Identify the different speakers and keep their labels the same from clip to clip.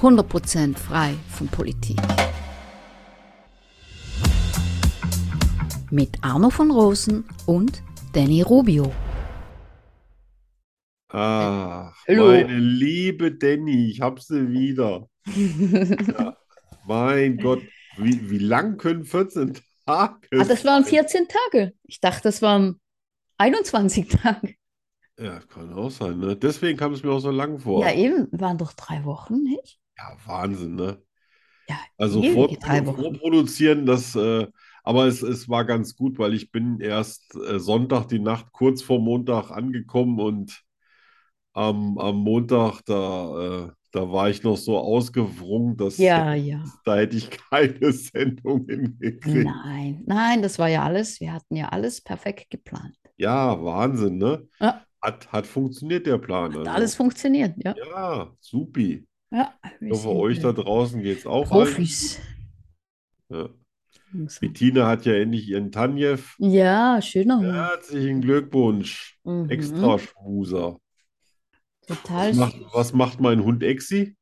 Speaker 1: Hundert Prozent frei von Politik. Mit Arno von Rosen und Danny Rubio.
Speaker 2: Ach,
Speaker 3: Hallo.
Speaker 2: meine liebe Danny, ich hab sie wieder. Ja. Mein Gott, wie, wie lang können 14 Tage
Speaker 3: Ah, das waren
Speaker 2: sein?
Speaker 3: 14 Tage. Ich dachte, das waren 21 Tage.
Speaker 2: Ja, kann auch sein, ne? Deswegen kam es mir auch so lang vor.
Speaker 3: Ja, eben, waren doch drei Wochen, nicht?
Speaker 2: Ja, Wahnsinn, ne?
Speaker 3: Ja,
Speaker 2: Also
Speaker 3: ewige
Speaker 2: vor,
Speaker 3: drei Wochen.
Speaker 2: vorproduzieren, das, äh, aber es, es war ganz gut, weil ich bin erst äh, Sonntag die Nacht kurz vor Montag angekommen und am, am Montag, da, äh, da war ich noch so ausgewrungen, dass
Speaker 3: Ja, ja.
Speaker 2: da hätte ich keine Sendung hingekriegt.
Speaker 3: Nein, nein, das war ja alles. Wir hatten ja alles perfekt geplant.
Speaker 2: Ja, Wahnsinn, ne?
Speaker 3: Ja.
Speaker 2: Hat, hat funktioniert der Plan.
Speaker 3: Hat
Speaker 2: also.
Speaker 3: alles funktioniert, ja.
Speaker 2: Ja, supi.
Speaker 3: Ja, wir
Speaker 2: Ich hoffe,
Speaker 3: sind,
Speaker 2: euch da halt.
Speaker 3: äh,
Speaker 2: draußen geht's auch allen.
Speaker 3: Profis.
Speaker 2: Ja. Bettina hat ja endlich ihren Tanjev.
Speaker 3: Ja, schöner Hund.
Speaker 2: Herzlichen Glückwunsch,
Speaker 3: Mhm.
Speaker 2: extra Schmuser.
Speaker 3: Total
Speaker 2: Was macht,
Speaker 3: süß.
Speaker 2: was macht mein Hund Exi?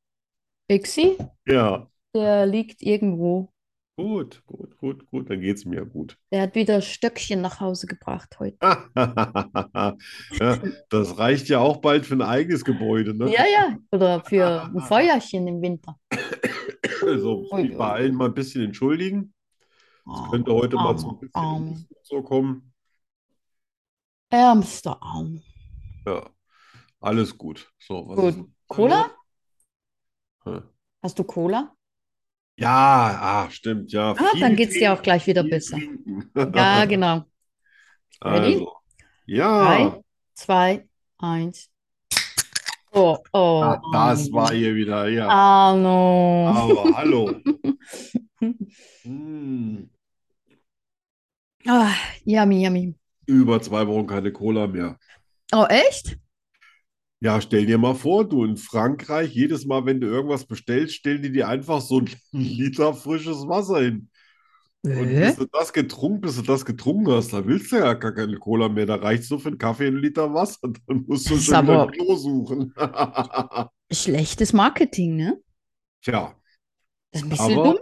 Speaker 3: Bixi,
Speaker 2: Ja,
Speaker 3: der liegt irgendwo.
Speaker 2: gut, gut, gut, gut, dann geht's mir gut.
Speaker 3: Der hat wieder Stöckchen nach Hause gebracht heute.
Speaker 2: ja, das reicht ja auch bald für ein eigenes Gebäude, ne?
Speaker 3: Ja, ja. Oder für
Speaker 2: Ah,
Speaker 3: ein Feuerchen im Winter.
Speaker 2: Also
Speaker 3: Ui,
Speaker 2: mich bei
Speaker 3: ui.
Speaker 2: allen mal ein bisschen entschuldigen. Es könnte heute mal so ein bisschen
Speaker 3: Arm.
Speaker 2: in die so kommen.
Speaker 3: Oh, Ärmster Arm.
Speaker 2: Ja, alles gut. So, was
Speaker 3: Gut.
Speaker 2: ist-
Speaker 3: Cola?
Speaker 2: Hm.
Speaker 3: Hast du Cola?
Speaker 2: Ja, ah, stimmt, ja.
Speaker 3: Ah,
Speaker 2: Viel
Speaker 3: dann geht's dir auch
Speaker 2: trinken,
Speaker 3: gleich wieder
Speaker 2: viel
Speaker 3: besser.
Speaker 2: trinken.
Speaker 3: Ja, genau. Ready?
Speaker 2: Also, ja.
Speaker 3: Drei, zwei, eins. Oh, oh, Ah.
Speaker 2: Ah, das
Speaker 3: Arno.
Speaker 2: war hier wieder, ja.
Speaker 3: Arno.
Speaker 2: Aber hallo. Hm,
Speaker 3: Ah, yummy, yummy.
Speaker 2: über zwei Wochen keine Cola mehr.
Speaker 3: Oh, echt?
Speaker 2: Ja, stell dir mal vor, du in Frankreich, jedes Mal, wenn du irgendwas bestellst, stellen die dir einfach so einen Liter frisches Wasser hin. Und bis du das getrunken, bis du das getrunken hast, da willst du ja gar keine Cola mehr. Da reicht so für einen Kaffee ein Liter Wasser. Dann musst du
Speaker 3: Das ist
Speaker 2: schon wieder
Speaker 3: aber-
Speaker 2: ein Klo suchen.
Speaker 3: Schlechtes Marketing, ne?
Speaker 2: Tja,
Speaker 3: Das ist ein bisschen dumm.
Speaker 2: aber,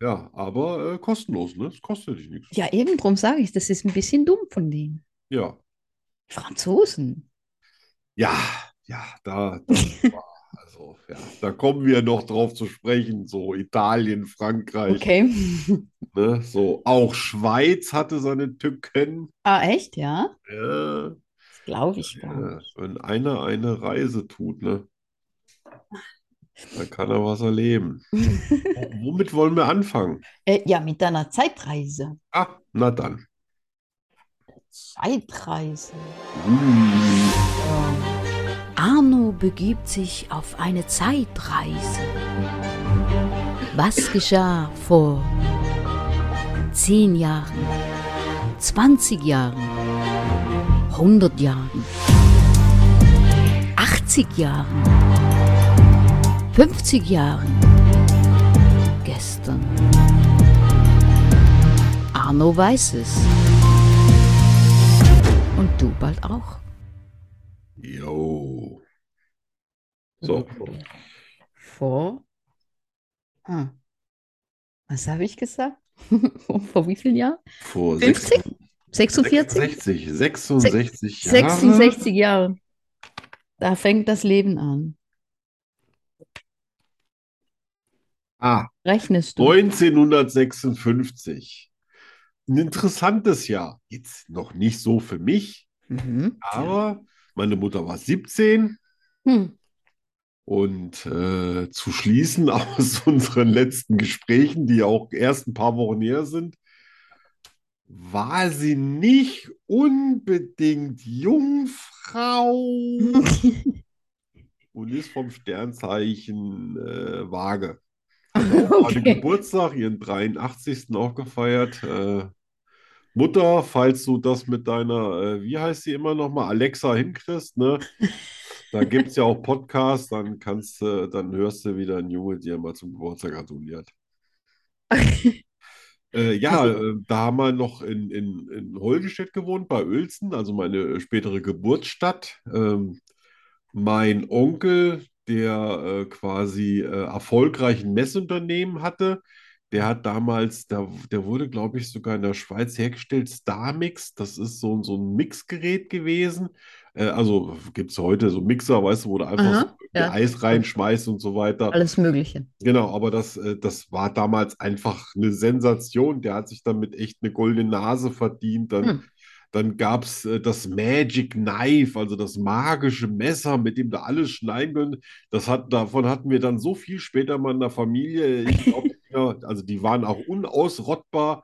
Speaker 2: ja, aber äh, kostenlos, ne? Es kostet dich nichts.
Speaker 3: Ja, eben drum sage ich, das ist ein bisschen dumm von denen.
Speaker 2: Ja.
Speaker 3: Franzosen.
Speaker 2: Ja, ja, da, das war, also, ja, da kommen wir noch drauf zu sprechen, so Italien, Frankreich,
Speaker 3: Okay.
Speaker 2: ne, so auch Schweiz hatte seine Tücken.
Speaker 3: Ah, echt? Ja?
Speaker 2: Ja,
Speaker 3: Das glaube ich gar nicht.
Speaker 2: ja, wenn einer eine Reise tut, ne, dann kann er was erleben. W- Womit wollen wir anfangen?
Speaker 3: Äh, ja, mit deiner Zeitreise.
Speaker 2: Ah, na dann.
Speaker 3: Zeitreise.
Speaker 2: Hm.
Speaker 1: Arno begibt sich auf eine Zeitreise. Was geschah vor 10 Jahren, 20 Jahren, 100 Jahren, 80 Jahren, 50 Jahren, gestern? Arno weiß es. Und du bald auch.
Speaker 2: Jo. So,
Speaker 3: Vor. Ah. Was habe ich gesagt? Vor wie vielen Jahren?
Speaker 2: vor
Speaker 3: 50? 46?
Speaker 2: 66, 66 Jahre.
Speaker 3: 66 Jahre. Da fängt das Leben an.
Speaker 2: Ah,
Speaker 3: Rechnest du?
Speaker 2: 1956. Ein interessantes Jahr. Jetzt noch nicht so für mich,
Speaker 3: Mhm.
Speaker 2: aber meine Mutter war 17
Speaker 3: Hm.
Speaker 2: und äh, zu schließen aus unseren letzten Gesprächen, die ja auch erst ein paar Wochen her sind, war sie nicht Ah, unbedingt Jungfrau. Und ist vom Sternzeichen äh, Waage. Hatte Geburtstag, ihren 83. auch gefeiert. Äh, Mutter, falls du das mit deiner, äh, wie heißt sie immer nochmal, Alexa hinkriegst, ne? Da gibt es ja auch Podcasts, dann kannst du, dann hörst du wieder einen Junge, der mal zum Geburtstag gratuliert. Äh, ja, äh, da haben wir noch in, in, in Holgenstedt gewohnt, bei Uelzen, also meine spätere Geburtsstadt. Ähm, mein Onkel, der äh, quasi äh, erfolgreich ein Messunternehmen hatte, der hat damals, der, der wurde, glaube ich, sogar in der Schweiz hergestellt, Starmix, das ist so, ein- so ein Mixgerät gewesen. Äh, also gibt es heute so Mixer, weißt du, wo du einfach
Speaker 3: Aha,
Speaker 2: so irgendwie
Speaker 3: ja.
Speaker 2: Eis reinschmeißt und so weiter.
Speaker 3: Alles Mögliche.
Speaker 2: Genau, aber das, äh, das war damals einfach eine Sensation. Der hat sich damit echt eine goldene Nase verdient. Dann,
Speaker 3: Hm.
Speaker 2: dann gab es äh, das Magic Knife, also das magische Messer, mit dem du alles schneiden können. Das hat, davon hatten wir dann so viel später mal in der Familie. Ich glaube, also die waren auch unausrottbar.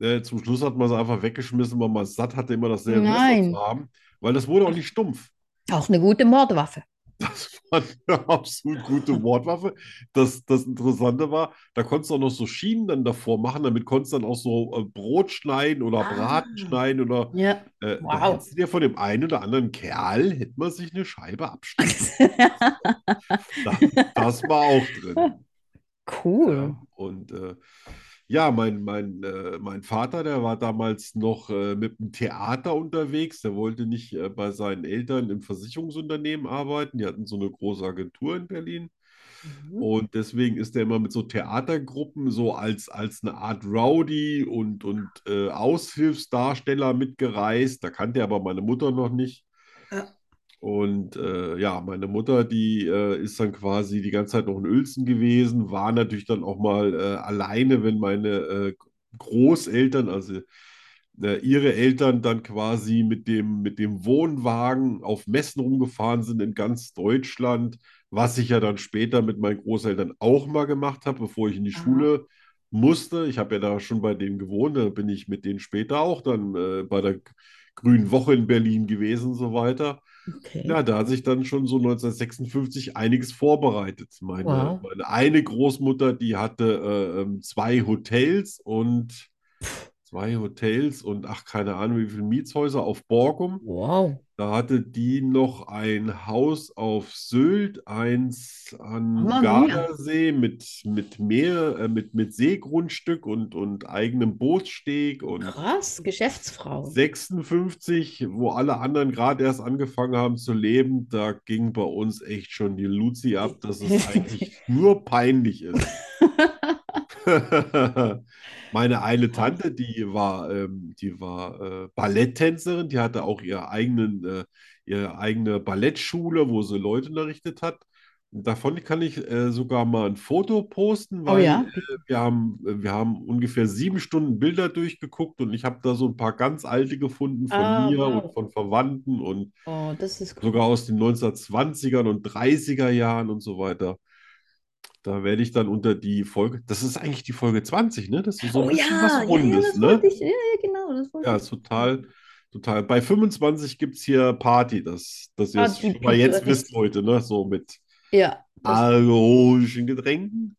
Speaker 2: Äh, zum Schluss hat man sie einfach weggeschmissen, weil man es satt hatte, immer dasselbe Messer
Speaker 3: Nein.
Speaker 2: zu haben, weil das wurde auch nicht stumpf.
Speaker 3: Auch eine gute Mordwaffe.
Speaker 2: Das war eine absolut gute Wortwaffe. Das, das Interessante war, da konntest du auch noch so Schienen dann davor machen, damit konntest du dann auch so äh, Brot schneiden oder
Speaker 3: Ah.
Speaker 2: Braten schneiden oder
Speaker 3: Ja.
Speaker 2: äh, da
Speaker 3: Wow.
Speaker 2: hättest du dir von dem einen oder anderen Kerl, hätte man sich eine Scheibe abschneiden. Da, das war auch drin.
Speaker 3: Hm. Cool.
Speaker 2: Ja. Und äh, ja, mein, mein, äh, mein Vater, der war damals noch äh, mit dem Theater unterwegs. Der wollte nicht äh, bei seinen Eltern im Versicherungsunternehmen arbeiten. Die hatten so eine große Agentur in Berlin.
Speaker 3: Mhm.
Speaker 2: Und deswegen ist er immer mit so Theatergruppen so als, als eine Art Rowdy und, und äh, Aushilfsdarsteller mitgereist. Da kannte er aber meine Mutter noch nicht.
Speaker 3: Ja.
Speaker 2: Und äh, ja, meine Mutter, die äh, ist dann quasi die ganze Zeit noch in Uelzen gewesen, war natürlich dann auch mal äh, alleine, wenn meine äh, Großeltern, also äh, ihre Eltern dann quasi mit dem, mit dem Wohnwagen auf Messen rumgefahren sind in ganz Deutschland, was ich ja dann später mit meinen Großeltern auch mal gemacht habe, bevor ich in die
Speaker 3: Ah.
Speaker 2: Schule musste. Ich habe ja da schon bei denen gewohnt, da bin ich mit denen später auch dann äh, bei der Grünen Woche in Berlin gewesen und so weiter.
Speaker 3: Okay.
Speaker 2: Ja, da hat sich dann schon so 1956 einiges vorbereitet. Meine,
Speaker 3: Wow.
Speaker 2: meine eine Großmutter, die hatte äh, ähm, zwei Hotels und zwei Hotels und ach, keine Ahnung, wie viele Mietshäuser auf Borkum.
Speaker 3: Wow.
Speaker 2: Da hatte die noch ein Haus auf Sylt, eins am
Speaker 3: Mamma mia.
Speaker 2: Gardasee mit, mit Meer, äh, mit, mit Seegrundstück und, und eigenem Bootssteg und
Speaker 3: Krass, Geschäftsfrau.
Speaker 2: 56, wo alle anderen gerade erst angefangen haben zu leben, da ging bei uns echt schon die Luzi ab, dass es eigentlich nur peinlich ist. Meine eine Tante, die war, ähm, die war äh, Balletttänzerin, die hatte auch ihre eigenen, äh, ihre eigene Ballettschule, wo sie Leute unterrichtet hat. Und davon kann ich äh, sogar mal ein Foto posten,
Speaker 3: Oh
Speaker 2: weil
Speaker 3: ja.
Speaker 2: wir haben, äh, wir haben ungefähr sieben Stunden Bilder durchgeguckt und ich habe da so ein paar ganz alte gefunden von
Speaker 3: Ah,
Speaker 2: mir und
Speaker 3: wow.
Speaker 2: von Verwandten und
Speaker 3: Oh, das ist cool.
Speaker 2: sogar aus den 1920ern und 30er Jahren und so weiter. Da werde ich dann unter die Folge, das ist eigentlich die Folge 20, ne? Das ist so ein
Speaker 3: Oh
Speaker 2: bisschen was
Speaker 3: ja, ja, ja,
Speaker 2: Rundes,
Speaker 3: das wollte
Speaker 2: ne?
Speaker 3: ich. Ja, ja, genau, das wollte
Speaker 2: Ja,
Speaker 3: ich.
Speaker 2: ist total, total. Bei 25 gibt es hier Party, das, dass ihr
Speaker 3: Ah,
Speaker 2: es
Speaker 3: die
Speaker 2: schon mal jetzt
Speaker 3: Pizzeria.
Speaker 2: wisst, Leute, ne? So mit
Speaker 3: Ja, das.
Speaker 2: alkoholischen Getränken.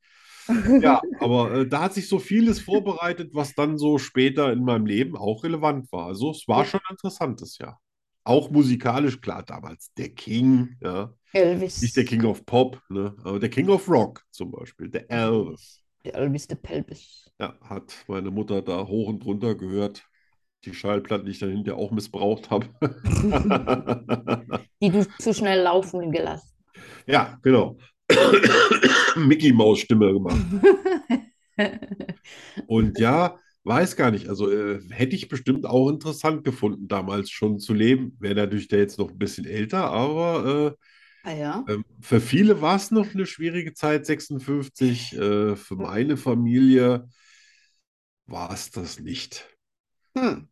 Speaker 2: Ja, aber äh, da hat sich so vieles vorbereitet, was dann so später in meinem Leben auch relevant war. Also es war
Speaker 3: Ja.
Speaker 2: schon ein interessantes Jahr. Auch musikalisch, klar, damals der King, ja. Nicht der
Speaker 3: Elvis.
Speaker 2: King of Pop, ne, aber der King of Rock zum Beispiel, der Elvis.
Speaker 3: Der Elvis, der Pelvis.
Speaker 2: Ja, hat meine Mutter da hoch und runter gehört. Die Schallplatten, die ich dann hinterher auch missbraucht habe.
Speaker 3: Die du zu schnell laufen gelassen.
Speaker 2: Ja, genau. Mickey Maus Stimme gemacht.
Speaker 3: Ah
Speaker 2: Und ja, weiß gar nicht. Also äh, hätte ich bestimmt auch interessant gefunden, damals schon zu leben. Wäre natürlich der jetzt noch ein bisschen älter, aber
Speaker 3: Ah ja.
Speaker 2: äh, ähm, für viele war es noch eine schwierige Zeit, 56. Äh, für meine Familie war es das nicht.
Speaker 3: Hm.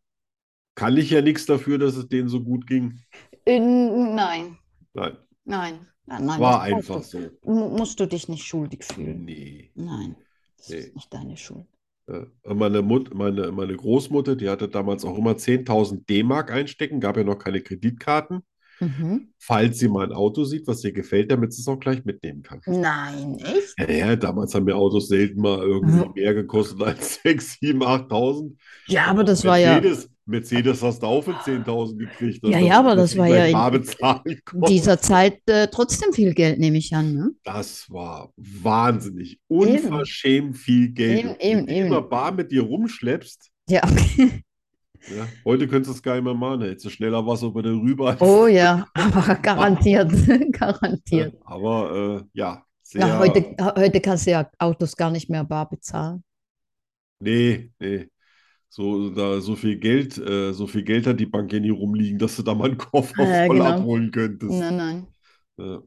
Speaker 2: Kann ich ja nichts dafür, dass es denen so gut ging.
Speaker 3: In, Äh, nein,
Speaker 2: Nein,
Speaker 3: nein, nein, nein, das
Speaker 2: war
Speaker 3: brauchst
Speaker 2: einfach
Speaker 3: du.
Speaker 2: so.
Speaker 3: Mu- musst du dich nicht schuldig fühlen.
Speaker 2: Nee.
Speaker 3: Nein, das
Speaker 2: Nee.
Speaker 3: ist nicht deine Schuld.
Speaker 2: Ja. Und Meine Mut, meine, meine Großmutter, die hatte damals auch immer 10.000 D-Mark einstecken, gab ja noch keine Kreditkarten.
Speaker 3: Mhm.
Speaker 2: falls sie mal ein Auto sieht, was ihr gefällt, damit sie es auch gleich mitnehmen kann.
Speaker 3: Nein, echt?
Speaker 2: Ja, ja, damals haben mir Autos selten mal irgendwie
Speaker 3: Mhm.
Speaker 2: mehr gekostet als 6, 7, 8.000.
Speaker 3: Ja, aber das war ja
Speaker 2: Mercedes, Mercedes hast du auch für 10.000 gekriegt.
Speaker 3: Ja, ja, aber das war ja in-
Speaker 2: in bezahlen
Speaker 3: in
Speaker 2: konnte.
Speaker 3: dieser Zeit äh, trotzdem viel Geld, nehme ich an. Ne?
Speaker 2: Das war wahnsinnig.
Speaker 3: Eben.
Speaker 2: Unverschämt viel Geld.
Speaker 3: Eben,
Speaker 2: Und wenn
Speaker 3: eben,
Speaker 2: du
Speaker 3: eben.
Speaker 2: immer bar mit dir rumschleppst.
Speaker 3: Ja.
Speaker 2: Ja, heute könntest du es gar nicht mehr machen. da Hättest du schneller was über den rüber. als-
Speaker 3: Oh ja, aber garantiert, garantiert.
Speaker 2: Aber äh, ja,
Speaker 3: Ja,
Speaker 2: sehr.
Speaker 3: heute, heute kannst du ja Autos gar nicht mehr bar bezahlen.
Speaker 2: Nee, nee. So, da, so viel Geld, äh, so viel Geld hat die Bank ja nie rumliegen, dass du da mal einen Koffer
Speaker 3: Ja,
Speaker 2: voll
Speaker 3: genau.
Speaker 2: abholen könntest.
Speaker 3: Nein, nein.
Speaker 2: Ja.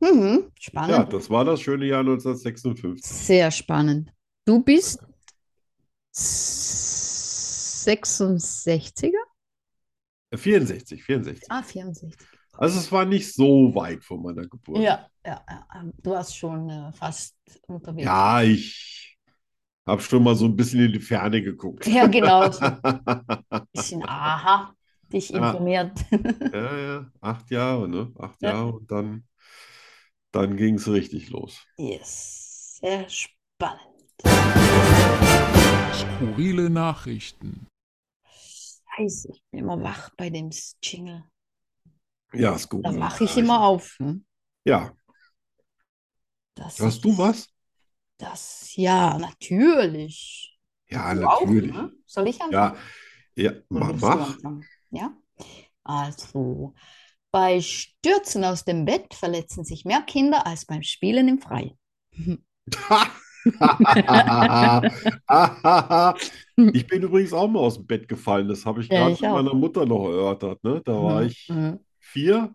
Speaker 3: Mhm,
Speaker 2: Ja,
Speaker 3: spannend.
Speaker 2: das war das schöne Jahr 1956.
Speaker 3: Sehr spannend. Du bist 66er?
Speaker 2: Äh, 64, 64.
Speaker 3: Ah, 64.
Speaker 2: Also es war nicht so weit von meiner Geburt.
Speaker 3: Ja, ja, ja. ähm, du warst schon äh, fast unterwegs.
Speaker 2: Ja, ich habe schon mal so ein bisschen in die Ferne geguckt.
Speaker 3: Ja, genau. So ein bisschen, aha, dich
Speaker 2: Ja.
Speaker 3: informiert.
Speaker 2: Ja, ja, acht Jahre, ne? Acht
Speaker 3: Ja.
Speaker 2: Jahre und dann, dann ging es richtig los.
Speaker 3: Yes, sehr spannend.
Speaker 4: Skurrile Nachrichten.
Speaker 3: Scheiße, ich bin immer wach bei dem Jingle.
Speaker 2: Ja, also. ist gut. ne?
Speaker 3: Da wache ich immer auf. Ne?
Speaker 2: Ja,
Speaker 3: Das
Speaker 2: hast du
Speaker 3: ist
Speaker 2: was?
Speaker 3: das. Ja, natürlich.
Speaker 2: Ja,
Speaker 3: Du auch,
Speaker 2: Ah, natürlich.
Speaker 3: ne? Soll ich anfangen?
Speaker 2: Ja, ja,
Speaker 3: Oder
Speaker 2: mach,
Speaker 3: willst du
Speaker 2: mach.
Speaker 3: anfangen? Ja. Also, bei Stürzen aus dem Bett verletzen sich mehr Kinder als beim Spielen im Freien.
Speaker 2: Ich bin übrigens auch mal aus dem Bett gefallen. Das habe ich
Speaker 3: Ja,
Speaker 2: gerade
Speaker 3: ich
Speaker 2: mit
Speaker 3: auch.
Speaker 2: meiner Mutter noch erörtert. Ne? Da war ich
Speaker 3: Mhm.
Speaker 2: vier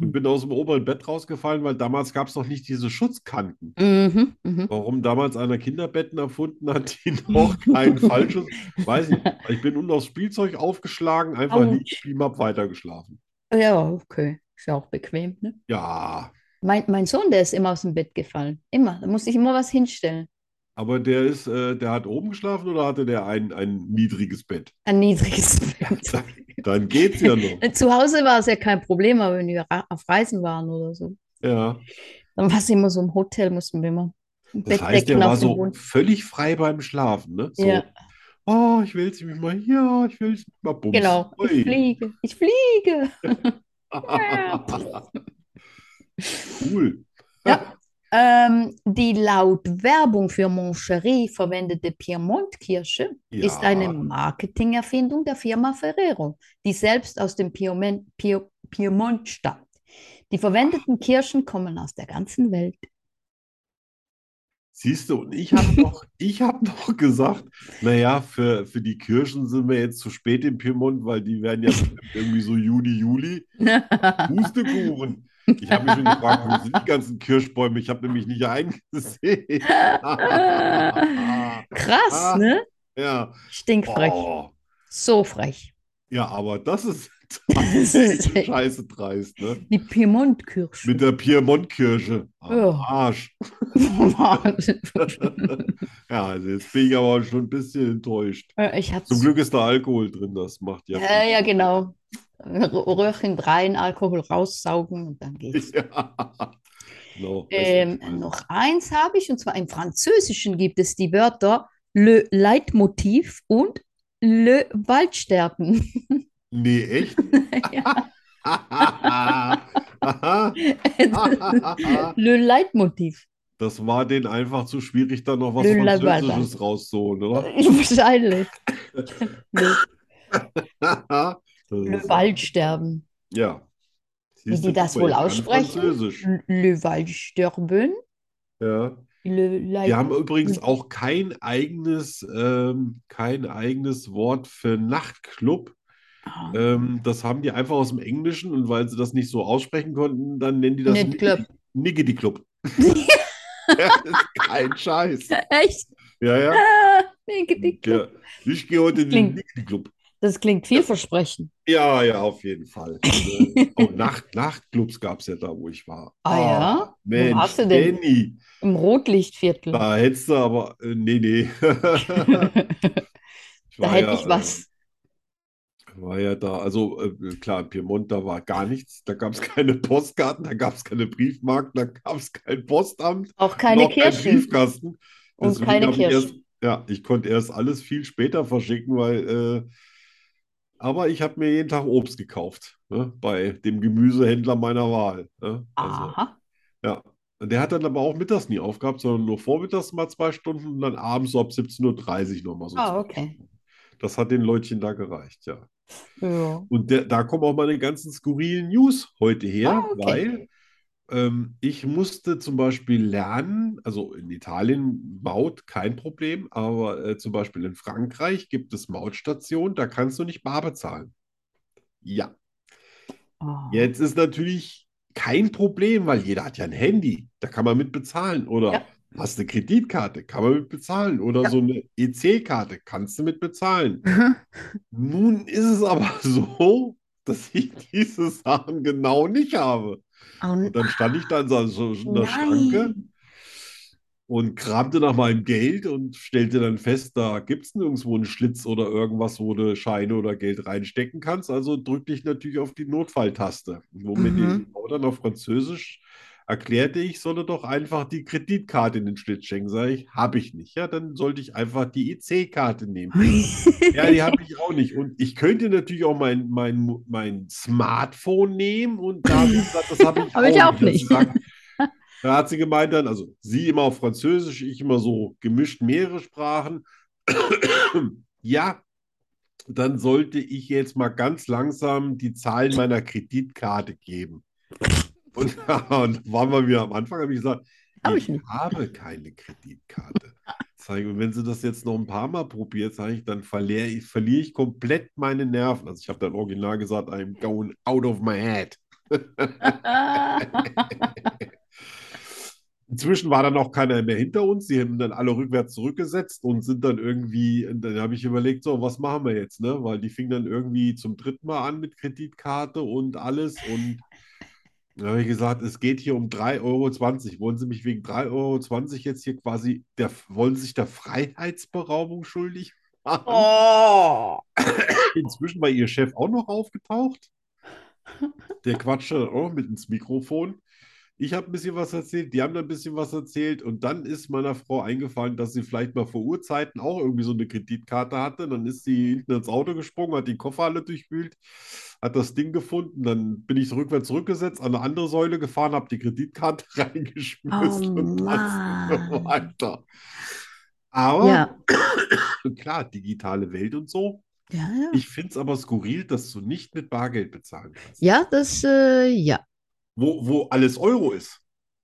Speaker 2: und bin aus dem oberen Bett rausgefallen, weil damals gab es noch nicht diese Schutzkanten.
Speaker 3: Mhm. Mhm.
Speaker 2: Warum damals einer Kinderbetten erfunden hat, die noch kein falsches, weiß nicht. Ich bin unten aufs Spielzeug aufgeschlagen, einfach
Speaker 3: Autsch.
Speaker 2: liegen, beam up, weitergeschlafen.
Speaker 3: Ja, okay. Ist ja auch bequem, ne?
Speaker 2: Ja,
Speaker 3: Mein, mein Sohn, der ist immer aus dem Bett gefallen. Immer. Da musste ich immer was hinstellen.
Speaker 2: aber der ist, äh, der hat oben geschlafen oder hatte der ein, ein niedriges Bett?
Speaker 3: Ein niedriges Bett. Äh,
Speaker 2: Dann, dann geht's ja noch.
Speaker 3: Zu Hause war es ja kein Problem, aber wenn wir ra- auf Reisen waren oder so,
Speaker 2: Ja.
Speaker 3: dann war es immer so im Hotel, mussten wir immer ein
Speaker 2: Das
Speaker 3: Bett
Speaker 2: heißt, der
Speaker 3: decken
Speaker 2: war
Speaker 3: auf den
Speaker 2: so
Speaker 3: Boden.
Speaker 2: völlig frei beim Schlafen, ne? So,
Speaker 3: Ja,
Speaker 2: oh, ich will jetzt mich mal hier, ich will jetzt mich mal bumsen.
Speaker 3: genau. Ich
Speaker 2: Ui.
Speaker 3: fliege. Ich fliege.
Speaker 2: Cool.
Speaker 3: Ja. Ähm, die laut Werbung für Moncherie verwendete Piemont-Kirsche ist
Speaker 2: Ja.
Speaker 3: eine Marketingerfindung der Firma Ferrero, die selbst aus dem Piemont, Pie- Piemont stammt. Die verwendeten Kirschen kommen aus der ganzen Welt.
Speaker 2: Siehst du, und ich habe noch, ich hab noch gesagt, naja, für, für die Kirschen sind wir jetzt zu spät im Piemont, weil die werden ja bestimmt irgendwie so Juni, Juli. Pustekuchen. Ich habe mich schon gefragt, wo sind die ganzen Kirschbäume? Ich habe nämlich nicht eingesehen. Ah.
Speaker 3: Krass, ne?
Speaker 2: Ja.
Speaker 3: Stinkfrech.
Speaker 2: Oh.
Speaker 3: So frech.
Speaker 2: Ja, aber das ist
Speaker 3: Das ist echt-
Speaker 2: scheiße dreist, ne?
Speaker 3: Die Piemont-Kirsche.
Speaker 2: Mit der Piemontkirche. Am
Speaker 3: Ja.
Speaker 2: Arsch. Ja, also jetzt bin ich aber schon ein bisschen enttäuscht.
Speaker 3: Äh, Ich hab's.
Speaker 2: Zum Glück ist da Alkohol drin, das macht ja.
Speaker 3: Ja, ja, genau. R- Röhrchen rein, Alkohol raussaugen und dann geht's.
Speaker 2: Ja. Genau,
Speaker 3: Ähm,
Speaker 2: besser.
Speaker 3: noch eins habe ich, und zwar im Französischen gibt es die Wörter Le Leitmotiv und Le Waldsterben.
Speaker 2: Nee, echt?
Speaker 3: Ja.
Speaker 2: Das
Speaker 3: Le Leitmotiv.
Speaker 2: war denen einfach zu schwierig, da noch was
Speaker 3: Lü- la-
Speaker 2: Französisches rauszuholen, oder?
Speaker 3: Wahrscheinlich. Le,
Speaker 2: Das
Speaker 3: Le
Speaker 2: ist-
Speaker 3: Waldsterben.
Speaker 2: Ja.
Speaker 3: Wie die das wohl aussprechen?
Speaker 2: Französisch.
Speaker 3: Le Waldsterben.
Speaker 2: Ja.
Speaker 3: Le Leit
Speaker 2: Wir haben übrigens
Speaker 3: hm.
Speaker 2: auch kein eigenes, ähm, kein eigenes Wort für Nachtclub.
Speaker 3: Ah,
Speaker 2: Ähm, das haben die einfach aus dem Englischen und weil sie das nicht so aussprechen konnten, dann nennen die das
Speaker 3: Nicht Club.
Speaker 2: Niggity Club. Ja, das ist kein Scheiß.
Speaker 3: Äh, Echt?
Speaker 2: Ja, ja.
Speaker 3: Ah, nee, die-
Speaker 2: ja. Ich gehe heute in den
Speaker 3: Klingt-
Speaker 2: Niggity Club.
Speaker 3: Das klingt vielversprechend.
Speaker 2: Ja, ja, auf jeden Fall. Äh, oh, Nacht, Nachtclubs gab es ja da, wo ich war.
Speaker 3: Ah, ja?
Speaker 2: Mensch,
Speaker 3: warst du denn?
Speaker 2: Danny,
Speaker 3: Im Rotllichtviertel.
Speaker 2: da hättest du aber. äh, Nee, nee.
Speaker 3: Da
Speaker 2: war
Speaker 3: hätte
Speaker 2: ja, äh,
Speaker 3: ich was.
Speaker 2: War ja da, also äh, klar, in Piemont, da war gar nichts. Da gab es keine Postkarten, da gab es keine Briefmarken, da gab es kein Postamt,
Speaker 3: Auch keine
Speaker 2: noch kein
Speaker 3: Kirschen.
Speaker 2: Briefkasten.
Speaker 3: Und
Speaker 2: Deswegen
Speaker 3: keine
Speaker 2: habe ich erst-
Speaker 3: Kirschen.
Speaker 2: Ja, ich konnte erst alles viel später verschicken, weil, äh, aber ich habe mir jeden Tag Obst gekauft, ne, bei dem Gemüsehändler meiner Wahl. Ne? Also,
Speaker 3: Aha.
Speaker 2: ja. Und der hat dann aber auch mittags nie aufgehabt, sondern nur vormittags mal zwei Stunden und dann abends so ab 17.30 Uhr nochmal so
Speaker 3: Ah,
Speaker 2: zwei
Speaker 3: okay.
Speaker 2: Stunden. Das hat den Leutchen da gereicht, ja.
Speaker 3: Ja.
Speaker 2: Und der, da kommen auch meine ganzen skurrilen News heute her,
Speaker 3: Ah,
Speaker 2: weil
Speaker 3: okay.
Speaker 2: ähm, ich musste zum Beispiel lernen, also in Italien Maut kein Problem, aber äh, zum Beispiel in Frankreich gibt es Mautstationen, da kannst du nicht bar bezahlen. Ja,
Speaker 3: Ah.
Speaker 2: jetzt ist natürlich kein Problem, weil jeder hat ja ein Handy, da kann man mit bezahlen oder
Speaker 3: Ja.
Speaker 2: hast eine Kreditkarte, kann man mit bezahlen oder
Speaker 3: Ja.
Speaker 2: so eine EC-Karte, kannst du mit bezahlen. Nun ist es aber so, dass ich diese Sachen genau nicht habe.
Speaker 3: Oh,
Speaker 2: Und dann stand ich da in so so einer Schranke und kramte nach meinem Geld und stellte dann fest, da gibt es nirgendwo einen Schlitz oder irgendwas, wo du Scheine oder Geld reinstecken kannst. Also drückte ich natürlich auf die Notfalltaste. Womit
Speaker 3: Mhm.
Speaker 2: die Frau dann auf Französisch erklärte, ich solle doch einfach die Kreditkarte in den Schlitz schenken. Sag ich, habe ich nicht. Ja, dann sollte ich einfach die EC-Karte nehmen. Ja, die habe ich auch nicht. Und ich könnte natürlich auch mein, mein, mein Smartphone nehmen und da habe ich gesagt, das habe ich
Speaker 3: Hab ich auch
Speaker 2: auch
Speaker 3: nicht.
Speaker 2: nicht. Da hat sie gesagt- Da hat sie gemeint dann, also sie immer auf Französisch, ich immer so gemischt mehrere Sprachen. Ja, dann sollte ich jetzt mal ganz langsam die Zahlen meiner Kreditkarte geben. Und, und waren wir wieder am Anfang, habe ich gesagt,
Speaker 3: Hab
Speaker 2: ich
Speaker 3: ich nicht.
Speaker 2: habe keine Kreditkarte. Zeige, und wenn sie das jetzt noch ein paar Mal probiert, sage ich, dann verliere ich, verliere ich komplett meine Nerven. Also ich habe dann original gesagt, I'm going out of my head.
Speaker 3: Ah.
Speaker 2: Inzwischen war dann auch keiner mehr hinter uns. Die haben dann alle rückwärts zurückgesetzt und sind dann irgendwie, und dann habe ich überlegt, so, was machen wir jetzt, ne? Weil die fingen dann irgendwie zum dritten Mal an mit Kreditkarte und alles. Und dann habe ich gesagt, es geht hier um 3,20 Euro. Wollen Sie mich wegen 3,20 Euro jetzt hier quasi, der, wollen Sie sich der Freiheitsberaubung schuldig machen?
Speaker 3: Oh.
Speaker 2: Inzwischen war ihr Chef auch noch aufgetaucht. Der quatschte dann auch noch mit ins Mikrofon. Ich habe ein bisschen was erzählt, die haben dann ein bisschen was erzählt und dann ist meiner Frau eingefallen, dass sie vielleicht mal vor Urzeiten auch irgendwie so eine Kreditkarte hatte. Dann ist sie hinten ins Auto gesprungen, hat die Koffer alle durchwühlt, hat das Ding gefunden. Dann bin ich rückwärts zurückgesetzt, an eine andere Säule gefahren, habe die Kreditkarte reingeschmissen
Speaker 3: Oh
Speaker 2: und dann sind wir
Speaker 3: Mann.
Speaker 2: weiter. Aber
Speaker 3: Ja.
Speaker 2: klar, digitale Welt und so.
Speaker 3: Ja, ja.
Speaker 2: Ich finde es aber skurril, dass du nicht mit Bargeld bezahlen kannst.
Speaker 3: Ja, das, äh, ja.
Speaker 2: Wo, wo alles Euro ist.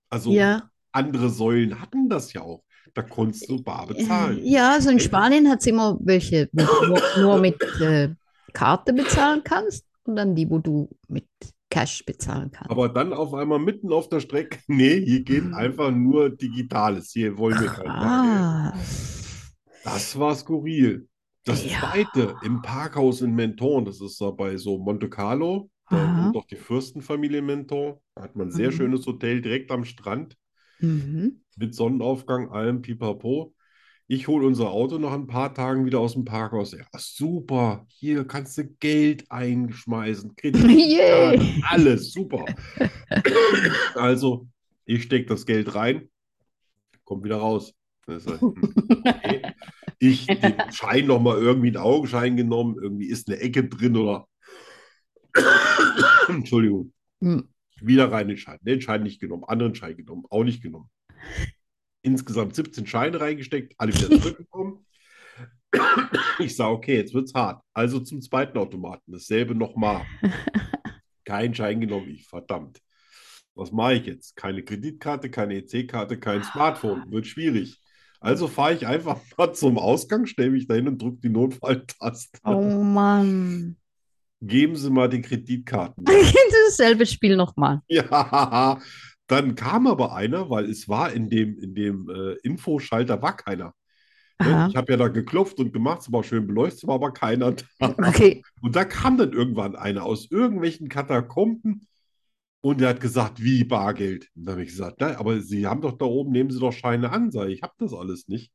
Speaker 2: Also
Speaker 3: Ja.
Speaker 2: andere Säulen hatten das ja auch. Da konntest du bar bezahlen.
Speaker 3: Äh, Ja, also in Spanien hat es immer welche, wo du nur- nur mit äh, Karte bezahlen kannst und dann die, wo du mit Cash bezahlen kannst.
Speaker 2: Aber dann auf einmal mitten auf der Strecke, nee, hier
Speaker 3: Mhm.
Speaker 2: geht einfach nur Digitales. Hier wollen wir kein
Speaker 3: Ah.
Speaker 2: Bargeld.
Speaker 3: Krass.
Speaker 2: Das war skurril. Das
Speaker 3: Ja.
Speaker 2: zweite im Parkhaus in Menton, das ist da bei so Monte Carlo, da
Speaker 3: Aha.
Speaker 2: wohnt doch die Fürstenfamilie in Menton. Da hat man ein sehr
Speaker 3: Mhm.
Speaker 2: schönes Hotel direkt am Strand.
Speaker 3: Mhm.
Speaker 2: mit Sonnenaufgang, allem Pipapo. Ich hole unser Auto nach ein paar Tagen wieder aus dem Parkhaus. Ja, super, hier kannst du Geld einschmeißen, Kreditkarte,
Speaker 3: Yay.
Speaker 2: alles super. Also, ich stecke das Geld rein, kommt wieder raus. Das ist halt, hm, okay. Ich den Schein noch mal irgendwie einen Augenschein genommen, irgendwie ist eine Ecke drin oder Entschuldigung
Speaker 3: Mhm.
Speaker 2: wieder rein den Schein. Den Schein nicht genommen, anderen Schein genommen, auch nicht genommen. Insgesamt 17 Scheine reingesteckt, alle wieder zurückgekommen. Ich sah, okay, jetzt wird's hart. Also zum zweiten Automaten, dasselbe nochmal. Kein Schein genommen, ich, verdammt. Was mache ich jetzt? Keine Kreditkarte, keine EC-Karte, kein Smartphone. Wird schwierig. Also fahre ich einfach mal zum Ausgang, stelle mich dahin und drücke die Notfalltaste.
Speaker 3: Oh Mann.
Speaker 2: Geben Sie mal die Kreditkarten.
Speaker 3: Dasselbe Spiel nochmal.
Speaker 2: Ja, dann kam aber einer, weil es war in dem, in dem äh, Infoschalter war keiner. Ne?
Speaker 3: Aha.
Speaker 2: Ich habe ja da geklopft und gemacht, es war schön beleuchtet, es war aber keiner da.
Speaker 3: Okay.
Speaker 2: Und da kam dann irgendwann einer aus irgendwelchen Katakomben und der hat gesagt, wie Bargeld? Und dann habe ich gesagt, nein, aber Sie haben doch da oben, nehmen Sie doch Scheine an, sag ich, ich habe das alles nicht.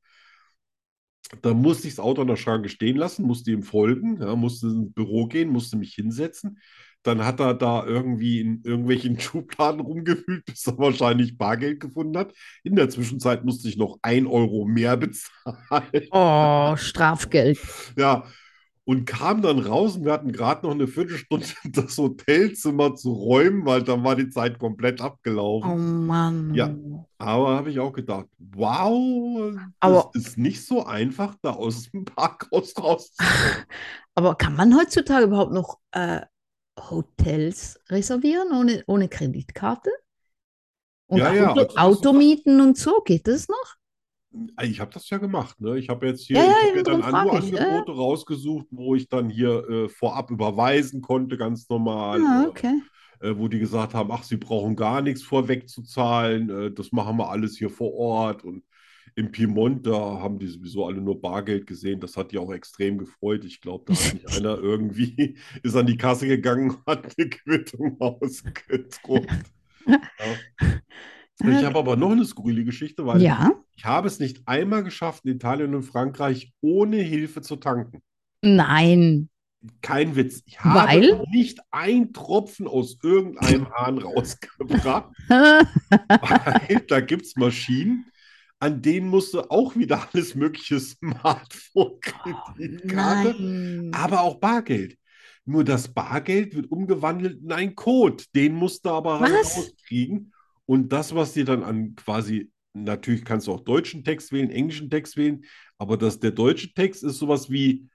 Speaker 2: Dann musste ich das Auto an der Schranke stehen lassen, musste ihm folgen, ja, musste ins Büro gehen, musste mich hinsetzen. Dann hat er da irgendwie in irgendwelchen Schubladen rumgewühlt, bis er wahrscheinlich Bargeld gefunden hat. In der Zwischenzeit musste ich noch ein Euro mehr bezahlen.
Speaker 3: Oh, Strafgeld.
Speaker 2: Ja, und kam dann raus und wir hatten gerade noch eine Viertelstunde, das Hotelzimmer zu räumen, weil dann war die Zeit komplett
Speaker 3: Oh
Speaker 2: abgelaufen.
Speaker 3: Mann.
Speaker 2: Ja. Aber habe ich auch gedacht, wow,
Speaker 3: Aber-
Speaker 2: das ist nicht so einfach, da aus dem Parkhaus rauszukommen.
Speaker 3: Aber kann man heutzutage überhaupt noch äh, Hotels reservieren ohne, ohne Kreditkarte? Und
Speaker 2: Ja, ja,
Speaker 3: Auto,
Speaker 2: also das-
Speaker 3: Automieten und so, geht das noch?
Speaker 2: Ah, Ich habe das ja gemacht, ne? Ich habe jetzt hier,
Speaker 3: Ja, ja,
Speaker 2: ich habe
Speaker 3: eben,
Speaker 2: dann
Speaker 3: darum
Speaker 2: nur
Speaker 3: frag ich, ja, ja.
Speaker 2: Angebote rausgesucht, wo ich dann hier äh, vorab überweisen konnte, ganz normal.
Speaker 3: Ah,
Speaker 2: äh,
Speaker 3: okay.
Speaker 2: äh, wo die gesagt haben, ach, sie brauchen gar nichts vorweg zu zahlen, äh, das machen wir alles hier vor Ort. Und im Piemont, da haben die sowieso alle nur Bargeld gesehen. Das hat die auch extrem gefreut. Ich glaube, da hat nicht einer irgendwie, ist an die Kasse gegangen und hat eine Quittung ausgedruckt. Ja. Ich habe aber noch eine skurrile Geschichte, weil
Speaker 3: Ja.
Speaker 2: ich habe es nicht einmal geschafft, in Italien und Frankreich ohne Hilfe zu tanken.
Speaker 3: Nein.
Speaker 2: Kein Witz. Ich habe
Speaker 3: Weil?
Speaker 2: nicht ein Tropfen aus irgendeinem Hahn rausgebracht. Weil da gibt es Maschinen, an denen musst du auch wieder alles mögliche Smartphone, Kreditkarte,
Speaker 3: Oh, Nein.
Speaker 2: aber auch Bargeld. Nur das Bargeld wird umgewandelt in einen Code. Den musst du aber halt
Speaker 3: Was?
Speaker 2: rauskriegen. Und das, was dir dann an quasi, natürlich kannst du auch deutschen Text wählen, englischen Text wählen, aber das, der deutsche Text ist sowas wie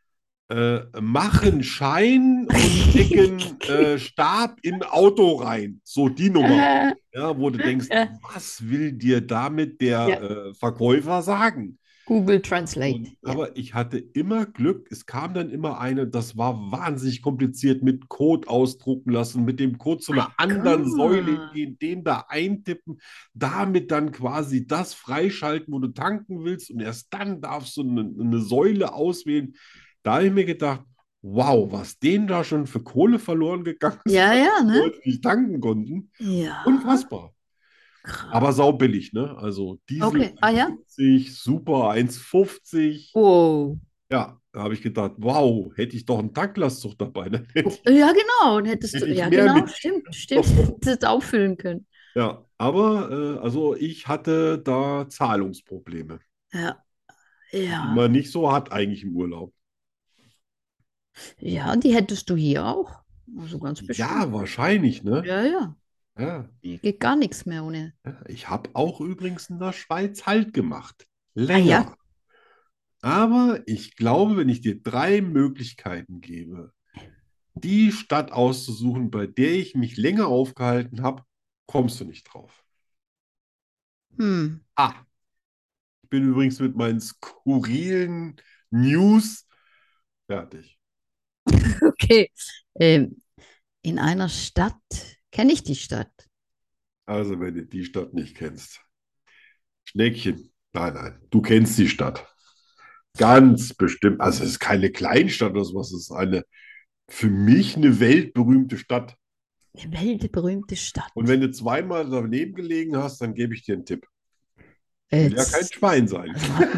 Speaker 2: äh, machen Schein und dicken äh, Stab in Auto rein. So die Nummer.
Speaker 3: Äh,
Speaker 2: Ja, wo du denkst,
Speaker 3: Ja.
Speaker 2: was will dir damit der äh, Verkäufer sagen?
Speaker 3: Google Translate.
Speaker 2: Und,
Speaker 3: Ja.
Speaker 2: aber ich hatte immer Glück, es kam dann immer eine, das war wahnsinnig kompliziert, mit Code ausdrucken lassen, mit dem Code zu einer anderen
Speaker 3: Gott.
Speaker 2: Säule gehen, den da eintippen, damit dann quasi das freischalten, wo du tanken willst und erst dann darfst du eine, eine Säule auswählen. Da habe ich mir gedacht, wow, was denen da schon für Kohle verloren gegangen ist,
Speaker 3: Ja, ja,
Speaker 2: die
Speaker 3: ne?
Speaker 2: Leute nicht tanken konnten.
Speaker 3: Ja.
Speaker 2: Unfassbar.
Speaker 3: krass.
Speaker 2: Aber saubillig, ne? Also Diesel
Speaker 3: Okay, ah ja.
Speaker 2: 1,50, super 1,50.
Speaker 3: Wow.
Speaker 2: Ja, da habe ich gedacht, wow, hätte ich doch einen Tanklastzug dabei. Ne?
Speaker 3: Ja, genau. Und hättest
Speaker 2: Hätte
Speaker 3: du,
Speaker 2: ich
Speaker 3: ja,
Speaker 2: mehr
Speaker 3: genau,
Speaker 2: mit-
Speaker 3: stimmt, stimmt. Hättest du es auffüllen können.
Speaker 2: Ja, aber äh, also ich hatte da Zahlungsprobleme,
Speaker 3: Ja.
Speaker 2: die
Speaker 3: Ja.
Speaker 2: man nicht so hat eigentlich im Urlaub.
Speaker 3: Ja, die hättest du hier auch. Also ganz bestimmt.
Speaker 2: Ja, wahrscheinlich, ne?
Speaker 3: Ja, ja.
Speaker 2: Ja.
Speaker 3: Hier geht gar nichts mehr ohne.
Speaker 2: Ich habe auch übrigens in der Schweiz Halt
Speaker 3: Ah,
Speaker 2: gemacht.
Speaker 3: ja.
Speaker 2: Länger. Aber ich glaube, wenn ich dir drei Möglichkeiten gebe, die Stadt auszusuchen, bei der ich mich länger aufgehalten habe, kommst du nicht drauf.
Speaker 3: Hm.
Speaker 2: Ah, ich bin übrigens mit meinen skurrilen News fertig.
Speaker 3: Okay. Ähm, in einer Stadt, kenne ich die Stadt.
Speaker 2: Also, wenn du die Stadt nicht kennst. Schneckchen, nein, nein, du kennst die Stadt. Ganz bestimmt. Also, es ist keine Kleinstadt oder sowas, es ist eine für mich eine weltberühmte Stadt.
Speaker 3: Eine weltberühmte Stadt.
Speaker 2: Und wenn du zweimal daneben gelegen hast, dann gebe ich dir einen Tipp. Will ja kein
Speaker 3: Jetzt,
Speaker 2: Schwein sein.
Speaker 3: Äh, warte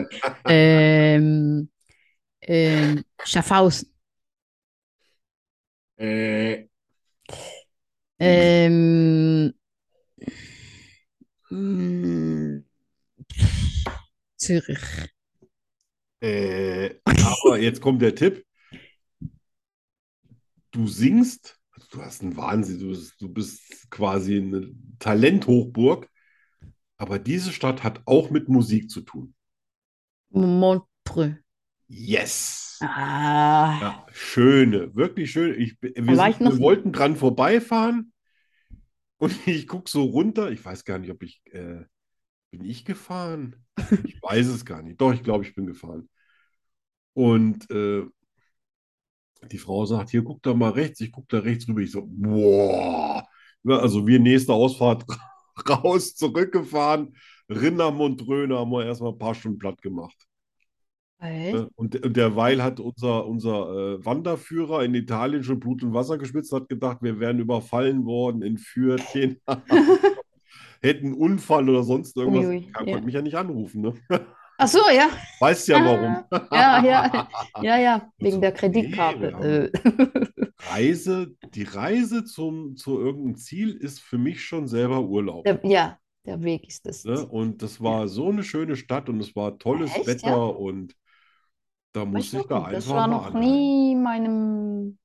Speaker 3: mal. ähm, ähm, Schaffhausen.
Speaker 2: Äh,
Speaker 3: Ähm, mm, Zürich.
Speaker 2: Äh, aber jetzt kommt der Tipp. Du singst, also du hast einen Wahnsinn, du bist, du bist quasi eine Talenthochburg, aber diese Stadt hat auch mit Musik zu tun.
Speaker 3: Montreux.
Speaker 2: Yes!
Speaker 3: Ah.
Speaker 2: Ja, schöne, wirklich schön. Ich, wir
Speaker 3: war
Speaker 2: sind,
Speaker 3: ich noch
Speaker 2: wir
Speaker 3: nie.
Speaker 2: wollten dran vorbeifahren und ich gucke so runter. Ich weiß gar nicht, ob ich, äh, bin ich gefahren? Ich weiß es gar nicht. Doch, ich glaube, ich bin gefahren. Und äh, die Frau sagt, hier, guck da mal rechts. Ich gucke da rechts rüber. Ich so, boah. Ja, also wir nächste Ausfahrt raus, zurückgefahren. Rinder Montröner haben wir erstmal ein paar Stunden platt gemacht.
Speaker 3: Echt?
Speaker 2: Ne? Und, und derweil hat unser, unser äh, Wanderführer in Italien schon Blut und Wasser geschwitzt, hat gedacht, wir wären überfallen worden, entführt, hätten einen Unfall oder sonst irgendwas.
Speaker 3: Uiui,
Speaker 2: Er
Speaker 3: ja.
Speaker 2: konnte mich ja nicht anrufen. Ne?
Speaker 3: Ach so, ja.
Speaker 2: Weißt ja warum.
Speaker 3: Ja, ah, ja, ja, ja, wegen der
Speaker 2: Nee,
Speaker 3: Kreditkarte. Äh.
Speaker 2: Reise, die Reise zum, zu irgendeinem Ziel ist für mich schon selber Urlaub.
Speaker 3: Der, ja, der Weg ist es.
Speaker 2: Ne? Und das war so eine schöne Stadt und es war tolles
Speaker 3: Echt, ja?
Speaker 2: Wetter und da
Speaker 3: Weiß
Speaker 2: musste ich
Speaker 3: noch
Speaker 2: da
Speaker 3: nicht, das
Speaker 2: einfach
Speaker 3: war
Speaker 2: mal
Speaker 3: noch
Speaker 2: anhalten.
Speaker 3: nie meinem,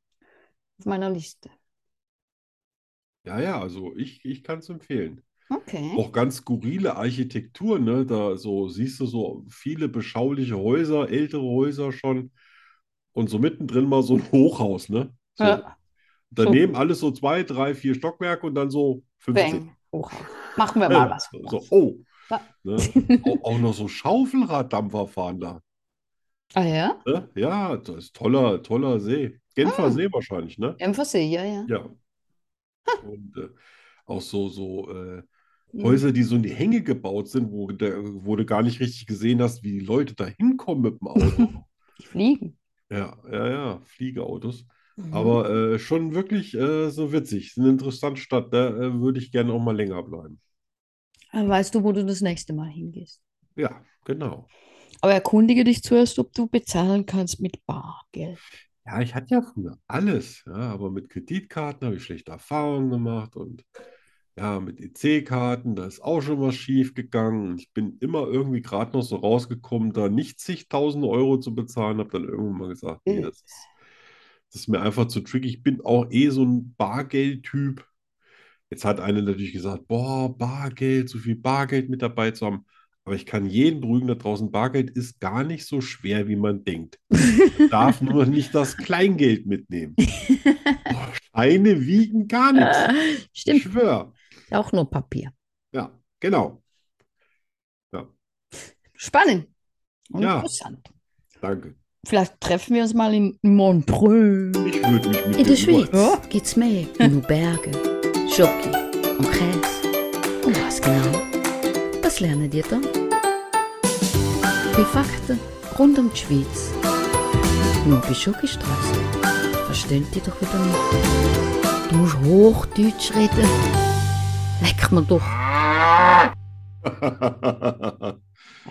Speaker 3: auf meiner Liste.
Speaker 2: Ja, ja, also ich, ich kann es empfehlen.
Speaker 3: Okay.
Speaker 2: Auch ganz skurrile Architektur, ne? Da so siehst du so viele beschauliche Häuser, ältere Häuser schon und so mittendrin mal so ein Hochhaus, ne? So
Speaker 3: Ja.
Speaker 2: daneben alles so zwei, drei, vier Stockwerke und dann so 50.
Speaker 3: Bang. Hoch. Machen wir mal
Speaker 2: Ja,
Speaker 3: was.
Speaker 2: so, oh.
Speaker 3: Ja.
Speaker 2: Ne? Auch, auch noch so Schaufelraddampfer fahren da.
Speaker 3: Ah ja?
Speaker 2: Ne? Ja, das ist toller, toller See. Genfer
Speaker 3: Ah.
Speaker 2: See wahrscheinlich, ne?
Speaker 3: Emphasy, ja, ja.
Speaker 2: Ja.
Speaker 3: Hm.
Speaker 2: Und äh, auch so, so äh,
Speaker 3: Mhm.
Speaker 2: Häuser, die so in die Hänge gebaut sind, wo, der, wo du gar nicht richtig gesehen hast, wie die Leute da hinkommen mit dem Auto.
Speaker 3: Die fliegen.
Speaker 2: Ja, ja, ja, Fliegeautos.
Speaker 3: Mhm.
Speaker 2: Aber äh, schon wirklich äh, so witzig. Ist eine interessante Stadt. Da äh, würde ich gerne auch mal länger bleiben.
Speaker 3: Dann weißt du, wo du das nächste Mal hingehst.
Speaker 2: Ja, genau.
Speaker 3: Aber erkundige dich zuerst, ob du bezahlen kannst mit Bargeld.
Speaker 2: Ja, ich hatte ja früher alles, ja, aber mit Kreditkarten habe ich schlechte Erfahrungen gemacht und ja, mit EC-Karten, da ist auch schon was schief gegangen. Und ich bin immer irgendwie gerade noch so rausgekommen, da nicht zigtausende Euro zu bezahlen, habe dann irgendwann mal gesagt, nee,
Speaker 3: Äh.
Speaker 2: das ist, das ist mir einfach zu tricky. Ich bin auch eh so ein Bargeldtyp. Jetzt hat einer natürlich gesagt, boah, Bargeld, so viel Bargeld mit dabei zu haben. Aber ich kann jeden beruhigen da draußen, Bargeld ist gar nicht so schwer, wie man denkt darf nur nicht das Kleingeld mitnehmen. Boah, Scheine wiegen gar nichts. Ich
Speaker 3: Äh, Stimmt,
Speaker 2: schwöre.
Speaker 3: auch nur Papier.
Speaker 2: Ja, genau.
Speaker 3: Spannend und
Speaker 2: Ja.
Speaker 3: interessant.
Speaker 2: Danke.
Speaker 3: Vielleicht treffen wir uns mal in Montreux.
Speaker 2: Ich würde mich mit
Speaker 1: In
Speaker 2: dir
Speaker 1: der Schweiz
Speaker 2: über-
Speaker 1: gibt's mehr. Nur Berge, Schoki und Käse. Und was genau? Das lernen die dann. Die Fakten rund um die Schweiz. Nur bei Schokistraße. Verstehen die doch wieder nicht. Du musst Hochdeutsch reden. Leck mir doch.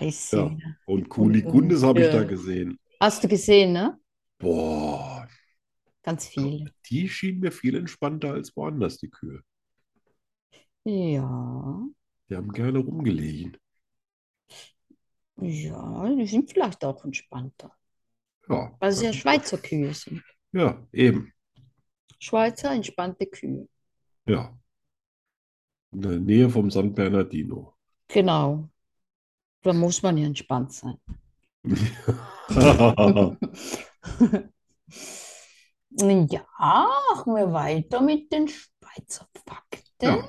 Speaker 3: I see.
Speaker 2: Ja. Und Kunigundes habe ich da
Speaker 3: Ja.
Speaker 2: gesehen.
Speaker 3: Hast du gesehen, ne?
Speaker 2: Boah,
Speaker 3: Ganz viele.
Speaker 2: die schienen mir viel entspannter als woanders, die Kühe.
Speaker 3: Ja,
Speaker 2: Die haben gerne rumgelegen.
Speaker 3: ja, die sind vielleicht auch entspannter,
Speaker 2: Ja,
Speaker 3: weil sie ja Schweizer Kühe sind.
Speaker 2: ja, eben.
Speaker 3: Schweizer entspannte Kühe.
Speaker 2: Ja. In der Nähe vom San Bernardino.
Speaker 3: Genau. Da muss man ja entspannt sein. Ja, machen wir weiter mit den Schweizer Fakten.
Speaker 2: Ja.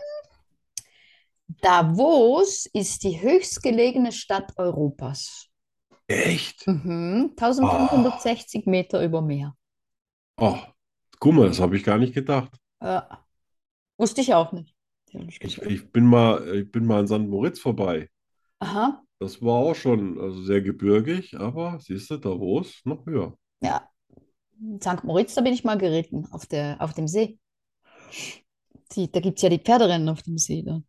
Speaker 3: Davos ist die höchstgelegene Stadt Europas.
Speaker 2: Echt?
Speaker 3: Mhm, 1560 Meter über Meer.
Speaker 2: Ach, guck mal, das habe ich gar nicht gedacht.
Speaker 3: Äh, wusste ich auch nicht. ehrlich
Speaker 2: Ah. Ich,
Speaker 3: gesagt.
Speaker 2: ich bin mal, ich bin mal in St. Moritz vorbei.
Speaker 3: Aha,
Speaker 2: Das war auch schon also sehr gebirgig, aber siehst du, Davos noch höher.
Speaker 3: ja. In St. Moritz, da bin ich mal geritten, auf der, auf dem See. Die, da gibt es ja die Pferderennen auf dem See dann.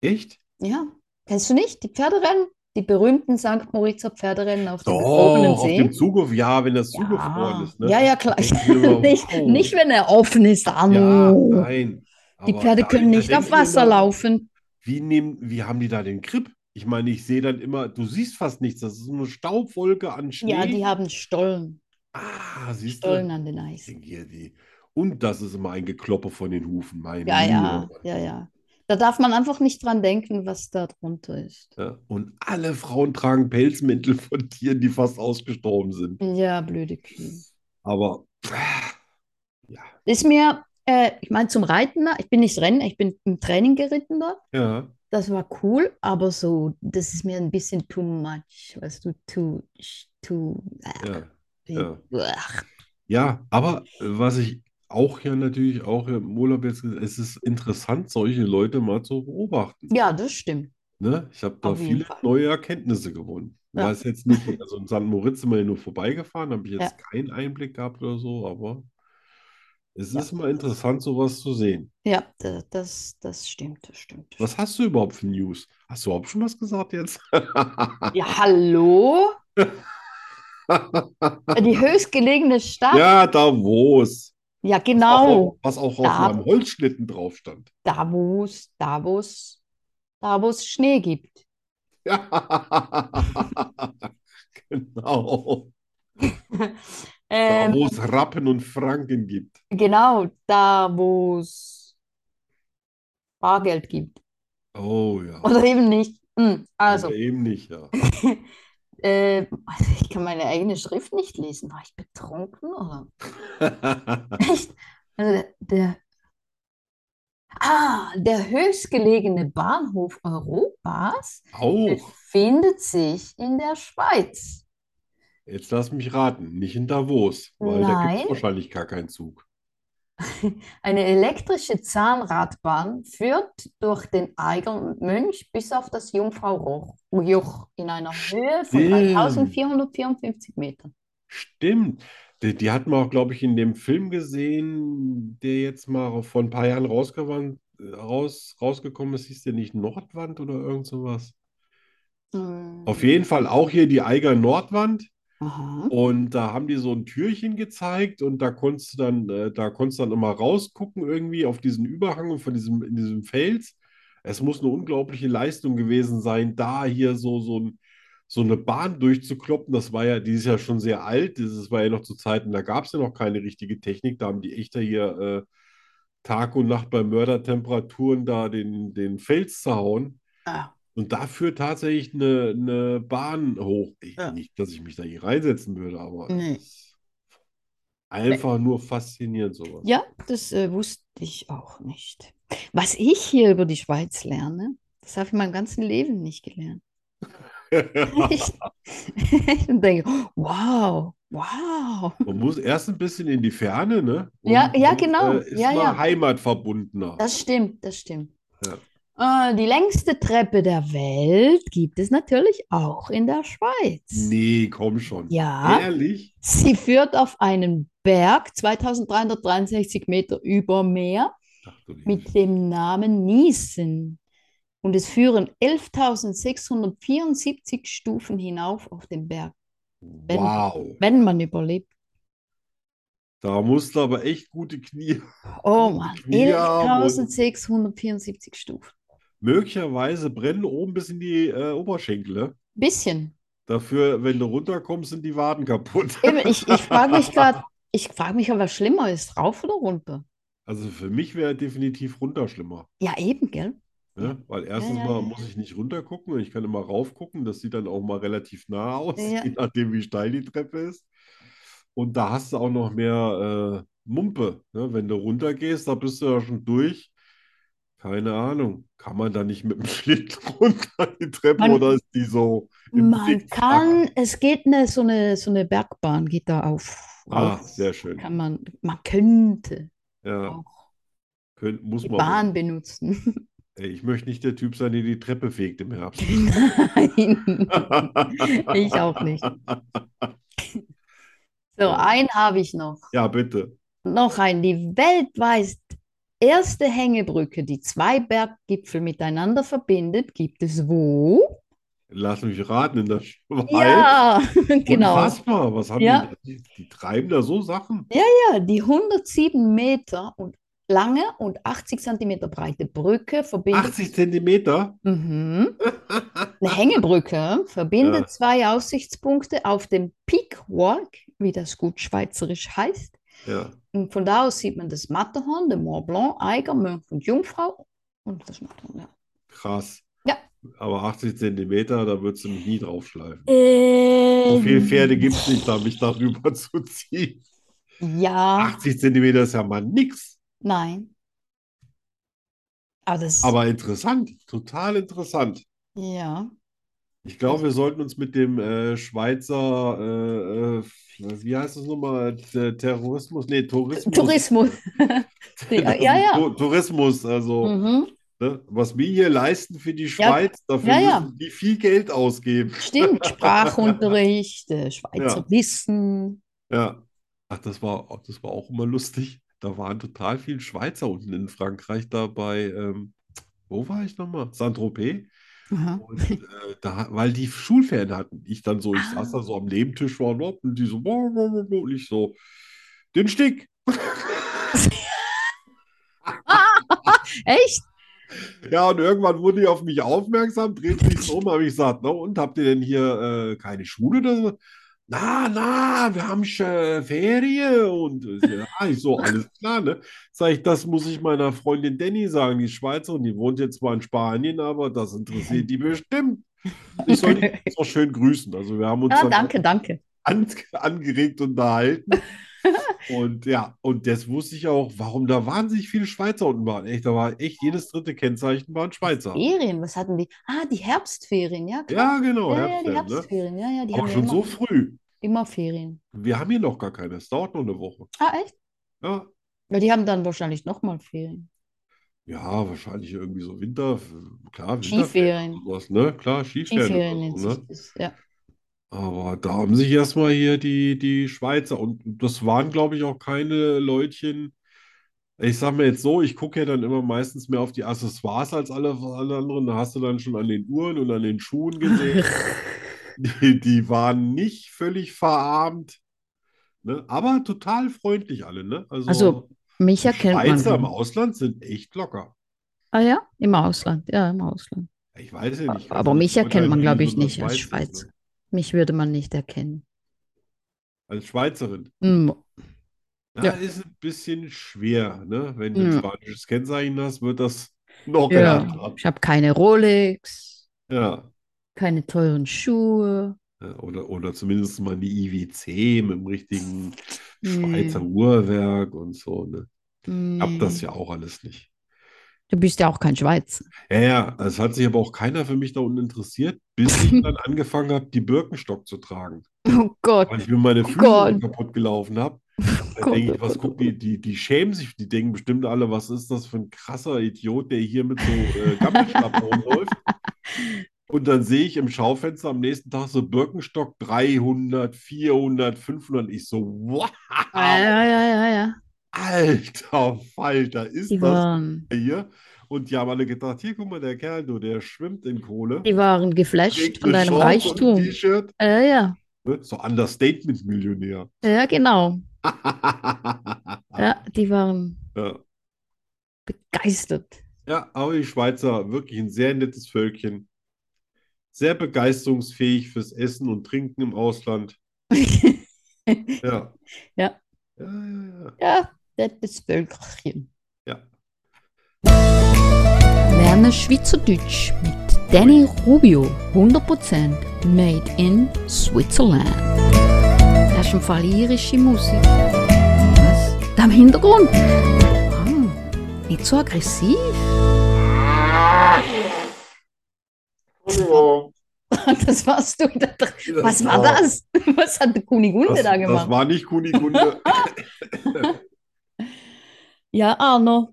Speaker 2: Echt?
Speaker 3: Ja, kennst du nicht? Die Pferderennen, die berühmten St. Moritzer Pferderennen auf dem
Speaker 2: Doch,
Speaker 3: gefrorenen
Speaker 2: auf dem
Speaker 3: See.
Speaker 2: Zugriff, ja, wenn das zugefroren
Speaker 3: Ja,
Speaker 2: ist, ne?
Speaker 3: ja, ja, klar.
Speaker 2: Denken wir immer,
Speaker 3: Nicht,
Speaker 2: wow.
Speaker 3: nicht, wenn er offen ist,
Speaker 2: Oh. Ja,
Speaker 3: Arno.
Speaker 2: nein.
Speaker 3: Die
Speaker 2: Aber
Speaker 3: Pferde
Speaker 2: da-
Speaker 3: können
Speaker 2: da
Speaker 3: nicht auf
Speaker 2: denke ich mir
Speaker 3: Wasser
Speaker 2: immer,
Speaker 3: laufen.
Speaker 2: Wie nehmen, wie haben die da den Grip? Ich meine, ich sehe dann immer, du siehst fast nichts. Das ist so eine Staubwolke an
Speaker 3: Ja, die
Speaker 2: Schnee.
Speaker 3: haben Stollen,
Speaker 2: Ah, siehst du?
Speaker 3: Stollen an den Eisen.
Speaker 2: Denke hier die. Und das ist immer ein Gekloppe von den Hufen, meine
Speaker 3: Ja, ja,
Speaker 2: Liebe.
Speaker 3: ja, ja. Da darf man einfach nicht dran denken, was da drunter ist.
Speaker 2: Ja, und alle Frauen tragen Pelzmäntel von Tieren, die fast ausgestorben sind.
Speaker 3: Ja, blöde Kühe.
Speaker 2: Aber
Speaker 3: Ist mir, äh, ich meine, zum Reiten, ich bin nicht Rennen, ich bin im Training geritten da.
Speaker 2: ja,
Speaker 3: Das war cool, aber so, das ist mir ein bisschen too much, weißt du, too, too,
Speaker 2: ja,
Speaker 3: äh,
Speaker 2: ja.
Speaker 3: ach,
Speaker 2: ja, aber äh, was ich auch ja natürlich auch im Urlaub jetzt, gesehen- es ist interessant, solche Leute mal zu beobachten.
Speaker 3: ja, das stimmt.
Speaker 2: Ne? Ich habe da
Speaker 3: Auf jeden
Speaker 2: viele
Speaker 3: Fall.
Speaker 2: neue Erkenntnisse gewonnen.
Speaker 3: Ja.
Speaker 2: Weiß jetzt nicht, also in St. Moritz sind wir ja nur vorbeigefahren, habe ich
Speaker 3: Ja.
Speaker 2: jetzt keinen Einblick gehabt oder so, aber Es ist mal interessant, sowas zu sehen.
Speaker 3: Ja, da- das, das stimmt, das stimmt.
Speaker 2: Was hast du überhaupt für News? Hast du überhaupt schon was gesagt jetzt?
Speaker 3: Ja, hallo? Äh, Die höchstgelegene Stadt?
Speaker 2: Ja, Davos.
Speaker 3: Ja,
Speaker 2: Auch,
Speaker 3: genau.
Speaker 2: was auch auf
Speaker 3: Da-
Speaker 2: meinem Holzschlitten drauf stand.
Speaker 3: Da, wo es, da, wo es, da, wo es Schnee gibt.
Speaker 2: Ja. Genau. Da,
Speaker 3: Ähm,
Speaker 2: wo es Rappen und Franken gibt.
Speaker 3: genau, da, wo es Bargeld gibt.
Speaker 2: Oh ja.
Speaker 3: Oder eben nicht. Hm, also,
Speaker 2: Oder eben nicht, ja.
Speaker 3: äh, also ich kann meine eigene Schrift nicht lesen. War ich betrunken oder? Echt? Also der, der, ah, der höchstgelegene Bahnhof Europas
Speaker 2: Auch.
Speaker 3: befindet sich in der Schweiz.
Speaker 2: Jetzt lass mich raten. Nicht in Davos, weil da gibt
Speaker 3: Nein.
Speaker 2: es wahrscheinlich gar keinen Zug.
Speaker 3: Eine elektrische Zahnradbahn führt durch den Eigel Mönch bis auf das Jungfraujoch in einer Höhe von
Speaker 2: Stimmt.
Speaker 3: 3454 Metern.
Speaker 2: Stimmt. Die, die hat man auch, glaube ich, in dem Film gesehen, der jetzt mal vor ein paar Jahren rausgewandt, äh, raus, rausgekommen ist. Hieß der nicht Nordwand oder irgend sowas?
Speaker 3: Hm,
Speaker 2: Auf jeden Fall auch hier die Eiger Nordwand.
Speaker 3: aha.
Speaker 2: Und da haben die so ein Türchen gezeigt und da konntest du dann, äh, da konntest du dann immer rausgucken irgendwie auf diesen Überhang und von diesem, in diesem Fels. Es muss eine unglaubliche Leistung gewesen sein, da hier so, so, ein, so eine Bahn durchzukloppen. Das war ja, die ist ja schon sehr alt. Das war ja noch zu Zeiten, da gab es ja noch keine richtige Technik. Da haben die Echter hier äh, Tag und Nacht bei Mördertemperaturen da den, den Fels zerhauen.
Speaker 3: Ah.
Speaker 2: Und dafür tatsächlich eine, eine Bahn hoch. Ich,
Speaker 3: Ja.
Speaker 2: Nicht, dass ich mich da hier reinsetzen würde, aber
Speaker 3: Nee.
Speaker 2: einfach nur faszinierend sowas.
Speaker 3: Ja, das äh, wusste ich auch nicht. Was ich hier über die Schweiz lerne, das habe ich mein ganzen Leben nicht gelernt. Ich, ich denke, wow, wow.
Speaker 2: Man muss erst ein bisschen in die Ferne, ne? Und
Speaker 3: Ja, ja,
Speaker 2: dann,
Speaker 3: genau.
Speaker 2: äh, ist
Speaker 3: Ja,
Speaker 2: man
Speaker 3: ja.
Speaker 2: heimatverbundener.
Speaker 3: Das stimmt, das stimmt. Äh, die längste Treppe der Welt gibt es natürlich auch in der Schweiz.
Speaker 2: Nee, komm schon.
Speaker 3: Ja.
Speaker 2: Ehrlich?
Speaker 3: Sie führt auf einen Berg 2363 Meter über Meer.
Speaker 2: Ach du Liebe.
Speaker 3: mit dem Namen Niesen. Und es führen 11.674 Stufen hinauf auf den Berg,
Speaker 2: Wow.
Speaker 3: wenn man überlebt.
Speaker 2: Da musst du aber echt gute Knie.
Speaker 3: Oh Mann,
Speaker 2: Ja, Mann.
Speaker 3: 11.674 Stufen.
Speaker 2: Möglicherweise brennen oben bis in die äh, Oberschenkel. ne?
Speaker 3: Bisschen.
Speaker 2: Dafür, wenn du runterkommst, sind die Waden kaputt.
Speaker 3: Eben, Ich, ich frage mich gerade, ich frage mich, ob was schlimmer ist, rauf oder runter?
Speaker 2: Also für mich wäre definitiv runter schlimmer.
Speaker 3: Ja, eben, gell?
Speaker 2: Ne? Weil erstens
Speaker 3: ja,
Speaker 2: mal
Speaker 3: ja,
Speaker 2: muss ich nicht runtergucken und ich kann immer raufgucken. Das sieht dann auch mal relativ nah aus,
Speaker 3: Ja.
Speaker 2: je nachdem, wie steil die Treppe ist. Und da hast du auch noch mehr äh, Mumpe. Ne? Wenn du runtergehst, da bist du ja schon durch. Keine Ahnung. Kann man da nicht mit dem Schlitten runter die Treppe
Speaker 3: Man-
Speaker 2: oder ist die so im
Speaker 3: Man
Speaker 2: Blick?
Speaker 3: kann, es geht eine, so eine, so eine Bergbahn, geht da auf,
Speaker 2: Ah,
Speaker 3: rauf.
Speaker 2: sehr schön.
Speaker 3: Kann man, man könnte
Speaker 2: Ja,
Speaker 3: auch
Speaker 2: könnt, muss
Speaker 3: die
Speaker 2: man.
Speaker 3: Bahn benutzen.
Speaker 2: Ey, ich möchte nicht der Typ sein, der die Treppe fegt im Herbst.
Speaker 3: Nein, ich auch nicht. So,
Speaker 2: Ja.
Speaker 3: einen habe ich noch.
Speaker 2: Ja, bitte.
Speaker 3: Noch einen. Die weltweit erste Hängebrücke, die zwei Berggipfel miteinander verbindet, gibt es wo?
Speaker 2: Lass mich raten, in der Schweiz.
Speaker 3: Ja, genau.
Speaker 2: Unfassbar, was haben
Speaker 3: Ja.
Speaker 2: die, die, die treiben da so Sachen.
Speaker 3: Ja, die 107 Meter und lange und 80 Zentimeter breite Brücke verbindet
Speaker 2: 80 Zentimeter.
Speaker 3: Mhm. Eine Hängebrücke verbindet
Speaker 2: Ja.
Speaker 3: zwei Aussichtspunkte auf dem Peak Walk, wie das gut schweizerisch heißt.
Speaker 2: Ja.
Speaker 3: Und von da aus sieht man das Matterhorn, den Mont Blanc, Eiger, Mönch und Jungfrau und das Matterhorn. Ja.
Speaker 2: Krass.
Speaker 3: Ja.
Speaker 2: Aber 80 Zentimeter, da würdest du mich nie draufschleifen.
Speaker 3: Ähm.
Speaker 2: So viele Pferde gibt es nicht, da mich darüber zu ziehen.
Speaker 3: Ja,
Speaker 2: 80 Zentimeter ist ja mal nix.
Speaker 3: nein. Ah, Aber das,
Speaker 2: Aber interessant, total interessant.
Speaker 3: ja,
Speaker 2: Ich glaube, wir sollten uns mit dem äh, Schweizer, äh, äh, wie heißt das nochmal, T- Terrorismus, nee, Tourismus.
Speaker 3: Tourismus. ja, ja. ja.
Speaker 2: Tu- Tourismus, also.
Speaker 3: Mhm,
Speaker 2: Ne? Was wir hier leisten für die
Speaker 3: Ja,
Speaker 2: Schweiz, dafür
Speaker 3: ja, ja.
Speaker 2: müssen die viel Geld ausgeben.
Speaker 3: stimmt, Sprachunterricht, äh, Schweizer
Speaker 2: Ja.
Speaker 3: Wissen.
Speaker 2: Ja. Ach, das war, das war auch immer lustig. Da waren total viele Schweizer unten in Frankreich dabei. Ähm, wo war ich nochmal? Saint-Tropez.
Speaker 3: Aha.
Speaker 2: Und äh, da, weil die Schulferien hatten, ich dann so, ich
Speaker 3: Ah.
Speaker 2: saß da so am Nebentisch war dort und die so, boah, boah, boah, boah, und ich so, den Stick.
Speaker 3: Echt? Ah,
Speaker 2: Ja, und irgendwann wurde die auf mich aufmerksam, drehte sich so um, habe ich gesagt, na und habt ihr denn hier äh, keine Schule? Oder so? Na, na, wir haben äh, Ferien und äh, ja, ich so, alles klar, ne? Sag ich, das muss ich meiner Freundin Danny sagen, die Schweizerin, die wohnt jetzt zwar in Spanien, aber das interessiert die bestimmt. Ich soll die jetzt auch schön grüßen. Also wir haben uns
Speaker 3: Ah,
Speaker 2: dann
Speaker 3: danke, danke.
Speaker 2: an, angeregt unterhalten. Und ja, und das wusste ich auch, warum da wahnsinnig viele Schweizer unten waren. Echt, da war echt jedes dritte Kennzeichen war ein Schweizer.
Speaker 3: Ferien, was hatten die? Ah, die Herbstferien, ja,
Speaker 2: Ja,
Speaker 3: klar.
Speaker 2: genau,
Speaker 3: ja, ja, die
Speaker 2: Herbstferien,
Speaker 3: Herbstferien,
Speaker 2: ne?
Speaker 3: ja, ja, die
Speaker 2: Aber
Speaker 3: haben ja
Speaker 2: schon
Speaker 3: immer,
Speaker 2: so früh.
Speaker 3: immer Ferien.
Speaker 2: Wir haben hier noch gar keine. Es dauert noch eine Woche.
Speaker 3: Ah, echt?
Speaker 2: Ja,
Speaker 3: Ja, die haben dann wahrscheinlich nochmal Ferien.
Speaker 2: ja wahrscheinlich irgendwie so Winter. Klar,
Speaker 3: Skiferien.
Speaker 2: Winter. Was, ne? Klar, Skiferien
Speaker 3: Skiferien
Speaker 2: oder
Speaker 3: nennt
Speaker 2: so,
Speaker 3: sich
Speaker 2: ne?
Speaker 3: das. Ja.
Speaker 2: Aber da haben sich erstmal hier die, die Schweizer und das waren, glaube ich, auch keine Leutchen. Ich sag mir jetzt so, ich gucke ja dann immer meistens mehr auf die Accessoires als alle, alle anderen. Da hast du dann schon an den Uhren und an den Schuhen gesehen. Die, die waren nicht völlig verarmt, ne? Aber total freundlich alle, ne? Also,
Speaker 3: Also, Mich
Speaker 2: die
Speaker 3: erkennt man.
Speaker 2: Schweizer im
Speaker 3: immer.
Speaker 2: Ausland sind echt locker.
Speaker 3: Ah ja, im Ausland, ja, im Ausland.
Speaker 2: Ich weiß ja nicht,
Speaker 3: Aber
Speaker 2: also
Speaker 3: mich
Speaker 2: ich
Speaker 3: erkennt man, glaube
Speaker 2: urteile
Speaker 3: ich, nicht
Speaker 2: nicht,
Speaker 3: als
Speaker 2: was Schweiz ist,
Speaker 3: Schweizer.
Speaker 2: ne?
Speaker 3: Mich würde man nicht erkennen.
Speaker 2: Als Schweizerin.
Speaker 3: Hm,
Speaker 2: Ja,
Speaker 3: Ja.
Speaker 2: ist ein bisschen schwer, ne? Wenn du ein
Speaker 3: Ja.
Speaker 2: spanisches Kennzeichen hast, wird das noch
Speaker 3: Ja.
Speaker 2: härter.
Speaker 3: Ich habe keine Rolex,
Speaker 2: Ja.
Speaker 3: keine teuren Schuhe.
Speaker 2: Ja, Oder, oder zumindest mal eine IWC mit dem richtigen Schweizer
Speaker 3: Nee.
Speaker 2: Uhrwerk und so, ne? Ich hab das
Speaker 3: Nee.
Speaker 2: ja auch alles nicht.
Speaker 3: Du bist ja auch kein Schweizer.
Speaker 2: Ja, ja, es hat sich aber auch keiner für mich da unten interessiert, bis ich dann angefangen habe, die Birkenstock zu tragen.
Speaker 3: Oh Gott.
Speaker 2: weil ich mir meine Füße
Speaker 3: Gott.
Speaker 2: kaputt gelaufen habe. Da
Speaker 3: Gott,
Speaker 2: denke ich,
Speaker 3: oh
Speaker 2: was
Speaker 3: Gott,
Speaker 2: gucken die, die, die schämen sich, die denken bestimmt alle, was ist das für ein krasser Idiot, der hier mit so äh, Gammelschlappen rumläuft. Und dann sehe ich im Schaufenster am nächsten Tag so Birkenstock 300, 400, 500. Ich so, wow,
Speaker 3: Ja, ja, ja, ja, ja.
Speaker 2: alter Falter, ist
Speaker 3: Die
Speaker 2: das
Speaker 3: waren,
Speaker 2: hier? Und die haben alle gedacht, hier, guck mal, der Kerl, du, der schwimmt in Kohle,
Speaker 3: die waren geflasht
Speaker 2: trägt
Speaker 3: von
Speaker 2: eine
Speaker 3: deinem
Speaker 2: Shorts und ein
Speaker 3: Reichtum.
Speaker 2: T-Shirt.
Speaker 3: Ja, ja,
Speaker 2: Ne? So Understatement-Millionär.
Speaker 3: ja, genau.
Speaker 2: Ah.
Speaker 3: Ja, die waren
Speaker 2: Ja.
Speaker 3: begeistert.
Speaker 2: Ja, aber die Schweizer, wirklich ein sehr nettes Völkchen. Sehr begeisterungsfähig fürs Essen und Trinken im Ausland. Ja.
Speaker 3: Ja.
Speaker 2: Ja, ja,
Speaker 3: Ja,
Speaker 2: ja.
Speaker 3: das ist Völkerchen.
Speaker 1: Lerne Schweizerdeutsch mit Danny Rubio. 100% made in Switzerland. Das ist im Fall irische Musik. Was? Da im Hintergrund? Ah, nicht so aggressiv.
Speaker 3: Das warst du. Was
Speaker 2: Das
Speaker 3: war
Speaker 2: war-
Speaker 3: das? Was hat die Kunigunde
Speaker 2: Das,
Speaker 3: da
Speaker 2: das
Speaker 3: gemacht?
Speaker 2: war nicht Kunigunde.
Speaker 3: Ja, Arno,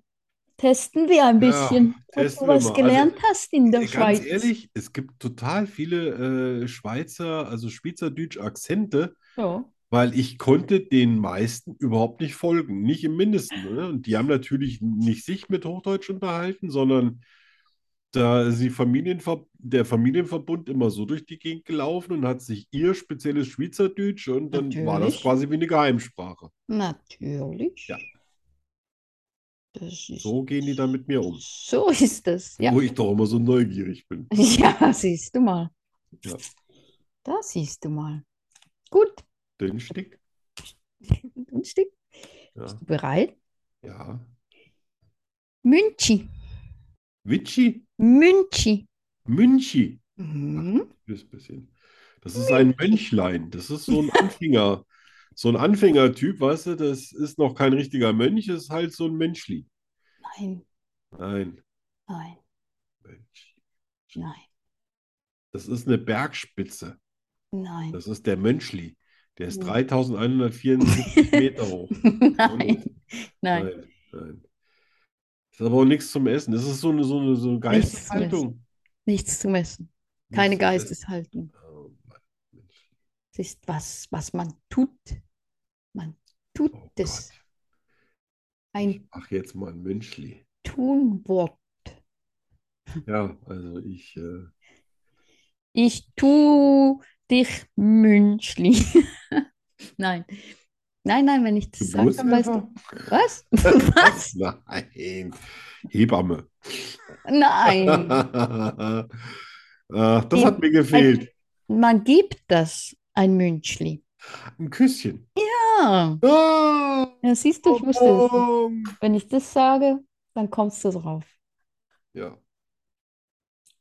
Speaker 3: testen wir ein
Speaker 2: Ja,
Speaker 3: bisschen, ob
Speaker 2: testen
Speaker 3: du
Speaker 2: wir
Speaker 3: was
Speaker 2: mal. Also,
Speaker 3: gelernt hast in der
Speaker 2: Ganz
Speaker 3: Schweiz.
Speaker 2: ehrlich, es gibt total viele äh, Schweizer, also Schweizerdeutsch-Akzente,
Speaker 3: Ja.
Speaker 2: weil ich konnte den meisten überhaupt nicht folgen. Nicht im Mindesten. Ne? Und die haben natürlich nicht sich mit Hochdeutsch unterhalten, sondern. Da ist die Familienver der Familienverbund immer so durch die Gegend gelaufen und hat sich ihr spezielles Schweizerdeutsch und dann war das
Speaker 3: Natürlich.
Speaker 2: quasi wie eine Geheimsprache.
Speaker 3: Natürlich.
Speaker 2: Ja.
Speaker 3: Das ist,
Speaker 2: So gehen die dann mit mir um,
Speaker 3: so ist das. Ja.
Speaker 2: wo ich doch immer so neugierig bin.
Speaker 3: Ja, siehst du mal.
Speaker 2: Ja.
Speaker 3: Das siehst du mal. Gut,
Speaker 2: Den Stick.
Speaker 3: ein Stück.
Speaker 2: Ja.
Speaker 3: Bist du bereit?
Speaker 2: ja.
Speaker 3: Münchi.
Speaker 2: Witschi,
Speaker 3: Münchi.
Speaker 2: Münchi.
Speaker 3: Mhm.
Speaker 2: Das bisschen. Das
Speaker 3: Hm.
Speaker 2: ist ein Mönchlein. Das ist so ein Anfänger. So ein Anfängertyp, weißt du, das ist noch kein richtiger Mönch, das ist halt so ein Mönchli.
Speaker 3: Nein,
Speaker 2: Nein,
Speaker 3: nein,
Speaker 2: Mönch.
Speaker 3: nein,
Speaker 2: Das ist eine Bergspitze.
Speaker 3: nein.
Speaker 2: Das ist der Mönchli. Der ist
Speaker 3: Ja.
Speaker 2: 3174 Meter hoch.
Speaker 3: Hm. Nein, nein.
Speaker 2: Nein, nein. Ist aber auch nichts zum Essen. Das ist so eine, so eine, so eine
Speaker 3: Nichts zum
Speaker 2: Geisteshaltung.
Speaker 3: Nichts zu messen. Keine
Speaker 2: Nichts
Speaker 3: Geisteshaltung.
Speaker 2: zum Essen. Oh Mann, Mensch.
Speaker 3: Es ist was, was man tut. Man tut
Speaker 2: Oh
Speaker 3: es.
Speaker 2: Gott.
Speaker 3: Ein
Speaker 2: Ach, jetzt mal ein Münchli.
Speaker 3: Tunwort.
Speaker 2: Ja, also ich, äh,
Speaker 3: Ich tu dich Münchli. Nein. Nein, nein, wenn ich das sage, dann weißt du. Was? Was?
Speaker 2: Nein, Hebamme.
Speaker 3: Nein.
Speaker 2: Ah, das hat mir gefehlt.
Speaker 3: Man gibt das ein Münchli.
Speaker 2: Ein Küsschen.
Speaker 3: Ja,
Speaker 2: Ah,
Speaker 3: ja siehst du, ich musste
Speaker 2: Oh
Speaker 3: es. Wenn ich das sage, dann kommst du drauf.
Speaker 2: Ja,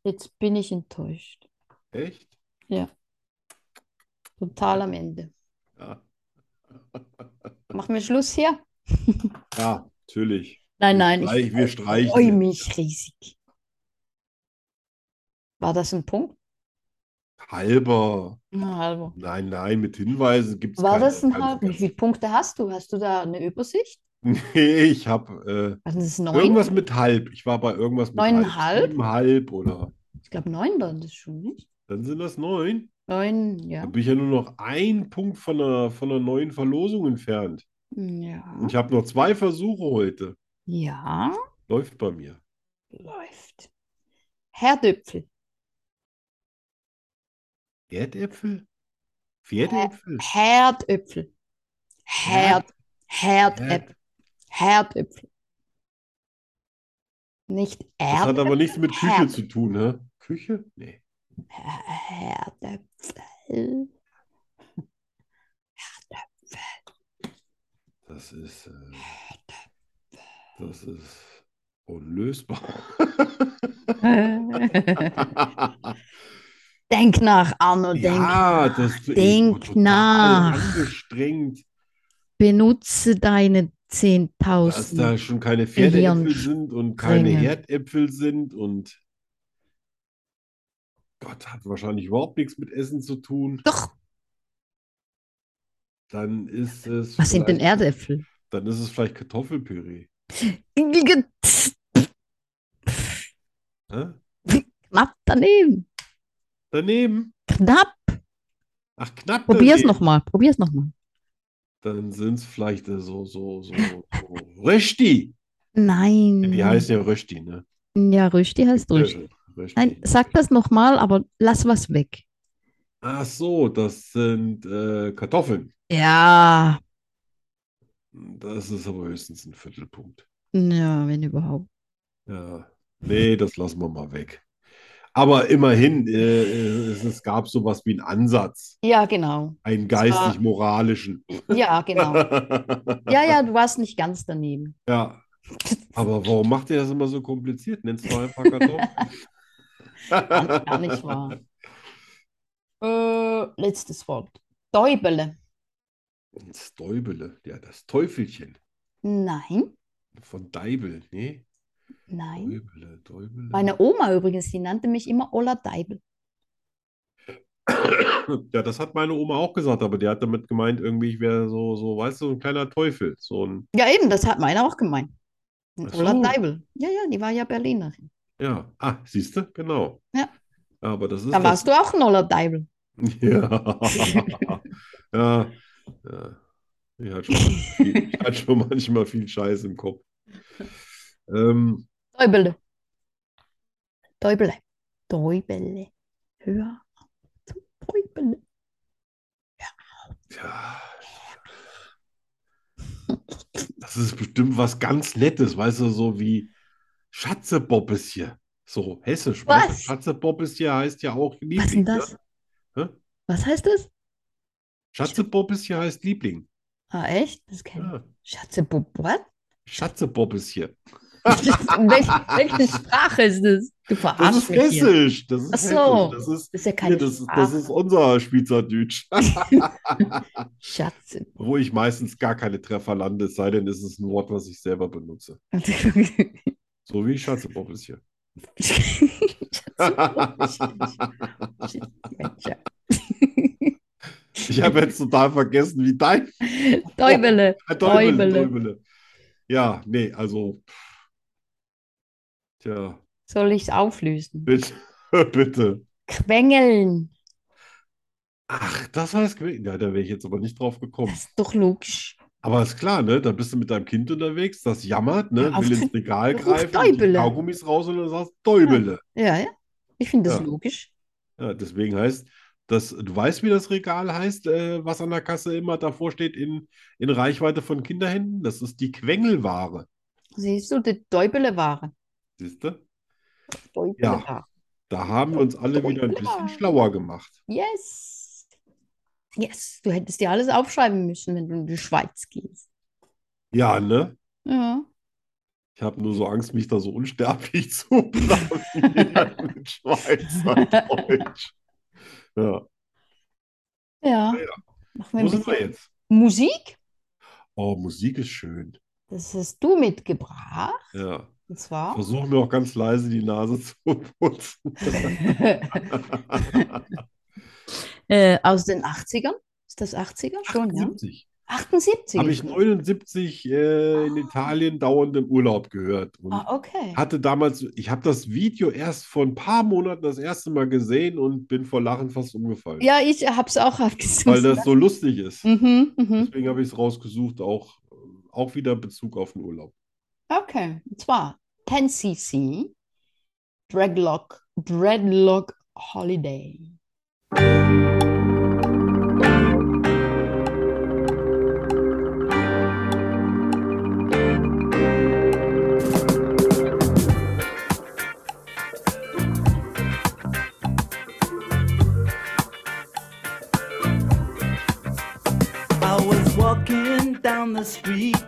Speaker 3: Jetzt bin ich enttäuscht.
Speaker 2: echt?
Speaker 3: Total am Ende.
Speaker 2: Ja,
Speaker 3: Machen wir Schluss hier?
Speaker 2: ja natürlich.
Speaker 3: Nein, nein, ich
Speaker 2: Streich- wir streichen
Speaker 3: freue
Speaker 2: jetzt.
Speaker 3: mich riesig. War das ein Punkt?
Speaker 2: Halber.
Speaker 3: Ein halber.
Speaker 2: Nein, nein, mit Hinweisen gibt es
Speaker 3: War
Speaker 2: keine, Also,
Speaker 3: das ein
Speaker 2: keine
Speaker 3: halber? Wie
Speaker 2: Vergessen.
Speaker 3: viele Punkte hast du? Hast du da eine Übersicht?
Speaker 2: Nee, ich habe
Speaker 3: Also das ist
Speaker 2: äh,
Speaker 3: neun?
Speaker 2: irgendwas mit halb. Ich war bei irgendwas mit
Speaker 3: Neuneinhalb?
Speaker 2: halb. Siebenhalb oder.
Speaker 3: Ich glaube, neun waren das schon, nicht?
Speaker 2: Dann sind das neun.
Speaker 3: Neun,
Speaker 2: Da
Speaker 3: ja.
Speaker 2: bin ich ja nur noch ein Punkt von einer, von einer neuen Verlosung entfernt.
Speaker 3: Ja.
Speaker 2: Ich habe noch zwei Versuche heute.
Speaker 3: Ja,
Speaker 2: Läuft bei mir.
Speaker 3: läuft. Herr Döpfel.
Speaker 2: Erdäpfel? Pferdäpfel?
Speaker 3: Herdöpfel. Herd, Herdäpfel. Herdöpfel. Nicht
Speaker 2: Das hat
Speaker 3: Erdäpfel,
Speaker 2: aber nichts mit Küche
Speaker 3: Herd.
Speaker 2: zu tun, hä? Küche? Nee.
Speaker 3: Herdöpfel.
Speaker 2: Das ist, äh, das ist unlösbar.
Speaker 3: Denk nach, Arno, denk.
Speaker 2: ja, das ich war
Speaker 3: denk
Speaker 2: total
Speaker 3: nach.
Speaker 2: angestrengt,
Speaker 3: Benutze deine
Speaker 2: dass
Speaker 3: 10.000.
Speaker 2: da schon keine Pferdeäpfel sind und keine
Speaker 3: Gehirnstränge.
Speaker 2: Erdäpfel sind und Gott hat wahrscheinlich überhaupt nichts mit Essen zu tun.
Speaker 3: Doch,
Speaker 2: Dann ist es
Speaker 3: was sind denn
Speaker 2: vielleicht-
Speaker 3: Erdäpfel?
Speaker 2: Dann ist es vielleicht Kartoffelpüree. Hä?
Speaker 3: Knapp daneben.
Speaker 2: Daneben.
Speaker 3: Knapp.
Speaker 2: Ach, knapp
Speaker 3: Probier's
Speaker 2: daneben.
Speaker 3: nochmal. Probier's nochmal.
Speaker 2: Dann sind es vielleicht äh, so, so, so, so Rösti.
Speaker 3: Nein.
Speaker 2: Die heißen ja Rösti, ne?
Speaker 3: Ja, Rösti heißt Mhm. Rösti.
Speaker 2: Äh, Rösti.
Speaker 3: Nein, sag das nochmal, aber lass was weg.
Speaker 2: Ach so, das sind äh, Kartoffeln.
Speaker 3: Ja.
Speaker 2: Das ist aber höchstens ein Viertelpunkt.
Speaker 3: Ja, wenn überhaupt.
Speaker 2: Ja. Nee, das lassen wir mal weg. Aber immerhin, äh, es, es gab sowas wie einen Ansatz,
Speaker 3: Ja, genau.
Speaker 2: einen
Speaker 3: war-
Speaker 2: geistig-moralischen.
Speaker 3: Ja, genau. Ja, ja, du warst nicht ganz daneben.
Speaker 2: Ja, aber warum macht ihr das immer so kompliziert? Nennt es doch einfach Kartoffeln.
Speaker 3: Gar, gar nicht wahr. Äh, letztes Wort. Däubele.
Speaker 2: Das Däubele, ja, das Teufelchen
Speaker 3: Nein,
Speaker 2: von Deibel, nee,
Speaker 3: nein.
Speaker 2: Däubele, Däubele.
Speaker 3: Meine Oma übrigens, die nannte mich immer Ola Deibel.
Speaker 2: Ja, das hat meine Oma auch gesagt, aber die hat damit gemeint, irgendwie, ich wäre so, so, weißt du, so ein kleiner Teufel, so ein,
Speaker 3: Ja, eben, das hat meine auch gemeint.
Speaker 2: Ach
Speaker 3: Ola
Speaker 2: so.
Speaker 3: Deibel. Ja, ja, die war ja Berlinerin.
Speaker 2: ja, ah, siehst du, genau.
Speaker 3: Ja.
Speaker 2: Aber das ist
Speaker 3: Da
Speaker 2: das.
Speaker 3: warst du auch ein Ola Deibel.
Speaker 2: Ja. Ja. Ja. Ich hatte schon, viel, ich hatte schon manchmal viel Scheiß im Kopf. Ähm,
Speaker 3: Däubele. Däubele. Däubele. Hör auf zu Däubele.
Speaker 2: ja. Das ist bestimmt was ganz Nettes, weißt du, so wie Schatzebobbes hier. So hessisch. weißt du,
Speaker 3: Was?
Speaker 2: Schatzebobbes hier heißt ja auch
Speaker 3: Was ist denn
Speaker 2: Liebling. ne?
Speaker 3: das?
Speaker 2: Hä?
Speaker 3: Was heißt das?
Speaker 2: Schatzebobbes hier heißt Liebling.
Speaker 3: Ah, echt? Das kenne ich.
Speaker 2: Ja.
Speaker 3: Schatze, Bub, was?
Speaker 2: Schatzebobbes hier.
Speaker 3: Welche, welche Sprache ist das? Du
Speaker 2: Das ist
Speaker 3: verarschst mich hier.
Speaker 2: hessisch. Das ist
Speaker 3: Ach so.
Speaker 2: hessisch. Das ist,
Speaker 3: Das ist ja
Speaker 2: hier,
Speaker 3: keine
Speaker 2: das, ist- das ist
Speaker 3: Sprache.
Speaker 2: unser Schweizerdeutsch.
Speaker 3: Schatze.
Speaker 2: Wo ich meistens gar keine Treffer lande, es sei denn, es ist ein Wort, was ich selber benutze. So wie Schatzebob ist hier. Ich habe jetzt total vergessen, wie dein
Speaker 3: Däubele.
Speaker 2: Däubele,
Speaker 3: Däubele.
Speaker 2: Däubele. Ja, nee, also. pff. Tja,
Speaker 3: Soll ich es auflösen?
Speaker 2: bitte, bitte.
Speaker 3: Quengeln.
Speaker 2: Ach, das heißt, Quä- ja, da wäre ich jetzt aber nicht drauf gekommen.
Speaker 3: Das ist doch logisch.
Speaker 2: Aber ist klar, ne? Da bist du mit deinem Kind unterwegs, das jammert, ne?
Speaker 3: Ja, auf
Speaker 2: Will ins
Speaker 3: den-
Speaker 2: Regal
Speaker 3: Ruf
Speaker 2: greifen, und die
Speaker 3: Däubele.
Speaker 2: Kaugummis raus und dann sagst Däubele.
Speaker 3: Ja, ja. Ich finde das
Speaker 2: Ja.
Speaker 3: logisch.
Speaker 2: Ja, deswegen heißt das, du weißt, wie das Regal heißt, äh, was an der Kasse immer davor steht in, in Reichweite von Kinderhänden? Das ist die Quengelware.
Speaker 3: Siehst du, die Däubeleware.
Speaker 2: Siehst du?
Speaker 3: Däubeleware.
Speaker 2: Da haben wir uns alle wieder ein bisschen schlauer gemacht.
Speaker 3: Yes. Yes. Du hättest dir alles aufschreiben müssen, wenn du in die Schweiz gehst.
Speaker 2: Ja, ne?
Speaker 3: Ja.
Speaker 2: Ich habe nur so Angst, mich da so unsterblich zu blamieren mit Schweizerdeutsch. Ja.
Speaker 3: Ja.
Speaker 2: Ja.
Speaker 3: Machen wir ein
Speaker 2: Wo sind wir
Speaker 3: bisschen
Speaker 2: jetzt?
Speaker 3: Musik.
Speaker 2: Oh, Musik ist schön.
Speaker 3: Das hast du mitgebracht.
Speaker 2: Ja.
Speaker 3: Und zwar.
Speaker 2: Versuche mir auch ganz leise die Nase zu putzen.
Speaker 3: Äh, aus den 80ern? Ist das 80er schon, ja?
Speaker 2: 78.
Speaker 3: 78.
Speaker 2: Habe ich 79 äh, in Italien dauernd im Urlaub gehört und
Speaker 3: Ah, okay.
Speaker 2: hatte damals, ich habe das Video erst vor ein paar Monaten das erste Mal gesehen und bin vor Lachen fast umgefallen,
Speaker 3: Ja, ich hab's auch
Speaker 2: weil
Speaker 3: aufgesucht.
Speaker 2: das so lustig ist.
Speaker 3: Mhm, mhm.
Speaker 2: Deswegen habe ich es rausgesucht, auch, auch wieder Bezug auf den Urlaub.
Speaker 3: Okay. Und zwar 10cc Dreadlock, Dreadlock Holiday.
Speaker 5: I was walking down the street,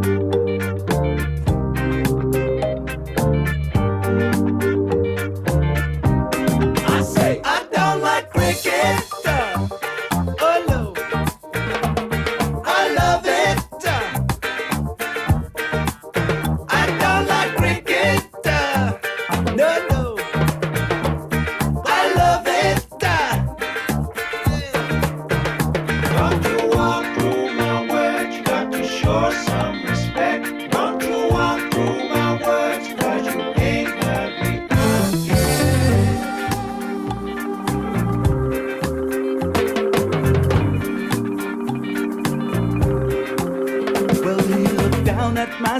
Speaker 5: I say I don't like cricket. Oh no, I love it. I don't like cricket. No, no, I love it. Don't you walk through my words? You got to show some respect. Don't you walk through my words? 'cause you ain't gonna be good. Well, he looked down at my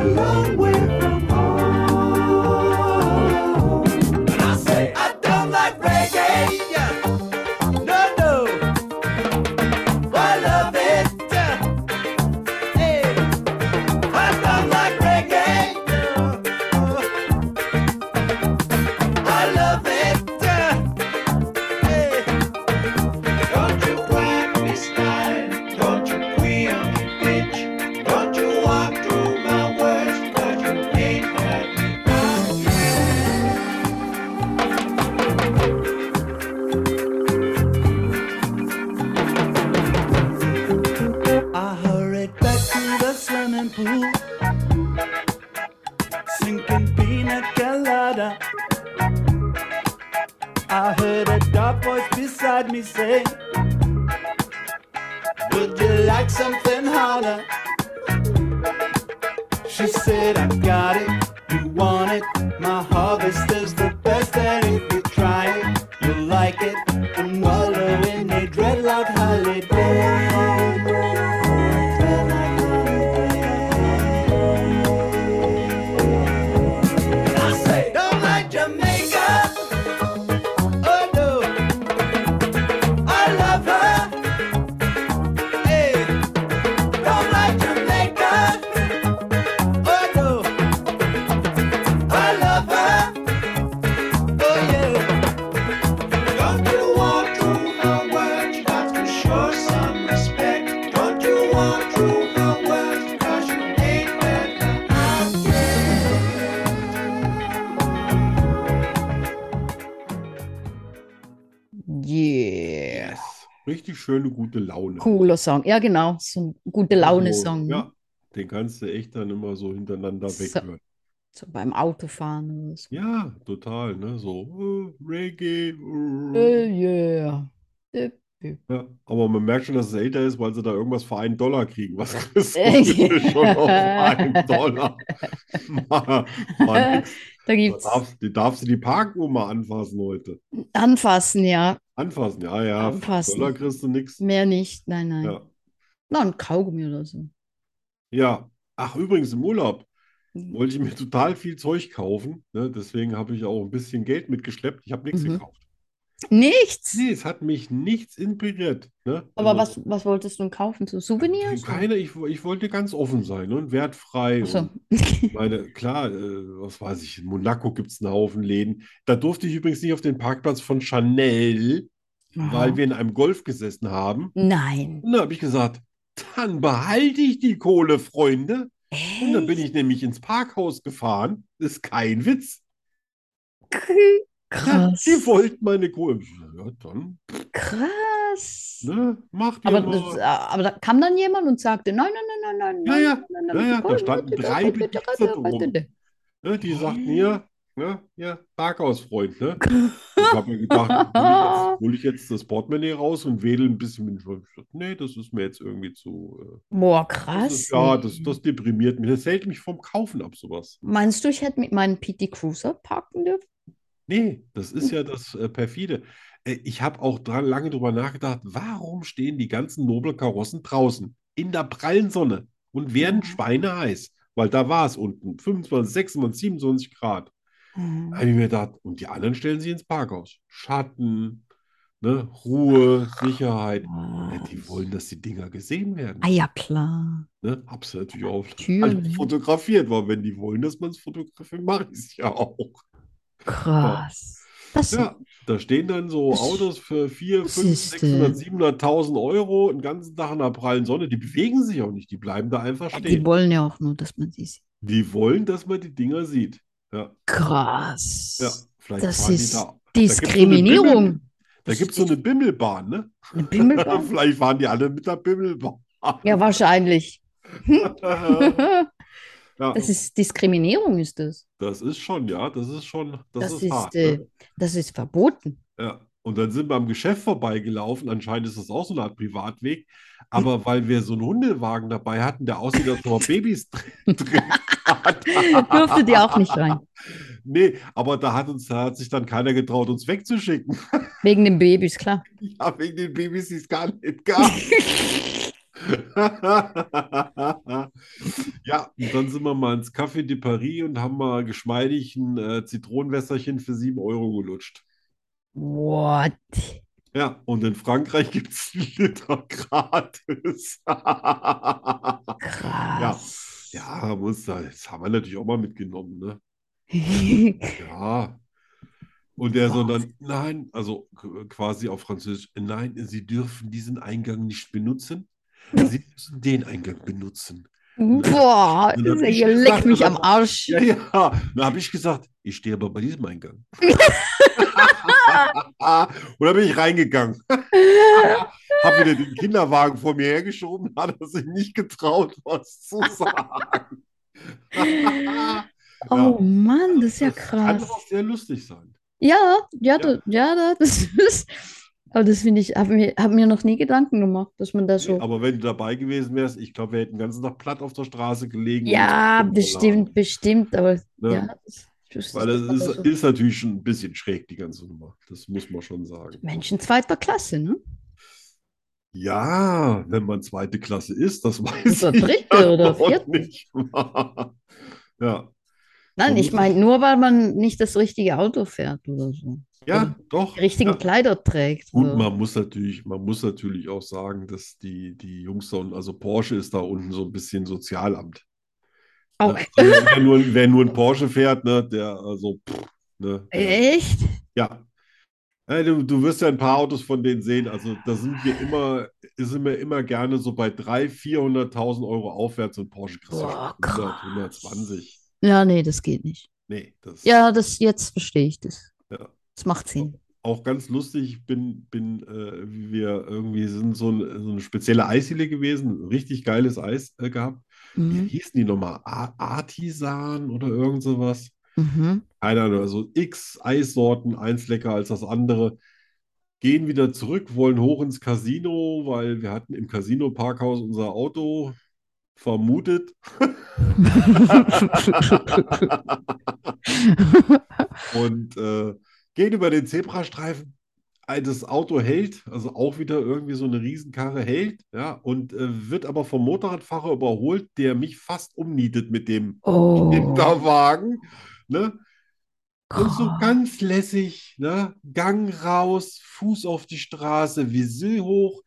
Speaker 5: Alone way from home. And I say, I don't like reggae. No, no. I love it. Hey. I don't like reggae. I love it. Hey. Don't you crack this time. Don't you queer me, bitch. Don't you walk through my words, but you ain't let me down. I hurried back to the swimming pool. Sinking pina colada. I heard a dark voice beside me say, Would you like something harder? She said, I got it, you want it. My harvest is the best, and if you try it, you'll like it. And wallow in a dreadlock holiday. Dreadlock holiday. And I say, Don't like Jamaica. Oh no, I love her. Hey, don't like Jamaica. Oh no, for some respect. Don't you walk through my words, cause you ain't what I
Speaker 3: Yeah.
Speaker 2: Yes. Richtig schöne gute Laune.
Speaker 3: Cooler Song. Ja, genau. So ein gute Laune-Song.
Speaker 2: Also,
Speaker 3: ne?
Speaker 2: ja, den kannst du echt dann immer so hintereinander
Speaker 3: So.
Speaker 2: weghören.
Speaker 3: So beim Autofahren oder so.
Speaker 2: Ja, total, ne? So, äh, Reggae.
Speaker 3: Äh,
Speaker 2: äh.
Speaker 3: yeah. Äh,
Speaker 2: Ja, aber man merkt schon, dass es älter ist, weil sie da irgendwas für einen Dollar kriegen. Was
Speaker 3: Äh,
Speaker 2: kostet schon auf einen Dollar? Mann, Mann,
Speaker 3: Da
Speaker 2: da
Speaker 3: gibt's
Speaker 2: darfst, die darfst du die Parkuhr mal anfassen heute.
Speaker 3: Anfassen, ja.
Speaker 2: Anfassen, ja, ja. für einen
Speaker 3: Anfassen.
Speaker 2: Dollar kriegst du nichts.
Speaker 3: Mehr nicht. Nein, nein.
Speaker 2: Ja.
Speaker 3: Na, ein Kaugummi oder so.
Speaker 2: Ja. Ach, übrigens, im Urlaub wollte ich mir total viel Zeug kaufen. Ne? Deswegen habe ich auch ein bisschen Geld mitgeschleppt. Ich habe nichts
Speaker 3: Mhm.
Speaker 2: gekauft.
Speaker 3: Nichts.
Speaker 2: Nee, es hat mich nichts inspiriert. Ne?
Speaker 3: Aber
Speaker 2: Also,
Speaker 3: was, was wolltest du denn kaufen? So Souvenirs?
Speaker 2: Keine, ich, ich wollte ganz offen sein ne? und wertfrei.
Speaker 3: Ach so.
Speaker 2: Und meine, klar, äh, was weiß ich, in Monaco gibt es einen Haufen Läden. Da durfte ich übrigens nicht auf den Parkplatz von Chanel, weil
Speaker 3: Aha.
Speaker 2: wir in einem Golf gesessen haben.
Speaker 3: Nein.
Speaker 2: Und da habe ich gesagt, dann behalte ich die Kohle, Freunde. Und dann bin ich nämlich ins Parkhaus gefahren. Ist kein Witz.
Speaker 3: Echt?
Speaker 2: Ja,
Speaker 3: Krass.
Speaker 2: die wollten meine Kohle. Ja, dann,
Speaker 3: Krass.
Speaker 2: ne, macht ihr
Speaker 3: Aber, das, ah,
Speaker 2: mal.
Speaker 3: aber da kam dann jemand und sagte, nein, nein, nein, nein, nein,
Speaker 2: Ja, ja.
Speaker 3: nein, nein, nein,
Speaker 2: Ja, ja, da
Speaker 3: nein,
Speaker 2: standen
Speaker 3: nein,
Speaker 2: drei
Speaker 3: nein,
Speaker 2: Bedienstete
Speaker 3: nein,
Speaker 2: rum.
Speaker 3: nein, nein.
Speaker 2: Ne, die sagten
Speaker 3: Hä?
Speaker 2: hier, ne, ja, Parkhausfreund, ne? Ich habe mir gedacht, hol ich, jetzt, hol ich jetzt das Portemonnaie raus und wedel ein bisschen mit dem Schwimmbad. Nee, das ist mir jetzt irgendwie zu.
Speaker 3: Boah,
Speaker 2: Äh, das
Speaker 3: krass.
Speaker 2: ist, ja, das, das deprimiert mich. Das hält mich vom Kaufen ab, sowas.
Speaker 3: Meinst du, ich hätte mit meinem PT Cruiser parken dürfen?
Speaker 2: Nee, das ist ja das äh, perfide. Äh, ich habe auch dran lange drüber nachgedacht, warum stehen die ganzen Nobelkarossen draußen in der prallen Sonne und werden schweineheiß? Weil da war es unten 25, 26, 27 Grad. Da
Speaker 3: Mhm.
Speaker 2: habe ich mir gedacht, und die anderen stellen sich ins Parkhaus. Schatten, ne, Ruhe, Sicherheit. Ja, die wollen, dass die Dinger gesehen werden.
Speaker 3: Ah ja, klar.
Speaker 2: Ne? Hab's natürlich auch
Speaker 3: Natürlich.
Speaker 2: fotografiert, weil wenn die wollen, dass man es fotografiert, mache ich es ja auch.
Speaker 3: Krass. Das,
Speaker 2: Ja, da stehen dann so
Speaker 3: Das-
Speaker 2: Autos für 4,
Speaker 3: das
Speaker 2: 5,
Speaker 3: ist, äh,
Speaker 2: 600, 700.000 Euro den ganzen Tag in der prallen Sonne. Die bewegen sich auch nicht, die bleiben da einfach
Speaker 3: die
Speaker 2: stehen.
Speaker 3: wollen ja auch nur, dass man sie sieht.
Speaker 2: Die wollen, dass man die Dinger sieht. Ja,
Speaker 3: Krass.
Speaker 2: ja. Vielleicht
Speaker 3: Das
Speaker 2: fahren die
Speaker 3: ist
Speaker 2: da. da gibt's so eine Bimmel-
Speaker 3: Diskriminierung.
Speaker 2: Da gibt es so eine Bimmelbahn, ne?
Speaker 3: Eine Bimmelbahn.
Speaker 2: Vielleicht waren die alle mit der Bimmelbahn.
Speaker 3: Ja, wahrscheinlich.
Speaker 2: ja,
Speaker 3: Das ist Diskriminierung, ist das.
Speaker 2: das ist schon, ja, das ist schon, das,
Speaker 3: Das
Speaker 2: ist,
Speaker 3: ist,
Speaker 2: hart.
Speaker 3: äh,
Speaker 2: Ne?
Speaker 3: das ist verboten.
Speaker 2: Ja. Und dann sind wir am Geschäft vorbeigelaufen. Anscheinend ist das auch so eine Art Privatweg. Aber weil wir so einen Hundewagen dabei hatten, der aussieht, als ob er Babys drin hat.
Speaker 3: Dürftet ihr auch nicht rein.
Speaker 2: Nee, aber da hat uns, da hat sich dann keiner getraut, uns wegzuschicken.
Speaker 3: Wegen den Babys, klar.
Speaker 2: Ja, wegen den Babys, die es gar nicht gab. Ja, und dann sind wir mal ins Café de Paris und haben mal geschmeidig ein äh, Zitronenwässerchen für 7 Euro gelutscht.
Speaker 3: What?
Speaker 2: Ja, und in Frankreich gibt es einen Liter gratis. Ja,
Speaker 3: Krass.
Speaker 2: haben uns da, das haben wir natürlich auch mal mitgenommen, ne? Ja. Und der so dann, nein, also k- quasi auf Französisch, nein, Sie dürfen diesen Eingang nicht benutzen. Sie müssen den Eingang benutzen.
Speaker 3: Boah,
Speaker 2: Und dann hab ich
Speaker 3: ihr
Speaker 2: gesagt,
Speaker 3: leckt mich
Speaker 2: oder-
Speaker 3: am Arsch.
Speaker 2: Ja, ja. Da habe ich gesagt, ich stehe aber bei diesem Eingang. Und da bin ich reingegangen. habe wieder den Kinderwagen vor mir hergeschoben, hat er sich nicht getraut, was zu sagen.
Speaker 3: Oh Mann, das ist ja
Speaker 2: Kann
Speaker 3: krass.
Speaker 2: auch sehr lustig sein.
Speaker 3: Ja, ja,
Speaker 2: Ja.
Speaker 3: da- ja, da- das ist. Aber das finde ich, habe mir, hab mir noch nie Gedanken gemacht, dass man da so.
Speaker 2: Aber wenn du dabei gewesen wärst, ich glaube, wir hätten den ganzen Tag platt auf der Straße gelegen. und
Speaker 3: Ja,
Speaker 2: uns
Speaker 3: bestimmt, bestimmt, aber
Speaker 2: Ne?
Speaker 3: ja, Also das, das
Speaker 2: Weil das ist,
Speaker 3: so.
Speaker 2: ist natürlich schon ein bisschen schräg, die ganze Nummer. Das muss man schon sagen.
Speaker 3: Menschen zweiter Klasse, ne?
Speaker 2: Ja, wenn man zweite Klasse ist, das weiß
Speaker 3: Oder
Speaker 2: ich
Speaker 3: dritte oder
Speaker 2: auch
Speaker 3: vierte.
Speaker 2: nicht. Ja,
Speaker 3: Nein, ich
Speaker 2: Vermutlich.
Speaker 3: meine, nur weil man nicht das richtige Auto fährt oder so.
Speaker 2: ja, doch.
Speaker 3: Die Also richtigen
Speaker 2: Ja.
Speaker 3: Kleider trägt.
Speaker 2: Gut,
Speaker 3: oder-
Speaker 2: man muss natürlich, man muss natürlich auch sagen, dass die, die Jungs da unten, also Porsche ist da unten so ein bisschen Sozialamt.
Speaker 3: Oh,
Speaker 2: Ne? Also, wer nur, wer nur ein Porsche fährt, ne, der, also, pff, ne, der,
Speaker 3: echt?
Speaker 2: ja. Äh, Du, du wirst ja ein paar Autos von denen sehen. Also da sind wir immer, sind wir immer gerne so bei 300.000, 400.000 Euro aufwärts und Porsche kriegst du schon
Speaker 3: Boah,
Speaker 2: 100,
Speaker 3: krass.
Speaker 2: 120.
Speaker 3: Ja, nee, das geht nicht.
Speaker 2: Nee, das
Speaker 3: Ja, das jetzt verstehe ich das.
Speaker 2: Ja.
Speaker 3: Das macht Sinn.
Speaker 2: auch ganz lustig. Ich bin, bin, äh, wie wir irgendwie sind so, ein, so eine spezielle Eisdiele gewesen, richtig geiles Eis äh, gehabt. Wie
Speaker 3: Mhm.
Speaker 2: hießen die nochmal? A- Artisan oder irgend sowas?
Speaker 3: Mhm.
Speaker 2: keine Ahnung, also x Eissorten, eins lecker als das andere, gehen wieder zurück, wollen hoch ins Casino, weil wir hatten im Casino-Parkhaus unser Auto vermutet. Und äh, gehen über den Zebrastreifen. Ein- Das Auto hält, also auch wieder irgendwie so eine Riesenkarre hält, ja, und äh, wird aber vom Motorradfahrer überholt, der mich fast umnietet mit dem genau
Speaker 3: Oh,
Speaker 2: Kinderwagen. Ne? Und so
Speaker 3: krass.
Speaker 2: ganz lässig, ne? Gang raus, Fuß auf die Straße, Visier hoch,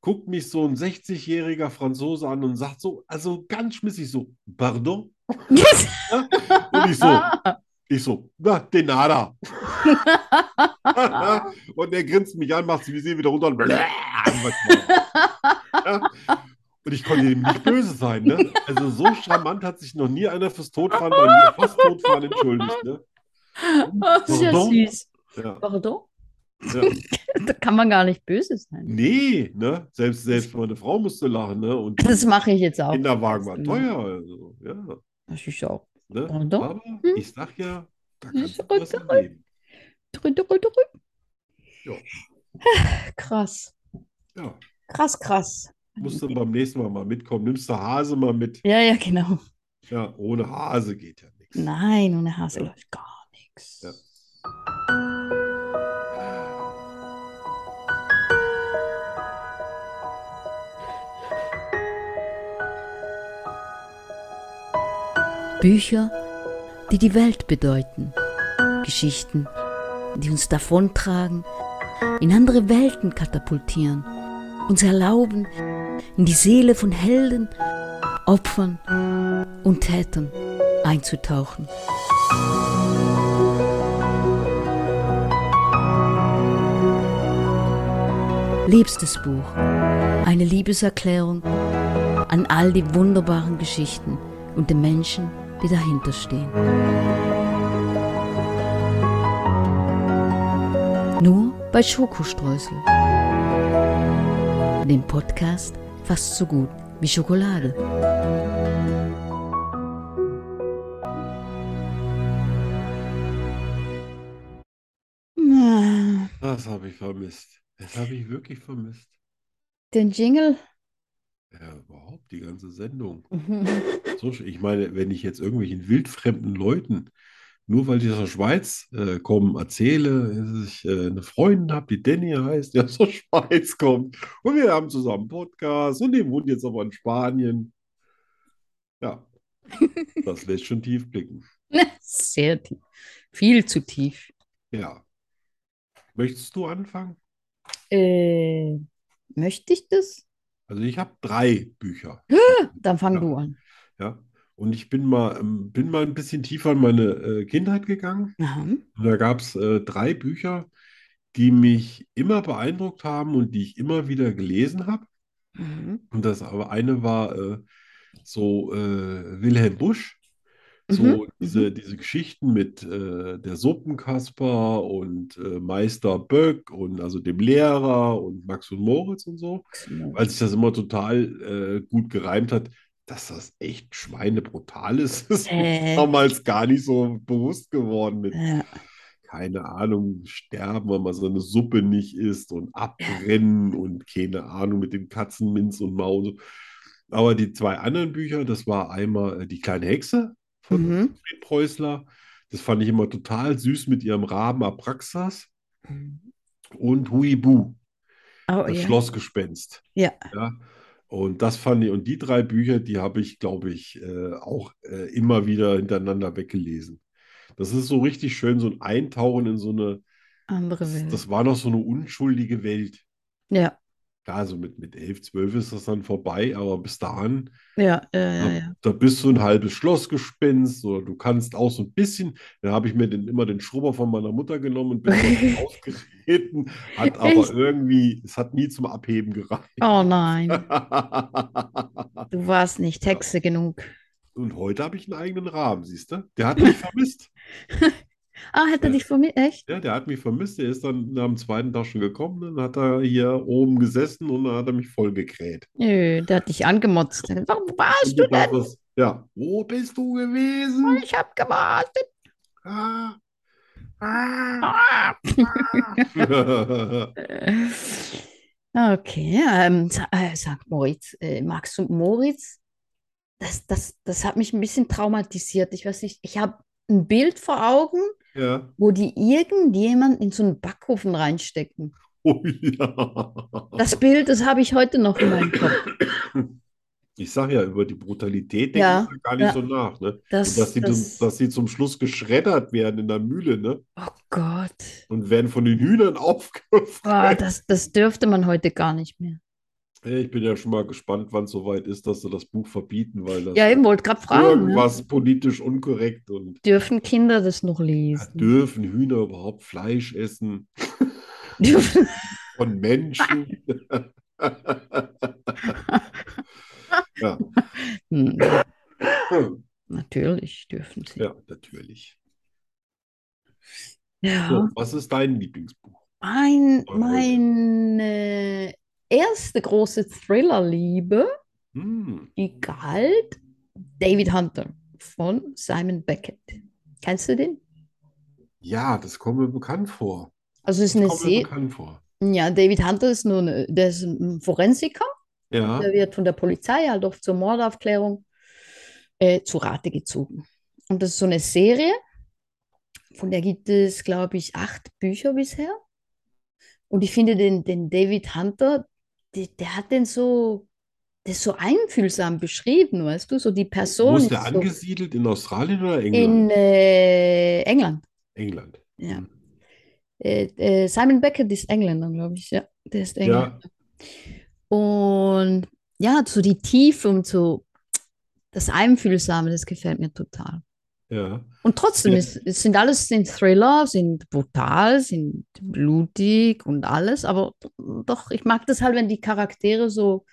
Speaker 2: guckt mich so ein 60-jähriger Franzose an und sagt so, also ganz schmissig so, pardon? Ne? Und ich so,
Speaker 3: Ah,
Speaker 2: ich so, na, de nada. und er grinst mich an, macht das Visier wieder runter und bläh, ja? Und ich konnte ihm nicht böse sein, ne? Also so charmant hat sich noch nie einer fürs Todfahren bei mir, fast Todfahren entschuldigt, ne?
Speaker 3: Das ist ja
Speaker 2: Pardon?
Speaker 3: süß.
Speaker 2: Ja,
Speaker 3: Pardon?
Speaker 2: ja.
Speaker 3: Da kann man gar nicht böse sein.
Speaker 2: Nee, ne? Selbst, selbst meine Frau musste lachen, ne? Und
Speaker 3: Das mache ich jetzt auch.
Speaker 2: Kinderwagen war
Speaker 3: Das
Speaker 2: teuer, also, ja.
Speaker 3: Das ist auch.
Speaker 2: Ne?
Speaker 3: Und doch?
Speaker 2: Aber
Speaker 3: Hm?
Speaker 2: ich sag ja, da
Speaker 3: Hm,
Speaker 2: kannst du
Speaker 3: verrückt,
Speaker 2: was
Speaker 3: verrückt.
Speaker 2: erleben.
Speaker 3: Drü, drü, drü.
Speaker 2: Ja.
Speaker 3: Krass.
Speaker 2: Ja.
Speaker 3: Krass, krass.
Speaker 2: Musst du beim nächsten Mal mal mitkommen. Nimmst du Hase mal mit.
Speaker 3: Ja, ja, genau.
Speaker 2: Ja, ohne Hase geht ja nichts.
Speaker 3: Nein, ohne Hase
Speaker 2: Ja.
Speaker 3: läuft gar nichts.
Speaker 2: Ja.
Speaker 1: Bücher, die die Welt bedeuten. Geschichten, die uns davontragen, in andere Welten katapultieren, uns erlauben, in die Seele von Helden, Opfern und Tätern einzutauchen. Liebstes Buch. Eine Liebeserklärung an all die wunderbaren Geschichten und den Menschen, die dahinter stehen. Nur bei Schokostreusel. Dem Podcast fast so gut wie Schokolade.
Speaker 3: Ah,
Speaker 2: Das habe ich vermisst. Das habe ich wirklich vermisst.
Speaker 3: Den Jingle.
Speaker 2: Ja, überhaupt die ganze Sendung.
Speaker 3: Mhm.
Speaker 2: So, sch- ich meine, wenn ich jetzt irgendwelchen wildfremden Leuten, nur weil die aus der Schweiz äh, kommen, erzähle, dass ich äh, eine Freundin habe, die Danny heißt, die aus der Schweiz kommt und wir haben zusammen einen Podcast und die wohnt jetzt aber in Spanien. Ja, das lässt schon tief blicken.
Speaker 3: Sehr tief. Viel zu tief.
Speaker 2: Ja. Möchtest du anfangen?
Speaker 3: Äh, möchte ich das?
Speaker 2: Also ich habe drei Bücher.
Speaker 3: Dann fang
Speaker 2: Ja.
Speaker 3: du an.
Speaker 2: Ja. Und ich bin mal, ähm, bin mal ein bisschen tiefer in meine äh, Kindheit gegangen.
Speaker 3: Aha.
Speaker 2: Und da gab es äh, drei Bücher, die mich immer beeindruckt haben und die ich immer wieder gelesen habe.
Speaker 3: Mhm.
Speaker 2: Und das aber eine war äh, so äh, Wilhelm Busch,
Speaker 3: Mhm,
Speaker 2: so diese, diese Geschichten mit äh, der Suppenkasper und äh, Meister Böck und also dem Lehrer und Max und Moritz und so, weil sich das immer total äh, gut gereimt hat. Dass das echt schweinebrutal ist, ist mir
Speaker 3: Äh.
Speaker 2: damals gar nicht so bewusst geworden mit
Speaker 3: Ja.
Speaker 2: keine Ahnung, sterben, weil man so eine Suppe nicht isst und abbrennen und keine Ahnung mit dem Katzenminz und Maus. Aber die zwei anderen Bücher, das war einmal äh, Die kleine Hexe von
Speaker 3: Mhm.
Speaker 2: Fried Preußler. Das fand ich immer total süß mit ihrem Raben Abraxas
Speaker 3: Mhm.
Speaker 2: und Huibu,
Speaker 3: Oh,
Speaker 2: das
Speaker 3: ja.
Speaker 2: Schlossgespenst.
Speaker 3: Ja.
Speaker 2: Ja. Und das fand ich, und die drei Bücher, die habe ich, glaube ich, äh, auch äh, immer wieder hintereinander weggelesen. Das ist so richtig schön, so ein Eintauchen in so eine,
Speaker 3: Andere
Speaker 2: das,
Speaker 3: Welt.
Speaker 2: das war noch so eine unschuldige Welt.
Speaker 3: Ja.
Speaker 2: Ja, so mit, mit 11, 12 ist das dann vorbei, aber bis dahin,
Speaker 6: Ja, ja, ja,
Speaker 2: da,
Speaker 6: ja.
Speaker 2: da bist du ein halbes Schlossgespenst oder du kannst auch so ein bisschen. Dann habe ich mir den, immer den Schrubber von meiner Mutter genommen und bin so ausgeritten, hat aber
Speaker 6: Echt?
Speaker 2: irgendwie, es hat nie zum Abheben gereicht.
Speaker 6: Oh nein, du warst nicht Hexe genug.
Speaker 2: Und heute habe ich einen eigenen Rahmen, siehst du? Der hat mich vermisst.
Speaker 6: Ah, hätte dich von mir, echt?
Speaker 2: Ja, der hat mich vermisst. Der ist dann am zweiten Tag schon gekommen. Dann hat er hier oben gesessen und dann hat er mich voll gegräht.
Speaker 6: Nö, der hat dich angemotzt. Warum warst
Speaker 2: Und
Speaker 6: du
Speaker 2: gedacht,
Speaker 6: denn?
Speaker 2: was- Ja, wo bist du gewesen?
Speaker 6: Ich hab gewartet.
Speaker 2: Ah. Ah. Ah.
Speaker 6: Okay, ähm,
Speaker 3: Sa- äh, St. Moritz, äh, Max und Moritz, das, das, das hat mich ein bisschen traumatisiert. Ich weiß nicht, ich habe ein Bild vor Augen,
Speaker 2: Ja.
Speaker 3: wo die irgendjemand in so einen Backofen reinstecken.
Speaker 2: Oh ja.
Speaker 3: Das Bild, das habe ich heute noch in meinem Kopf.
Speaker 2: Ich sag ja, über die Brutalität denke ich
Speaker 3: Ja,
Speaker 2: da gar nicht
Speaker 3: ja.
Speaker 2: so nach, ne?
Speaker 3: Das,
Speaker 2: Und dass sie,
Speaker 3: das,
Speaker 2: zum, dass sie zum Schluss geschreddert werden in der Mühle, ne?
Speaker 3: oh Gott,
Speaker 2: Und werden von den Hühnern aufgefressen.
Speaker 3: Ah, das, das dürfte man heute gar nicht mehr.
Speaker 2: Hey, Ich bin ja schon mal gespannt, wann es soweit ist, dass sie das Buch verbieten, weil das
Speaker 3: Ja, eben wollte gerade fragen, ne?
Speaker 2: irgendwas politisch unkorrekt und
Speaker 3: Dürfen Kinder das noch
Speaker 2: ja,
Speaker 3: lesen?
Speaker 2: dürfen Hühner überhaupt Fleisch essen
Speaker 3: Dürfen-
Speaker 2: von Menschen? Ja,
Speaker 3: Hm, natürlich dürfen sie.
Speaker 2: ja, natürlich.
Speaker 3: Ja.
Speaker 2: So, was ist dein Lieblingsbuch?
Speaker 3: Mein,
Speaker 2: Oder heute.
Speaker 3: meine erste große Thriller-Liebe,
Speaker 2: Hm,
Speaker 3: die galt David Hunter von Simon Beckett. Kennst du den?
Speaker 2: ja, das kommt mir bekannt vor.
Speaker 3: Also es ist
Speaker 2: Das
Speaker 3: eine
Speaker 2: kommt mir
Speaker 3: Se-
Speaker 2: bekannt vor.
Speaker 3: ja, David Hunter ist nur eine, der ist ein Forensiker,
Speaker 2: Ja,
Speaker 3: der wird von der Polizei halt oft zur Mordaufklärung äh, zu Rate gezogen. Und das ist so eine Serie, von der gibt es, glaube ich, acht Bücher bisher. Und ich finde den, den David Hunter, der, der hat den so, der ist so einfühlsam beschrieben, weißt du, so die
Speaker 2: wo
Speaker 3: Person
Speaker 2: ist der
Speaker 3: ist so
Speaker 2: angesiedelt? In Australien oder
Speaker 3: in
Speaker 2: England?
Speaker 3: äh, England.
Speaker 2: England.
Speaker 3: Ja. Äh, äh, Simon Beckett ist Engländer, glaube ich, ja, der ist Engländer.
Speaker 2: Ja,
Speaker 3: Und ja, so die Tiefe und so das Einfühlsame, das gefällt mir total.
Speaker 2: ja.
Speaker 3: Und trotzdem,
Speaker 2: Ja.
Speaker 3: es, es sind alles sind Thriller, sind brutal, sind blutig und alles, aber doch, ich mag das halt, wenn die Charaktere so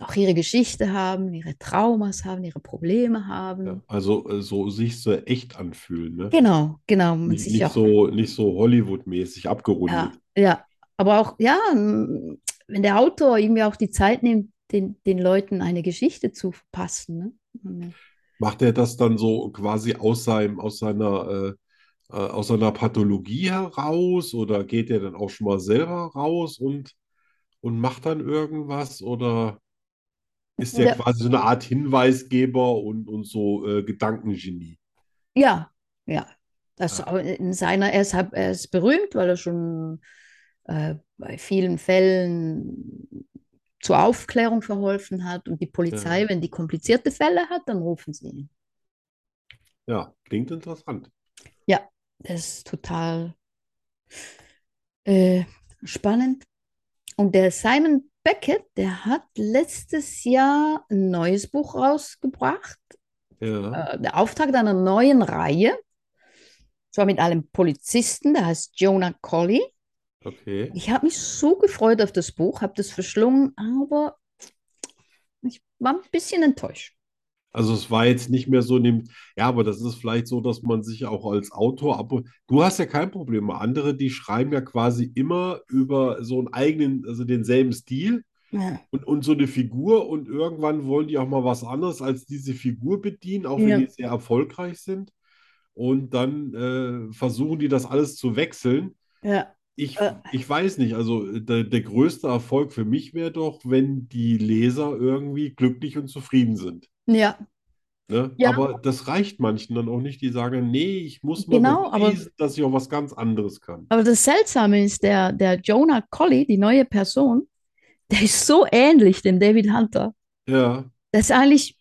Speaker 3: auch ihre Geschichte haben, ihre Traumas haben, ihre Probleme haben.
Speaker 2: Ja, also äh, so sich so echt anfühlen, ne?
Speaker 3: Genau, genau, man
Speaker 2: Nicht,
Speaker 3: sich
Speaker 2: nicht
Speaker 3: auch.
Speaker 2: so, nicht so Hollywood-mäßig abgerundet.
Speaker 3: Ja, ja, aber auch, ja, m, wenn der Autor irgendwie auch die Zeit nimmt, den, den Leuten eine Geschichte zu verpassen, ne?
Speaker 2: Macht er das dann so quasi aus seinem, aus seiner, äh, äh, aus seiner Pathologie heraus oder geht er dann auch schon mal selber raus und, und macht dann irgendwas oder ist der
Speaker 3: Der-
Speaker 2: quasi so eine Art Hinweisgeber und, und so äh, Gedankengenie?
Speaker 3: Ja, ja. Das
Speaker 2: Ja.
Speaker 3: au- in seiner, er ist, hab- er ist berühmt, weil er schon äh, bei vielen Fällen zur Aufklärung verholfen hat. Und die Polizei, wenn die komplizierte Fälle hat, dann rufen sie ihn.
Speaker 2: Ja, klingt interessant.
Speaker 3: Das ist total äh, spannend. Und der Simon Beckett, der hat letztes Jahr ein neues Buch rausgebracht.
Speaker 2: Ja,
Speaker 3: äh, der Auftakt einer neuen Reihe. Zwar mit einem Polizisten, der heißt Jonah Colley.
Speaker 2: okay.
Speaker 3: Ich habe mich so gefreut auf das Buch, habe das verschlungen, aber ich war ein bisschen enttäuscht.
Speaker 2: Also es war jetzt nicht mehr so in dem, ja, aber das ist vielleicht so, dass man sich auch als Autor ab und du hast ja kein Problem. Andere, die schreiben ja quasi immer über so einen eigenen, also denselben Stil und, und so eine Figur und irgendwann wollen die auch mal was anderes als diese Figur bedienen, auch wenn
Speaker 3: Ja.
Speaker 2: die sehr erfolgreich sind. Und dann äh, versuchen die das alles zu wechseln.
Speaker 3: Ja,
Speaker 2: Ich,
Speaker 3: Äh.
Speaker 2: ich weiß nicht, also äh, der, der größte Erfolg für mich wäre doch, wenn die Leser irgendwie glücklich und zufrieden sind.
Speaker 3: ja,
Speaker 2: Ne?
Speaker 3: Ja.
Speaker 2: Aber das reicht manchen dann auch nicht, die sagen, nee, ich muss mal
Speaker 3: Genau, aber-
Speaker 2: beweisen, dass ich auch was ganz anderes kann.
Speaker 3: aber das Seltsame ist, der, der Jonah Colley, die neue Person, der ist so ähnlich dem David Hunter.
Speaker 2: Ja,
Speaker 3: Das ist eigentlich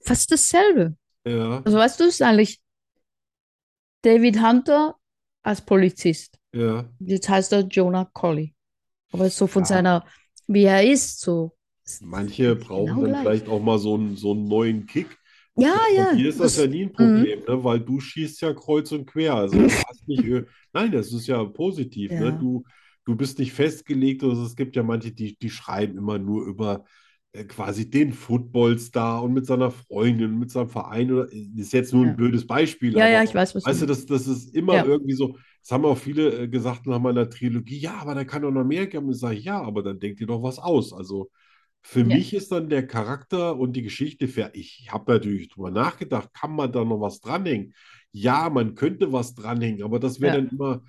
Speaker 3: fast dasselbe.
Speaker 2: ja,
Speaker 3: Also weißt du, es ist eigentlich David Hunter als Polizist.
Speaker 2: ja.
Speaker 3: Jetzt heißt er Jonah Colley. Aber so von
Speaker 2: Ja.
Speaker 3: seiner Wie er ist, so.
Speaker 2: Manche brauchen
Speaker 3: genau
Speaker 2: dann
Speaker 3: gleich.
Speaker 2: vielleicht auch mal so einen, so einen neuen Kick.
Speaker 3: Ja, ja. mhm.
Speaker 2: Hier ist das ja nie ein Problem, ne? Weil du schießt ja kreuz und quer. Also du hast nicht, ir- nein, das ist ja positiv,
Speaker 3: Ja.
Speaker 2: ne? Du, du bist nicht festgelegt. Also es gibt ja manche, die, die schreiben immer nur über äh, quasi den Footballstar und mit seiner Freundin und mit seinem Verein. Oder, äh, ist jetzt nur ein
Speaker 3: Ja.
Speaker 2: blödes Beispiel,
Speaker 3: ja, ja,
Speaker 2: aber
Speaker 3: ich weiß, was
Speaker 2: Weißt du,
Speaker 3: du
Speaker 2: das, das ist immer
Speaker 3: Ja.
Speaker 2: irgendwie so, das haben auch viele äh, gesagt nach meiner Trilogie, ja, aber da kann doch noch mehr geben. Und ich sage, ja, aber dann denkt ihr doch was aus. Also für mich ist dann der Charakter und die Geschichte fair. Ich habe natürlich drüber nachgedacht, kann man da noch was dranhängen? Ja, man könnte was dranhängen, aber das wäre
Speaker 3: Ja.
Speaker 2: dann immer,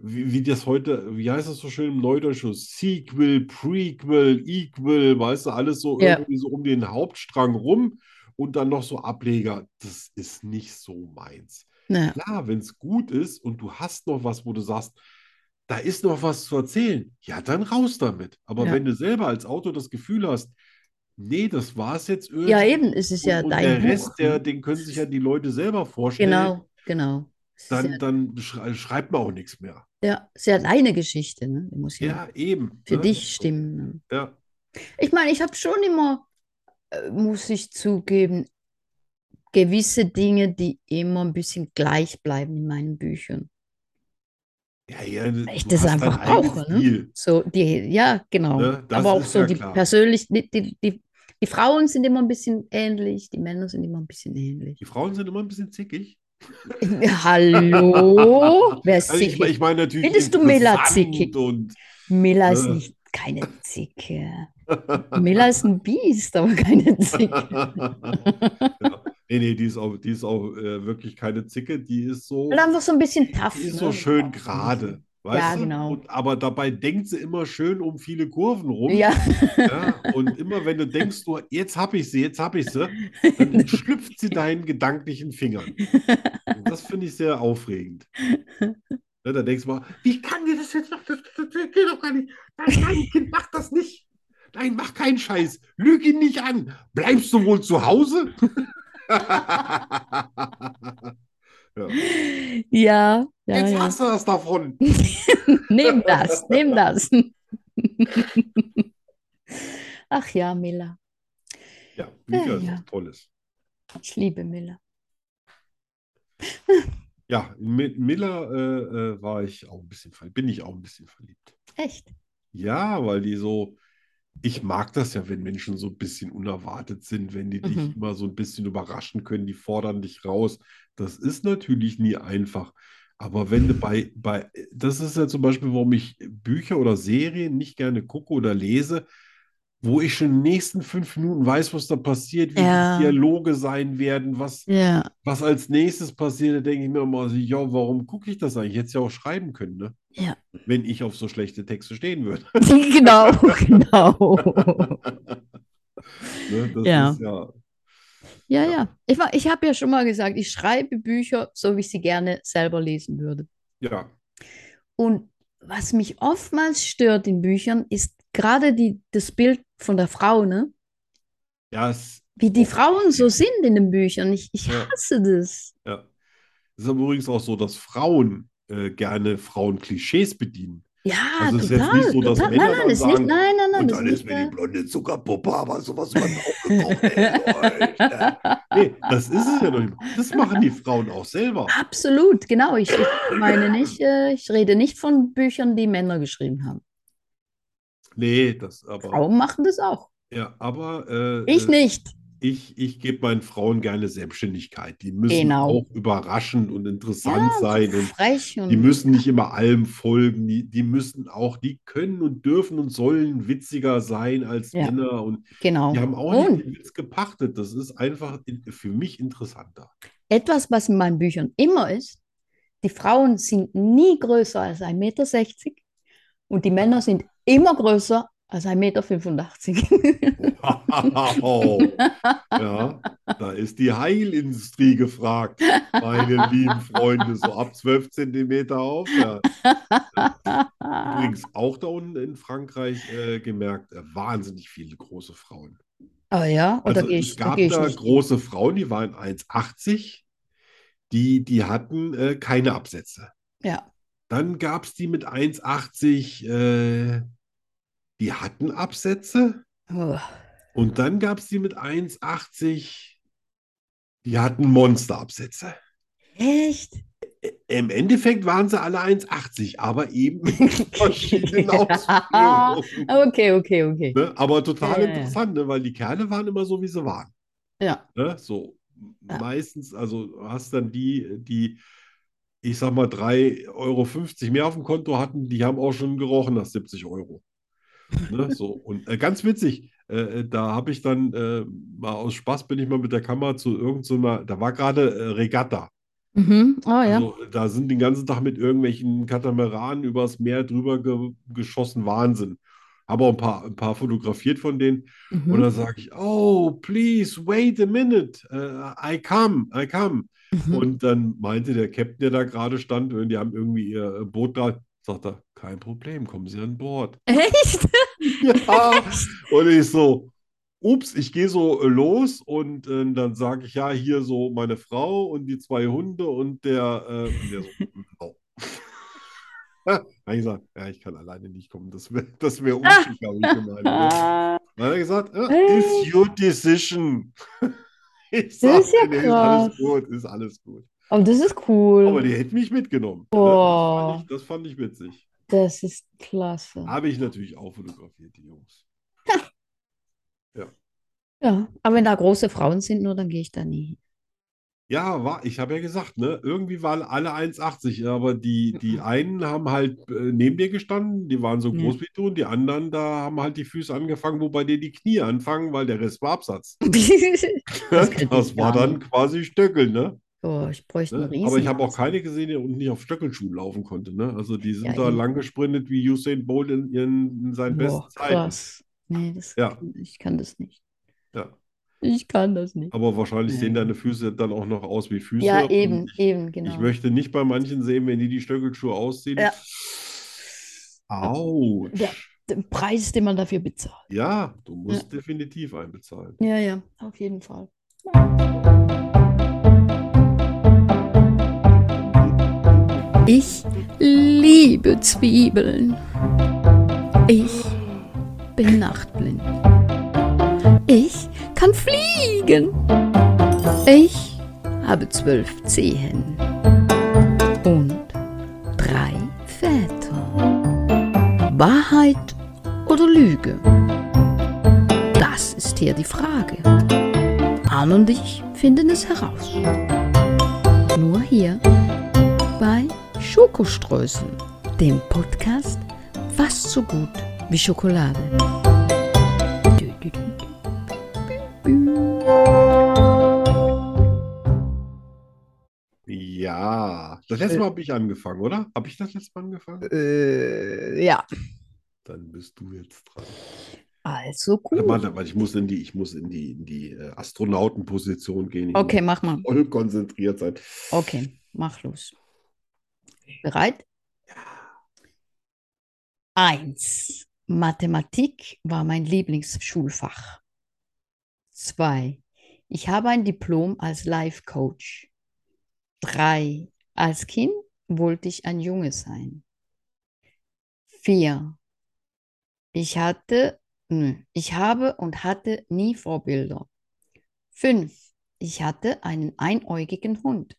Speaker 2: wie, wie das heute, wie heißt das so schön im Neudeutschen? Sequel, Prequel, Equal, weißt du, alles so
Speaker 3: Ja.
Speaker 2: irgendwie so um den Hauptstrang rum und dann noch so Ableger. Das ist nicht so meins.
Speaker 7: Ja.
Speaker 2: Klar, wenn es gut ist und du hast noch was, wo du sagst, da ist noch was zu erzählen, ja, dann raus damit. Aber
Speaker 3: Ja.
Speaker 2: wenn du selber als Autor das Gefühl hast, nee, das war es jetzt irgendwie.
Speaker 3: Ja, eben, es ist ja
Speaker 2: und, und
Speaker 3: dein
Speaker 2: der
Speaker 3: Buch. Mhm.
Speaker 2: Rest, der, den können sich ja die Leute selber vorstellen,
Speaker 3: Genau, genau. Es ist
Speaker 2: dann,
Speaker 3: ja,
Speaker 2: dann schrei also schreibt man auch nichts mehr.
Speaker 3: ja, es ist ja deine Geschichte, ne? Die muss ja
Speaker 2: Ja, eben.
Speaker 3: für
Speaker 2: ne?
Speaker 3: dich stimmen. Ne?
Speaker 2: Ja.
Speaker 3: Ich meine, ich habe schon immer, äh, muss ich zugeben, gewisse Dinge, die immer ein bisschen gleich bleiben in meinen Büchern.
Speaker 2: Ja, ja, du
Speaker 3: Ich das
Speaker 2: hast dein
Speaker 3: einfach
Speaker 2: eigenes
Speaker 3: brauche, ne?
Speaker 2: Stil,
Speaker 3: So die, ja, genau.
Speaker 2: ne? Das
Speaker 3: Aber auch
Speaker 2: ist
Speaker 3: so
Speaker 2: ja
Speaker 3: die
Speaker 2: klar.
Speaker 3: persönlich, die, die, die, die Frauen sind immer ein bisschen ähnlich, die Männer sind immer ein bisschen ähnlich.
Speaker 2: Die Frauen sind immer ein bisschen zickig.
Speaker 3: Hallo? Wer ist
Speaker 2: Also ich,
Speaker 3: Zicke?
Speaker 2: ich meine natürlich
Speaker 3: Findest du Mela
Speaker 2: interessant
Speaker 3: zickig?
Speaker 2: und
Speaker 3: Miller ist
Speaker 2: Äh.
Speaker 3: nicht keine Zicke. Miller ist ein Biest, aber keine Zicke.
Speaker 2: ja. Nee, nee, die ist auch, die ist auch äh, wirklich keine Zicke, die ist so,
Speaker 3: Und einfach so ein bisschen tough.
Speaker 2: die ist
Speaker 3: ne?
Speaker 2: so schön gerade, weißt
Speaker 3: Ja,
Speaker 2: du?
Speaker 3: genau.
Speaker 2: Und, aber dabei denkt sie immer schön um viele Kurven rum.
Speaker 3: Ja,
Speaker 2: Ja, und immer wenn du denkst, du, jetzt habe ich sie, jetzt habe ich sie, dann schlüpft sie deinen gedanklichen Fingern. Und das finde ich sehr aufregend. Ja, da denkst du mal, wie kann dir das jetzt noch? Das, das, das geht doch gar nicht. Nein, nein, Kind, mach das nicht. Nein, mach keinen Scheiß. Lüg ihn nicht an. Bleibst du wohl zu Hause?
Speaker 3: ja,
Speaker 2: ja.
Speaker 3: ja,
Speaker 2: Jetzt
Speaker 3: ja.
Speaker 2: hast du das davon.
Speaker 3: Nimm das, nimm das. Ach ja, Miller.
Speaker 2: Ja, Bücher ist
Speaker 3: Ja.
Speaker 2: was Tolles.
Speaker 3: Ich liebe Miller.
Speaker 2: Ja, in Mi- Miller äh, äh, war ich auch ein bisschen verliebt, bin ich auch ein bisschen verliebt.
Speaker 3: Echt?
Speaker 2: Ja, weil die so, ich mag das ja, wenn Menschen so ein bisschen unerwartet sind, wenn die dich
Speaker 3: Mhm.
Speaker 2: immer so ein bisschen überraschen können, die fordern dich raus. Das ist natürlich nie einfach. Aber wenn du bei, bei, das ist ja zum Beispiel, warum ich Bücher oder Serien nicht gerne gucke oder lese, wo ich schon in den nächsten fünf Minuten weiß, was da passiert, wie die
Speaker 3: Ja.
Speaker 2: Dialoge sein werden, was,
Speaker 3: Ja,
Speaker 2: was als nächstes passiert, da denke ich mir immer so, ja, warum gucke ich das eigentlich? Ich hätte es ja auch schreiben können, ne?
Speaker 3: Ja.
Speaker 2: Wenn ich auf so schlechte Texte stehen würde.
Speaker 3: genau, genau.
Speaker 2: Ne? Das
Speaker 3: Ja.
Speaker 2: ist ja.
Speaker 3: Ja,
Speaker 2: Ja.
Speaker 3: ja. Ich, war- ich habe ja schon mal gesagt, ich schreibe Bücher, so wie ich sie gerne selber lesen würde.
Speaker 2: Ja.
Speaker 3: Und was mich oftmals stört in Büchern, ist gerade die, das Bild von der Frau, ne?
Speaker 2: Ja, es,
Speaker 3: Wie die Frauen so sind in den Büchern. Ich, ich
Speaker 2: Ja.
Speaker 3: hasse das.
Speaker 2: ja. Es ist aber übrigens auch so, dass Frauen äh, gerne Frauenklischees bedienen.
Speaker 3: Ja,
Speaker 2: Also es ist jetzt
Speaker 3: total,
Speaker 2: nicht so, dass
Speaker 3: total.
Speaker 2: Männer
Speaker 3: Nein, nein,
Speaker 2: dann
Speaker 3: ist nicht,
Speaker 2: sagen,
Speaker 3: nein, nein, nein,
Speaker 2: Und
Speaker 3: das
Speaker 2: dann
Speaker 3: ist
Speaker 2: ist
Speaker 3: nicht äh,
Speaker 2: mir die
Speaker 3: der-
Speaker 2: blonde Zuckerpuppe, aber sowas wird auch gekocht. ey, Leute. Nee, das ist es ja noch nicht. Das machen die Frauen auch selber.
Speaker 3: Absolut, genau. Ich, ich meine nicht, äh, ich rede nicht von Büchern, die Männer geschrieben haben.
Speaker 2: Nee, das aber.
Speaker 3: Frauen machen das auch.
Speaker 2: Ja, aber äh,
Speaker 3: Ich
Speaker 2: äh,
Speaker 3: nicht.
Speaker 2: Ich, ich gebe meinen Frauen gerne Selbstständigkeit. Die müssen
Speaker 3: Genau.
Speaker 2: auch überraschend und interessant sein und
Speaker 3: Frech
Speaker 2: die
Speaker 3: und
Speaker 2: müssen nicht immer allem folgen. Die, die müssen auch, die können und dürfen und sollen witziger sein als
Speaker 3: Ja.
Speaker 2: Männer und
Speaker 3: genau.
Speaker 2: die haben auch
Speaker 3: Und
Speaker 2: nicht den Witz gepachtet. Das ist einfach in, für mich interessanter.
Speaker 3: etwas, was in meinen Büchern immer ist, die Frauen sind nie größer als 1,60 Meter und die Männer sind immer größer als 1,85 Meter.
Speaker 2: Wow. Ja, da ist die Heilindustrie gefragt, meine lieben Freunde. So ab 12 Zentimeter aufwärts.
Speaker 3: Ah.
Speaker 2: Übrigens auch da unten in Frankreich äh, gemerkt, äh, wahnsinnig viele große Frauen.
Speaker 3: Ah ja, oder
Speaker 2: Also
Speaker 3: gehe
Speaker 2: es
Speaker 3: ich, da
Speaker 2: gab
Speaker 3: gehe ich
Speaker 2: da
Speaker 3: nicht.
Speaker 2: große Frauen, die waren 1,80, die, die hatten äh, keine Absätze.
Speaker 3: Ja.
Speaker 2: Dann gab es die mit 1,80, äh, die hatten Absätze
Speaker 3: Oh,
Speaker 2: und dann gab es die mit 1,80, die hatten Monsterabsätze.
Speaker 3: echt?
Speaker 2: Im Endeffekt waren sie alle 1,80, aber eben mit verschiedenen Ausführungen.
Speaker 3: Okay, okay, okay.
Speaker 2: Ne? Aber total
Speaker 3: Ja, ja, ja.
Speaker 2: interessant, ne? weil die Kerle waren immer so, wie sie waren.
Speaker 3: Ja.
Speaker 2: Ne? So
Speaker 3: Ja.
Speaker 2: meistens, also du hast dann die, die, ich sag mal, 3,50 Euro mehr auf dem Konto hatten, die haben auch schon gerochen nach 70 Euro. Ne? So, und äh, ganz witzig, äh, da habe ich dann äh, mal aus Spaß bin ich mal mit der Kamera zu irgendeiner, da war gerade äh, Regatta.
Speaker 3: Mhm. Oh ja.
Speaker 2: Also, da sind den ganzen Tag mit irgendwelchen Katamaranen übers Meer drüber ge geschossen, Wahnsinn. Habe auch ein paar, ein paar fotografiert von denen.
Speaker 3: Mhm.
Speaker 2: Und dann sage ich, oh, please, wait a minute, äh, I come, I come.
Speaker 3: Mhm.
Speaker 2: Und dann meinte der Captain, der da gerade stand, und die haben irgendwie ihr äh, Boot da, sagt er, kein Problem, kommen Sie an Bord.
Speaker 3: Echt?
Speaker 2: Ja. Und ich so, ups, ich gehe so äh, los und ähm, dann sage ich, ja, hier so meine Frau und die zwei Hunde und der, äh, und der so, oh. Dann hab ich gesagt, ja, ich kann alleine nicht kommen, das wäre das wär unschick, habe ich gemeint. Ne?
Speaker 3: Ah,
Speaker 2: Dann hat er gesagt, "Ah, it's your decision. Ich
Speaker 3: Das Äh. ist ja
Speaker 2: sag, nee, ist alles
Speaker 3: krass.
Speaker 2: gut, ist alles gut.
Speaker 3: Aber das ist
Speaker 2: Aber
Speaker 3: cool.
Speaker 2: die hätten mich mitgenommen. ne?
Speaker 3: Boah.
Speaker 2: Das, fand ich, das fand ich witzig.
Speaker 3: Das ist klasse.
Speaker 2: Habe ich natürlich auch fotografiert, die Jungs.
Speaker 3: Ja, aber wenn da große Frauen sind, nur dann gehe ich da nie hin.
Speaker 2: Ja, war, ich habe ja gesagt, ne, irgendwie waren alle 1,80, aber die, die einen haben halt äh, neben dir gestanden, die waren so
Speaker 3: Ja.
Speaker 2: groß wie du, und die anderen, da haben halt die Füße angefangen, wobei dir die Knie anfangen, weil der Rest war Absatz.
Speaker 3: Das kenn ich
Speaker 2: Das war
Speaker 3: gar
Speaker 2: dann quasi Stöckel, ne?
Speaker 3: Boah, ich bräuchte einen
Speaker 2: Ne?
Speaker 3: Riesen.
Speaker 2: Aber ich habe auch keine gesehen, die unten nicht auf Stöckelschuhen laufen konnte. Ne? Also die sind
Speaker 3: Ja,
Speaker 2: da
Speaker 3: eben.
Speaker 2: lang gesprintet wie Usain Bolt in, ihren, in seinen
Speaker 3: Boah,
Speaker 2: besten Zeiten.
Speaker 3: krass. Nee, das
Speaker 2: Ja.
Speaker 3: kann, ich kann das nicht.
Speaker 2: Ja.
Speaker 3: Ich kann das nicht.
Speaker 2: Aber wahrschlich
Speaker 3: Nee.
Speaker 2: sehen deine Füße dann auch noch aus wie Füße.
Speaker 3: Ja,
Speaker 2: Und
Speaker 3: eben,
Speaker 2: Ich,
Speaker 3: eben, genau.
Speaker 2: ich möchte nicht bei manchen sehen, wenn die die Stöckelschuhe ausziehen.
Speaker 3: Ja.
Speaker 2: Autsch.
Speaker 3: Ja. Den Preis, den man dafür bezahlt.
Speaker 2: Ja, du musst definitiv einbezahlen.
Speaker 3: Ja, ja, auf jeden Fall.
Speaker 1: Ich liebe Zwiebeln. Ich bin nachtblind. Ich kann fliegen. Ich habe zwölf Zehen und drei Väter. Wahrheit oder Lüge? Das ist hier die Frage. Arne und ich finden es heraus. Nur hier bei Schokoströßen, dem Podcast fast so gut wie Schokolade. Dü, dü, dü.
Speaker 2: Ja, das letzte Mal habe ich angefangen, oder? Habe ich das letzte Mal angefangen?
Speaker 3: Äh, ja.
Speaker 2: Dann bist du jetzt dran.
Speaker 3: Also
Speaker 2: Warte,
Speaker 3: gut.
Speaker 2: warte, warte, ich muss in die, ich muss in die, in die äh, Astronautenposition gehen. Ich muss
Speaker 3: Okay, mach mal.
Speaker 2: voll konzentriert sein.
Speaker 3: Okay, mach los. Bereit? Eins. Mathematik war mein Lieblingsschulfach. Zwei. Ich habe ein Diplom als Life Coach. Drei. Als Kind wollte ich ein Junge sein. Vier. Ich hatte, nö, ich habe und hatte nie Vorbilder. Fünf. Ich hatte einen einäugigen Hund.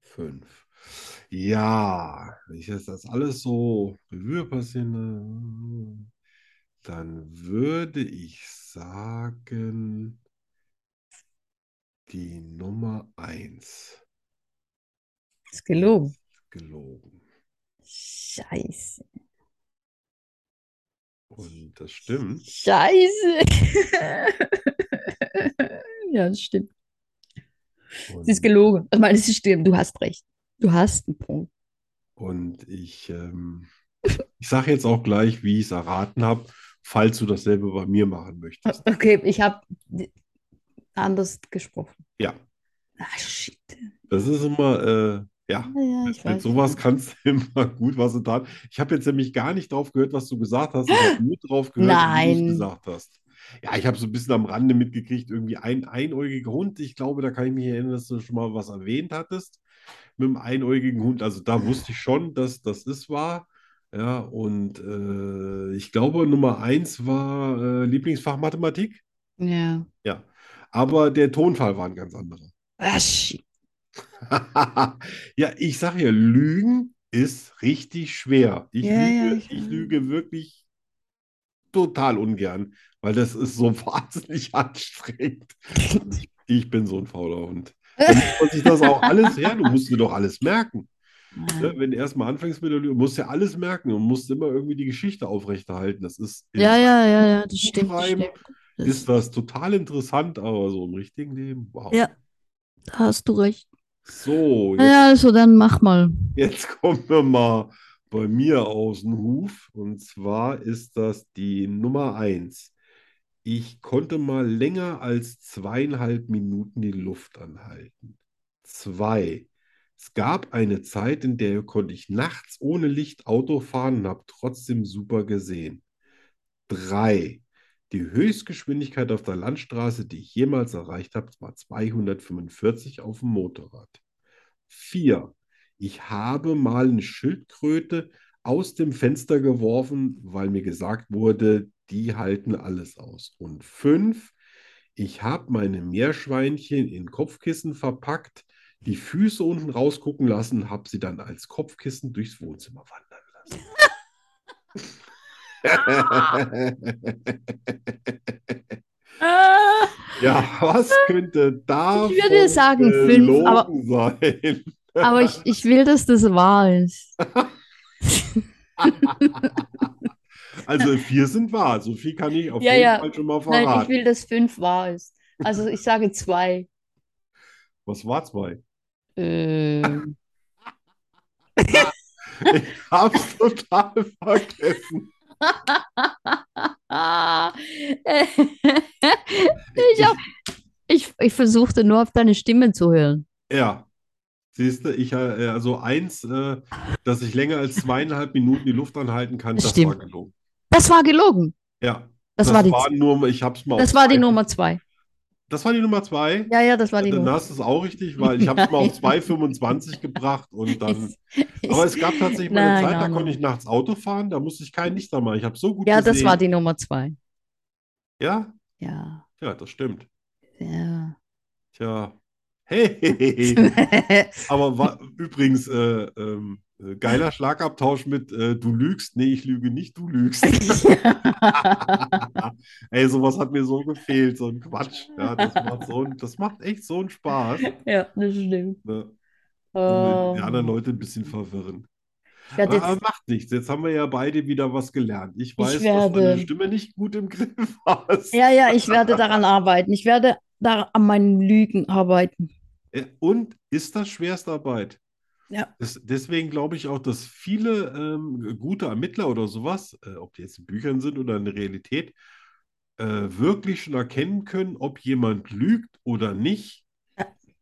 Speaker 2: Fünf. Ja, wenn ich jetzt das alles so Revue passieren, äh, dann würde ich sagen, die Nummer eins
Speaker 3: Ist gelogen.
Speaker 2: gelogen.
Speaker 3: Scheiße.
Speaker 2: Und das stimmt.
Speaker 3: Scheiße. ja, das stimmt. Es ist
Speaker 2: Und,
Speaker 3: gelogen. Ich meine, es ist stimmt. Du hast recht. Du hast einen Punkt.
Speaker 2: und ich, ähm, ich sage jetzt auch gleich, wie ich es erraten habe, falls du dasselbe bei mir machen möchtest.
Speaker 3: Okay, ich habe anders gesprochen.
Speaker 2: Ja.
Speaker 3: Ah, shit.
Speaker 2: Das ist immer, äh, ja,
Speaker 3: Ja, ja, ich
Speaker 2: mit, mit
Speaker 3: weiß.
Speaker 2: sowas kannst du immer gut was getan. Ich habe jetzt nämlich gar nicht drauf gehört, was du gesagt hast. Ich habe nur drauf gehört, wie du
Speaker 3: Nein.
Speaker 2: es gesagt hast. Ja, ich habe so ein bisschen am Rande mitgekriegt, irgendwie ein einäugiger Hund. Ich glaube, da kann ich mich erinnern, dass du schon mal was erwähnt hattest mit dem einäugigen Hund. Also da wusste ich schon, dass das ist wahr. Äh, Ja, und äh, ich glaube, Nummer eins war äh, Lieblingsfach Mathematik.
Speaker 3: Ja.
Speaker 2: Ja. Aber der Tonfall war ein ganz anderer.
Speaker 3: Asch.
Speaker 2: Ja, ich sage ja, Lügen ist richtig schwer. Ich
Speaker 3: Ja, ja,
Speaker 2: lüge,
Speaker 3: ich
Speaker 2: ich
Speaker 3: weiß.
Speaker 2: lüge wirklich total ungern, weil das ist so wahnsinnig anstrengend. Ich bin so ein fauler Hund. Da muss man sich das auch alles her, du musst dir doch alles merken. Ne? Wenn du erstmal anfängst mit der Lüge, musst du ja alles merken und musst immer irgendwie die Geschichte aufrechterhalten. Das ist in
Speaker 6: Ja, ja, ja, ja, das stimmt. Das
Speaker 2: Schreiben
Speaker 6: stimmt. Das,
Speaker 2: ist das total interessant, aber so im richtigen Leben, wow.
Speaker 6: Ja. da hast du recht.
Speaker 2: So, jetzt
Speaker 6: Ja, also dann mach mal.
Speaker 2: Jetzt kommen wir mal bei mir aus dem Huf. Und zwar ist das die Nummer eins. Ich konnte mal länger als zweieinhalb Minuten die Luft anhalten. Zwei. Es gab eine Zeit, in der konnte ich nachts ohne Licht Auto fahren und habe trotzdem super gesehen. Drei. Die Höchstgeschwindigkeit auf der Landstraße, die ich jemals erreicht habe, war 245 auf dem Motorrad. Vier. Ich habe mal eine Schildkröte aus dem Fenster geworfen, weil mir gesagt wurde, die halten alles aus. Und fünf, ich habe meine Meerschweinchen in Kopfkissen verpackt, die Füße unten rausgucken lassen, habe sie dann als Kopfkissen durchs Wohnzimmer
Speaker 6: Ah.
Speaker 2: wandern lassen.
Speaker 3: Ah.
Speaker 2: Ja, was könnte da
Speaker 6: Ich würde sagen, fünf, aber-
Speaker 2: sein?
Speaker 6: Aber ich, ich will, dass das wahr ist.
Speaker 2: Also vier sind wahr, so viel kann ich auf
Speaker 3: Ja,
Speaker 2: jeden
Speaker 3: ja.
Speaker 2: Fall schon mal
Speaker 3: Nein, ich
Speaker 2: verraten.
Speaker 3: will, dass fünf wahr ist. Also ich sage zwei.
Speaker 2: Was war zwei?
Speaker 3: Ähm,
Speaker 2: Ich hab's total vergessen.
Speaker 6: Ah, ich, hab, ich, ich versuchte nur auf deine Stimme zu hören.
Speaker 2: Ja. Siehst du, ich, äh, also eins, äh, dass ich länger als zweieinhalb Minuten die Luft anhalten kann,
Speaker 6: Das
Speaker 2: das
Speaker 6: stimmt.
Speaker 2: war gelogen.
Speaker 6: Das war gelogen.
Speaker 2: Ja,
Speaker 6: Das war die,
Speaker 2: war nur, ich hab's mal auf
Speaker 6: das war die
Speaker 2: zwei-
Speaker 6: Nummer zwei.
Speaker 2: Das war die Nummer zwei.
Speaker 6: Ja, ja, das war die
Speaker 2: Dann
Speaker 6: Nummer.
Speaker 2: hast du es auch richtig, weil ich hab's mal auf 2,25 gebracht und dann. Aber es gab tatsächlich mal eine
Speaker 6: Nein,
Speaker 2: Zeit, da
Speaker 6: nein,
Speaker 2: konnte
Speaker 6: nein.
Speaker 2: ich nachts Auto fahren, da musste ich kein Licht anmachen. Ich habe so gut
Speaker 6: Ja, das war
Speaker 2: gesehen.
Speaker 6: die Nummer zwei.
Speaker 2: Ja,
Speaker 6: Ja,
Speaker 2: ja, das stimmt.
Speaker 6: ja.
Speaker 2: Tja. Hey. Aber wa- übrigens, äh, ähm, äh, geiler Schlagabtausch mit äh, du lügst. Nee, ich lüge nicht, du lügst. Ey, sowas hat mir so gefehlt, so ein Quatsch. Ja, das macht so ein, das macht echt so einen Spaß.
Speaker 3: ja, das stimmt.
Speaker 2: Ne? Um die anderen Ah.
Speaker 3: Ähm,
Speaker 2: Leute ein bisschen verwirren.
Speaker 3: ich werde
Speaker 2: Aber
Speaker 3: jetzt,
Speaker 2: macht nichts. Jetzt haben wir ja beide wieder was gelernt. Ich weiß, dass
Speaker 3: werde-
Speaker 2: deine Stimme nicht gut im Griff hast.
Speaker 3: ja, ja, ich werde daran arbeiten. Ich werde da an meinen Lügen arbeiten.
Speaker 2: Äh, Und ist das Schwerstarbeit?
Speaker 3: Ja.
Speaker 2: Das, deswegen glaube ich auch, dass viele ähm, gute Ermittler oder sowas, äh, ob die jetzt in Büchern sind oder in der Realität, äh, wirklich schon erkennen können, ob jemand lügt oder nicht.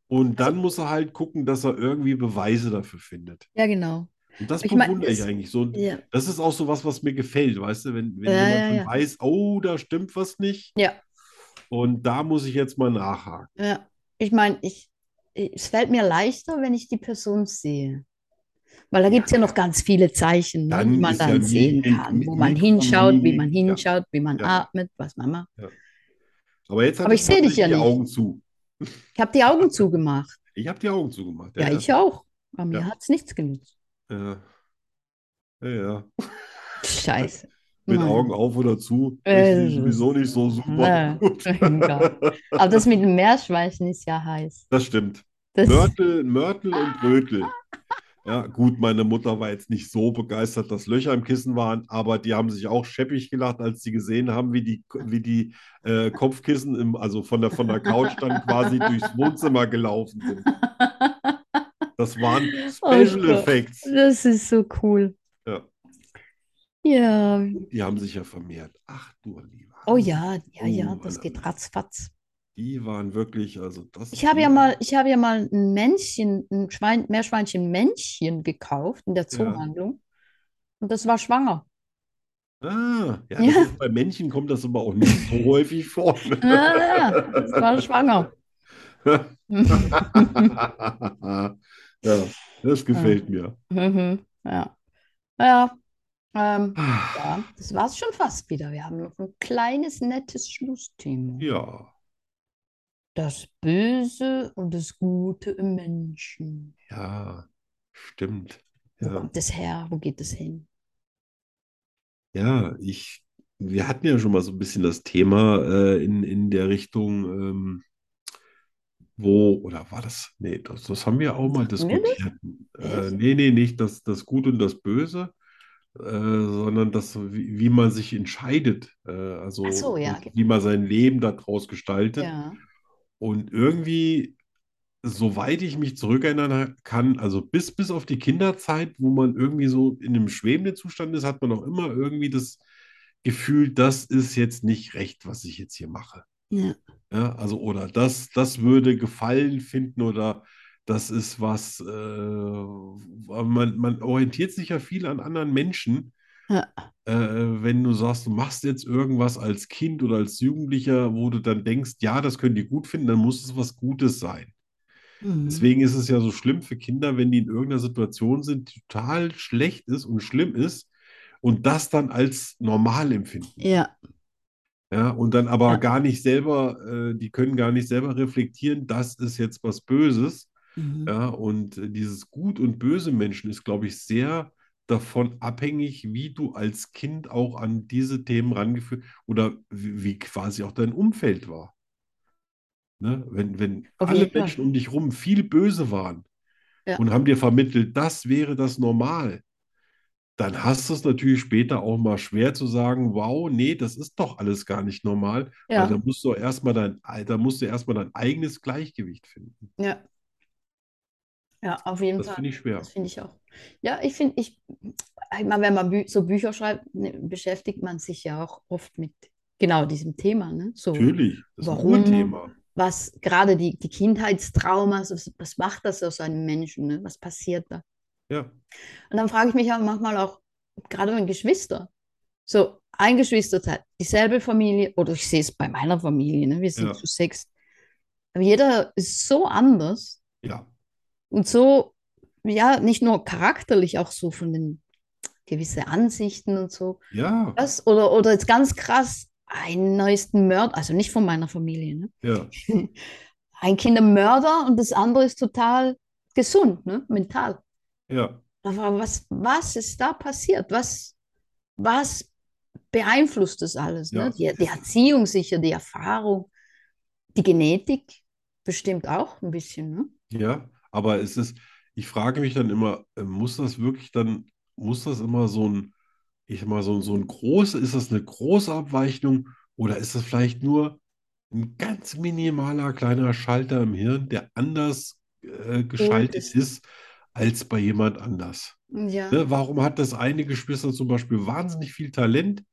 Speaker 2: Und dann
Speaker 3: Also
Speaker 2: muss er halt gucken, dass er irgendwie Beweise dafür findet.
Speaker 3: Ja, genau.
Speaker 2: Und das
Speaker 3: Ich mein,
Speaker 2: bewundere ich
Speaker 3: es-
Speaker 2: eigentlich so. Und
Speaker 3: Ja.
Speaker 2: Das ist auch so was, was mir gefällt, weißt du, wenn, wenn
Speaker 3: Ja,
Speaker 2: jemand
Speaker 3: ja,
Speaker 2: schon
Speaker 3: ja.
Speaker 2: weiß, oh, da stimmt was nicht.
Speaker 3: Ja.
Speaker 2: Und da muss ich jetzt mal nachhaken.
Speaker 3: Ja, ich meine, ich, ich- es fällt mir leichter, wenn ich die Person sehe. Weil da gibt es ja noch ganz viele Zeichen, ne,
Speaker 2: Dann
Speaker 3: die man
Speaker 2: ist ja
Speaker 3: dann sehen
Speaker 2: Mimik,
Speaker 3: kann, wo
Speaker 2: Mi-
Speaker 3: man hinschaut, wie man
Speaker 2: Mikromimik, ja.
Speaker 3: hinschaut, wie man
Speaker 2: Ja.
Speaker 3: atmet, was man macht.
Speaker 2: Aber jetzt habe
Speaker 3: Aber ich seh dich ja
Speaker 2: tatsächlich
Speaker 3: nicht.
Speaker 2: die Augen zu.
Speaker 3: Ich habe die Augen zugemacht.
Speaker 2: Ich habe die Augen zugemacht.
Speaker 3: Ja,
Speaker 2: ja.
Speaker 3: ich auch. Aber mir
Speaker 2: Ja.
Speaker 3: hat es nichts genutzt.
Speaker 2: Ja. Ja, ja.
Speaker 3: Scheiße.
Speaker 2: Mit
Speaker 3: Mann.
Speaker 2: Augen auf oder zu. Ich
Speaker 3: Äh,
Speaker 2: sehe sowieso nicht so super
Speaker 3: na,
Speaker 2: gut.
Speaker 3: egal. Aber das mit dem Meerschweinchen ist ja heiß.
Speaker 2: Das stimmt.
Speaker 3: Das,
Speaker 2: Mörtel, Mörtel und Brötel. Ja, gut, meine Mutter war jetzt nicht so begeistert, dass Löcher im Kissen waren, aber die haben sich auch scheppig gelacht, als sie gesehen haben, wie die, wie die äh, Kopfkissen, im, also von der, von der Couch dann quasi durchs Wohnzimmer gelaufen sind. Das waren
Speaker 3: Oh
Speaker 2: Special
Speaker 3: Gott.
Speaker 2: Effects.
Speaker 3: das ist so cool.
Speaker 2: Ja.
Speaker 3: Ja,
Speaker 2: Die haben sich ja vermehrt. Ach du lieber.
Speaker 3: oh ja, ja, ja,
Speaker 2: Oh,
Speaker 3: das
Speaker 2: Mann.
Speaker 3: geht ratzfatz.
Speaker 2: Die waren wirklich, also das.
Speaker 3: Ich habe ja mal, ich habe ja mal ein Männchen, ein Schwein, Meerschweinchen Männchen gekauft in der Zoohandlung. Und das war schwanger.
Speaker 2: Ah,
Speaker 3: Ja.
Speaker 2: ja, Das ist, bei Männchen kommt das aber auch nicht so häufig vor.
Speaker 3: Ja, ja, ja, Ah, das war schwanger. Ah.
Speaker 2: ja, das gefällt mir.
Speaker 3: Mhm, ja. Ja, Ähm, ja, das war es schon fast wieder. Wir haben noch ein kleines, nettes Schlussthema.
Speaker 2: Ja,
Speaker 3: Das Böse und das Gute im Menschen.
Speaker 2: ja, stimmt.
Speaker 3: Wo
Speaker 2: Ja,
Speaker 3: kommt das her? Wo geht das hin?
Speaker 2: ja, ich, wir hatten ja schon mal so ein bisschen das Thema äh, in, in der Richtung, ähm, wo, oder war das? Nee, das, das haben wir auch mal
Speaker 3: Hatten wir
Speaker 2: diskutiert. Äh, nee, nee, nicht das, das Gute und das Böse, äh, sondern das, wie, wie man sich entscheidet, äh, also
Speaker 3: Ach so, ja,
Speaker 2: wie man sein Leben daraus gestaltet.
Speaker 3: Ja.
Speaker 2: Und irgendwie, soweit ich mich zurückerinnern kann, also bis, bis auf die Kinderzeit, wo man irgendwie so in einem schwebenden Zustand ist, hat man auch immer irgendwie das Gefühl, das ist jetzt nicht recht, was ich jetzt hier mache.
Speaker 3: Ja.
Speaker 2: Ja, also, oder das, das würde Gefallen finden oder das ist was, äh, man, man orientiert sich ja viel an anderen Menschen.
Speaker 3: Ja.
Speaker 2: Äh, wenn du sagst, du machst jetzt irgendwas als Kind oder als Jugendlicher, wo du dann denkst, ja, das können die gut finden, dann muss es was Gutes sein.
Speaker 3: Mhm.
Speaker 2: Deswegen ist es ja so schlimm für Kinder, wenn die in irgendeiner Situation sind, die total schlecht ist und schlimm ist und das dann als normal empfinden.
Speaker 3: Ja.
Speaker 2: Ja, und dann aber
Speaker 3: Ja.
Speaker 2: gar nicht selber, äh, die können gar nicht selber reflektieren, das ist jetzt was Böses.
Speaker 3: Mhm.
Speaker 2: Ja, und äh, dieses Gut und Böse Menschen ist, glaube ich, sehr davon abhängig, wie du als Kind auch an diese Themen rangeführt oder wie, wie quasi auch dein Umfeld war. Ne? Wenn, wenn
Speaker 3: Auf
Speaker 2: alle
Speaker 3: jeden Fall.
Speaker 2: Menschen um dich rum viel böse waren
Speaker 3: Ja.
Speaker 2: und haben dir vermittelt, das wäre das Normal, dann hast du es natürlich später auch mal schwer zu sagen, wow, nee, das ist doch alles gar nicht normal, weil
Speaker 3: Ja.
Speaker 2: da musst du erstmal dein, da musst du erstmal dein eigenes Gleichgewicht finden.
Speaker 3: Ja. Ja, auf jeden
Speaker 2: Das
Speaker 3: Fall.
Speaker 2: finde ich schwer.
Speaker 3: Das finde ich auch. Ja, ich finde, ich, ich meine, wenn man bü so Bücher schreibt, ne, beschäftigt man sich ja auch oft mit genau diesem Thema, ne? So,
Speaker 2: Natürlich, das ist ein
Speaker 3: Warum?
Speaker 2: Urthema.
Speaker 3: was gerade die, die Kindheitstraumas, was, was macht das aus einem Menschen, ne? Was passiert da?
Speaker 2: Ja,
Speaker 3: Und dann frage ich mich auch manchmal auch, gerade wenn Geschwister, so ein Geschwisterteil, dieselbe Familie, oder ich sehe es bei meiner Familie, ne? Wir sind
Speaker 2: Ja.
Speaker 3: zu sechs. Aber jeder ist so anders.
Speaker 2: ja,
Speaker 3: Und so, ja, nicht nur charakterlich, auch so von den gewissen Ansichten und so.
Speaker 2: ja,
Speaker 3: Das, oder, oder jetzt ganz krass, ein neuesten Mörder, also nicht von meiner Familie, ne?
Speaker 2: ja,
Speaker 3: Ein Kind ein Mörder und das andere ist total gesund, ne? Mental.
Speaker 2: ja,
Speaker 3: Aber was, was ist da passiert? Was, was beeinflusst das alles?
Speaker 2: Ja.
Speaker 3: Ne? Die, die Erziehung sicher, die Erfahrung, die Genetik bestimmt auch ein bisschen, ne?
Speaker 2: ja. Aber es ist, ich frage mich dann immer, äh, muss das wirklich dann, muss das immer so ein, ich sag mal, so, so ein große, ist das eine große Abweichung oder ist das vielleicht nur ein ganz minimaler kleiner Schalter im Hirn, der anders äh, geschaltet
Speaker 3: ist.
Speaker 2: ist als bei jemand anders?
Speaker 3: Ja.
Speaker 2: Ne, warum hat das eine Geschwister zum Beispiel wahnsinnig viel Talent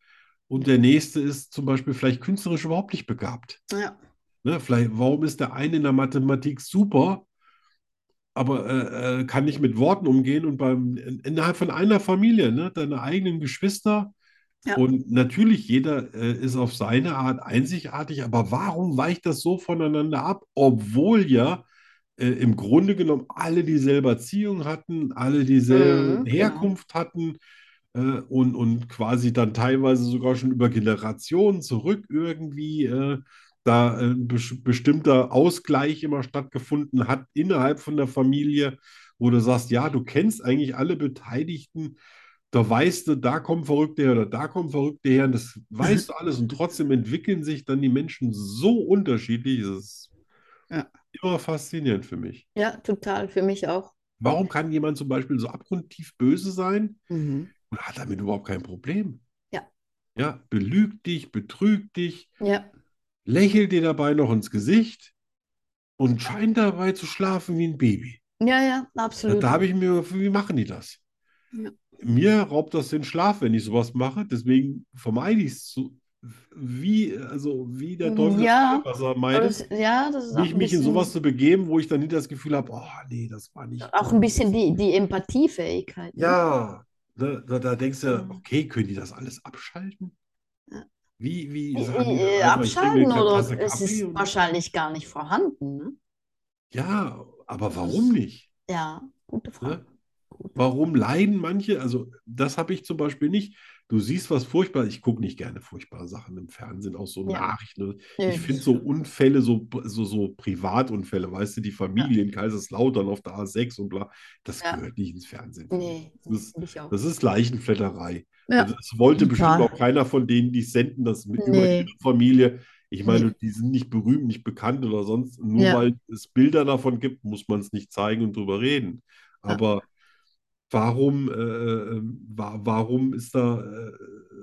Speaker 2: und der nächste ist zum Beispiel vielleicht künstlerisch überhaupt nicht begabt?
Speaker 3: Ja.
Speaker 2: Ne, vielleicht, warum ist der eine in der Mathematik super, aber äh, äh, kann nicht mit Worten umgehen und beim in, innerhalb von einer Familie, ne, deine eigenen Geschwister.
Speaker 3: Ja.
Speaker 2: Und natürlich, jeder äh, ist auf seine Art einzigartig, aber warum weicht das so voneinander ab, obwohl ja äh, im Grunde genommen alle dieselbe Erziehung hatten, alle dieselbe
Speaker 3: Mhm, genau.
Speaker 2: Herkunft hatten äh, und, und quasi dann teilweise sogar schon über Generationen zurück irgendwie äh, da ein bes- bestimmter Ausgleich immer stattgefunden hat innerhalb von der Familie, wo du sagst, ja, du kennst eigentlich alle Beteiligten, da weißt du, da kommen Verrückte her oder da kommen Verrückte her, und
Speaker 3: Mhm.
Speaker 2: das weißt du alles und trotzdem entwickeln sich dann die Menschen so unterschiedlich, das ist
Speaker 3: Ja.
Speaker 2: immer faszinierend für mich.
Speaker 3: Ja, total, für mich auch.
Speaker 2: Warum kann jemand zum Beispiel so abgrundtief böse sein?
Speaker 3: Mhm.
Speaker 2: und hat damit überhaupt kein Problem.
Speaker 3: Ja.
Speaker 2: Ja, belügt dich, betrügt dich,
Speaker 3: Ja,
Speaker 2: lächelt dir dabei noch ins Gesicht und scheint dabei zu schlafen wie ein Baby.
Speaker 3: ja, ja,
Speaker 2: Da,
Speaker 3: absolut.
Speaker 2: da habe ich mir, wie machen die das?
Speaker 3: Ja.
Speaker 2: Mir raubt das den Schlaf, wenn ich sowas mache, deswegen vermeide ich es so, wie, also wie der Teufel
Speaker 3: Mhm. Ja,
Speaker 2: das Weihwasser
Speaker 3: Aber
Speaker 2: meidet,
Speaker 3: das, ja, das ist auch
Speaker 2: nicht
Speaker 3: ein
Speaker 2: mich in
Speaker 3: bisschen,
Speaker 2: sowas zu begeben, wo ich dann nicht das Gefühl habe, oh nee, das war nicht
Speaker 3: auch ein
Speaker 2: gut.
Speaker 3: bisschen die, die Empathiefähigkeit. ne?
Speaker 2: Ja, ne, da, da denkst du,
Speaker 3: Mhm.
Speaker 2: okay, können die das alles abschalten?
Speaker 3: Ja.
Speaker 2: Wie, wie
Speaker 3: Äh,
Speaker 2: sagen die
Speaker 3: äh,
Speaker 2: einfach, ich trinke mir
Speaker 3: Abschalten
Speaker 2: eine
Speaker 3: oder
Speaker 2: Tasse
Speaker 3: es
Speaker 2: Kaffee
Speaker 3: ist
Speaker 2: und-
Speaker 3: wahrscheinlich gar nicht vorhanden, ne?
Speaker 2: Ja, aber warum nicht?
Speaker 3: Ja, gute Frage.
Speaker 2: Ne? Warum leiden manche? Also, das habe ich zum Beispiel nicht. Du siehst was furchtbar. Ich gucke nicht gerne furchtbare Sachen im Fernsehen, auch so
Speaker 3: Ja.
Speaker 2: Nachrichten.
Speaker 3: Ja.
Speaker 2: Ich finde so Unfälle, so, so, so Privatunfälle, weißt du, die Familie in Kaiserslautern auf der A6 und bla, das
Speaker 3: Ja.
Speaker 2: gehört nicht ins Fernsehen.
Speaker 3: Nee,
Speaker 2: Das ist,
Speaker 3: ich auch.
Speaker 2: das ist Leichenflatterei.
Speaker 3: Ja.
Speaker 2: Also das wollte
Speaker 3: Total.
Speaker 2: bestimmt auch keiner von denen, die senden, das mit über
Speaker 3: Nee.
Speaker 2: ihre Familie. Ich meine,
Speaker 3: Nee.
Speaker 2: die sind nicht berühmt, nicht bekannt oder sonst. Nur
Speaker 3: Ja.
Speaker 2: weil es Bilder davon gibt, muss man es nicht zeigen und drüber reden.
Speaker 3: Ja.
Speaker 2: Aber warum, äh, äh, wa warum ist da äh,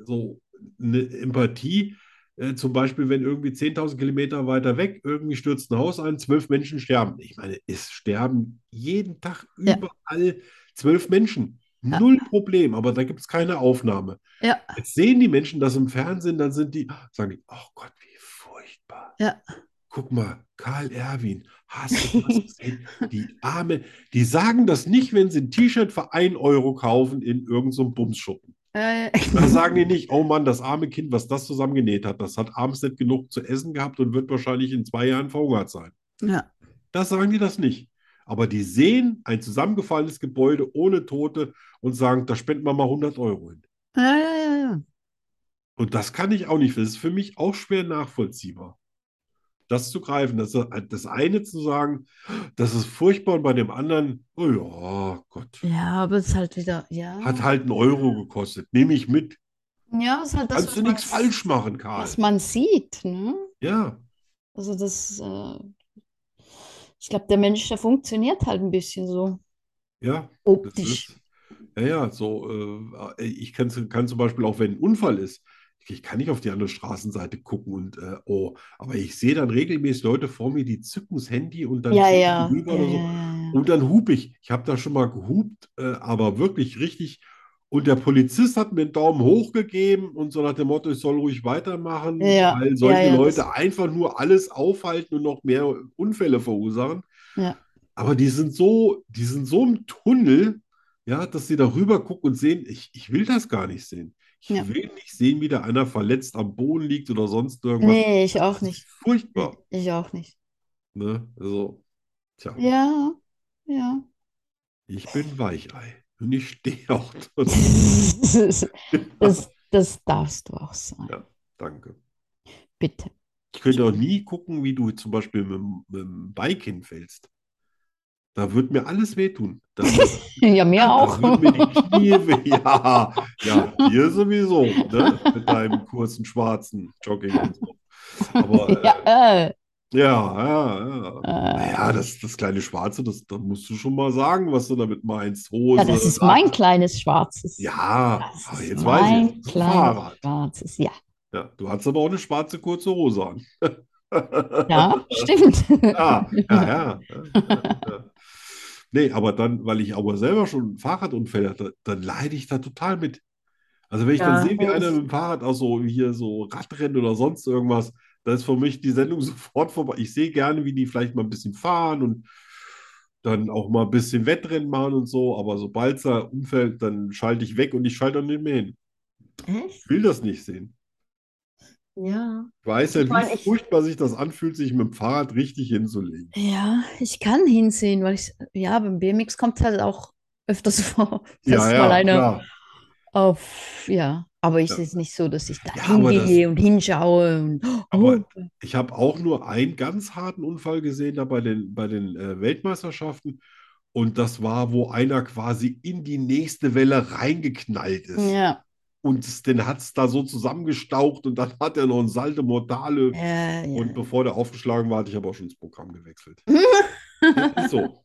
Speaker 2: so eine Empathie? Äh, zum Beispiel, wenn irgendwie 10.000 Kilometer weiter weg irgendwie stürzt ein Haus ein, zwölf Menschen sterben. Ich meine, es sterben jeden Tag
Speaker 3: Ja.
Speaker 2: überall zwölf Menschen.
Speaker 3: Ja.
Speaker 2: Null Problem, aber da gibt es keine Aufnahme.
Speaker 3: Ja.
Speaker 2: Jetzt sehen die Menschen das im Fernsehen, dann sind die, sagen die, oh Gott, wie furchtbar.
Speaker 3: Ja.
Speaker 2: Guck mal, Karl Erwin, hast du das gesehen? Die Arme, die sagen das nicht, wenn sie ein T-Shirt für 1 Euro kaufen in irgendeinem so einem Bumsschuppen.
Speaker 3: Äh,
Speaker 2: Da sagen die nicht, oh Mann, das arme Kind, was das zusammengenäht hat, das hat abends nicht genug zu essen gehabt und wird wahrscheinlich in zwei Jahren verhungert sein.
Speaker 3: ja.
Speaker 2: Das sagen die das nicht. Aber die sehen ein zusammengefallenes Gebäude ohne Tote und sagen, da spenden wir mal 100 Euro hin.
Speaker 3: Ja, ja, ja, ja.
Speaker 2: Und das kann ich auch nicht. Das ist für mich auch schwer nachvollziehbar. Das zu greifen, das, das eine zu sagen, das ist furchtbar und bei dem anderen, oh ja, Gott,
Speaker 3: Ja, aber es ist halt wieder, ja.
Speaker 2: hat halt einen Euro gekostet. Nehme ich mit.
Speaker 3: Ja, es ist halt das,
Speaker 2: Kannst du
Speaker 3: was
Speaker 2: nichts
Speaker 3: man-
Speaker 2: falsch machen, Karl.
Speaker 3: was man sieht, ne?
Speaker 2: Ja,
Speaker 3: Also das, äh, ich glaube, der Mensch, der funktioniert halt ein bisschen so
Speaker 2: ja. Das
Speaker 3: optisch.
Speaker 2: ist, ja, ja, so, äh, ich kann, kann zum Beispiel auch, wenn ein Unfall ist, ich kann nicht auf die andere Straßenseite gucken und, äh, oh, aber ich sehe dann regelmäßig Leute vor mir, die zücken das Handy und dann
Speaker 3: Ja,
Speaker 2: schieben
Speaker 3: ja,
Speaker 2: rüber
Speaker 3: ja,
Speaker 2: oder so.
Speaker 3: ja, ja, ja.
Speaker 2: Und dann hub ich. Ich habe da schon mal gehupt, äh, aber wirklich richtig. Und der Polizist hat mir einen Daumen hoch gegeben und so nach dem Motto, ich soll ruhig weitermachen,
Speaker 3: Ja,
Speaker 2: weil solche
Speaker 3: ja, ja,
Speaker 2: Leute
Speaker 3: das-
Speaker 2: einfach nur alles aufhalten und noch mehr Unfälle verursachen.
Speaker 3: Ja.
Speaker 2: Aber die sind so, die sind so im Tunnel, ja, dass sie da rüber gucken und sehen, ich, ich will das gar nicht sehen. Ich
Speaker 3: Ja.
Speaker 2: will nicht sehen, wie da einer verletzt am Boden liegt oder sonst irgendwas.
Speaker 3: Nee, ich auch
Speaker 2: Das ist
Speaker 3: nicht.
Speaker 2: furchtbar,
Speaker 3: Ich auch nicht.
Speaker 2: ne? Also, tja.
Speaker 3: Ja, ja.
Speaker 2: Ich bin Weichei und ich stehe auch dort.
Speaker 3: Das, das darfst du auch sein.
Speaker 2: Ja. Danke.
Speaker 3: Bitte.
Speaker 2: Ich könnte auch nie gucken, wie du zum Beispiel mit, dem- mit dem Bike hinfällst. Da wird mir alles wehtun. Da,
Speaker 3: Ja, mir auch.
Speaker 2: da würden mir die Knie weh. Ja, ja, dir sowieso, ne? Mit deinem kurzen schwarzen Jogging und so. Aber äh,
Speaker 3: Ja, äh,
Speaker 2: ja, ja, ja.
Speaker 3: äh.
Speaker 2: Naja, das, das kleine Schwarze, das, da musst du schon mal sagen, was du damit meinst. Hose,
Speaker 3: Ja, das ist mein
Speaker 2: Sack.
Speaker 3: kleines Schwarzes.
Speaker 2: Also, ah. Ja,
Speaker 3: Das
Speaker 2: aber
Speaker 3: ist
Speaker 2: jetzt weiß ich.
Speaker 3: mein
Speaker 2: Das ist ein
Speaker 3: kleines
Speaker 2: Fahrrad.
Speaker 3: Schwarzes. Ja,
Speaker 2: Ja, du hattest aber auch eine schwarze kurze Hose an. Ah,
Speaker 3: ja, stimmt.
Speaker 2: Ja, ja, ja, ja, ja, ja. Nee, aber dann, weil ich aber selber schon einen Fahrradunfall hatte, dann leide ich da total mit. Also wenn ich dann
Speaker 3: Ja,
Speaker 2: sehe, wie
Speaker 3: das-
Speaker 2: einer mit dem Fahrrad auch so hier so Radrennen oder sonst irgendwas, dann ist für mich die Sendung sofort vorbei. Ich sehe gerne, wie die vielleicht mal ein bisschen fahren und dann auch mal ein bisschen Wettrennen machen und so, aber sobald es da umfällt, dann schalte ich weg und ich schalte dann nicht mehr hin.
Speaker 3: Echt?
Speaker 2: Ich will das nicht sehen.
Speaker 3: Ja.
Speaker 2: Ich weiß ja,
Speaker 3: Ich meine,
Speaker 2: wie
Speaker 3: ich-
Speaker 2: furchtbar sich das anfühlt, sich mit dem Fahrrad richtig hinzulegen.
Speaker 3: Ja, ich kann hinsehen, weil ich, ja, beim BMX kommt halt auch öfters vor,
Speaker 2: Ja,
Speaker 3: dass
Speaker 2: ja,
Speaker 3: mal einer
Speaker 2: klar.
Speaker 3: auf, ja, aber ich
Speaker 2: Ja.
Speaker 3: ist jetzt nicht so, dass ich da
Speaker 2: Ja, aber das-
Speaker 3: hingehe und hinschaue und,
Speaker 2: Aber
Speaker 3: oh,
Speaker 2: ich habe auch nur einen ganz harten Unfall gesehen da bei den, bei den äh, Weltmeisterschaften. Und das war, wo einer quasi in die nächste Welle reingeknallt ist.
Speaker 3: ja,
Speaker 2: Und es, den hat es da so zusammengestaucht und dann hat er noch ein Salto Mortale.
Speaker 3: ja, ja.
Speaker 2: Und bevor der aufgeschlagen war, hatte ich aber auch schon das Programm gewechselt. Ja, ist so.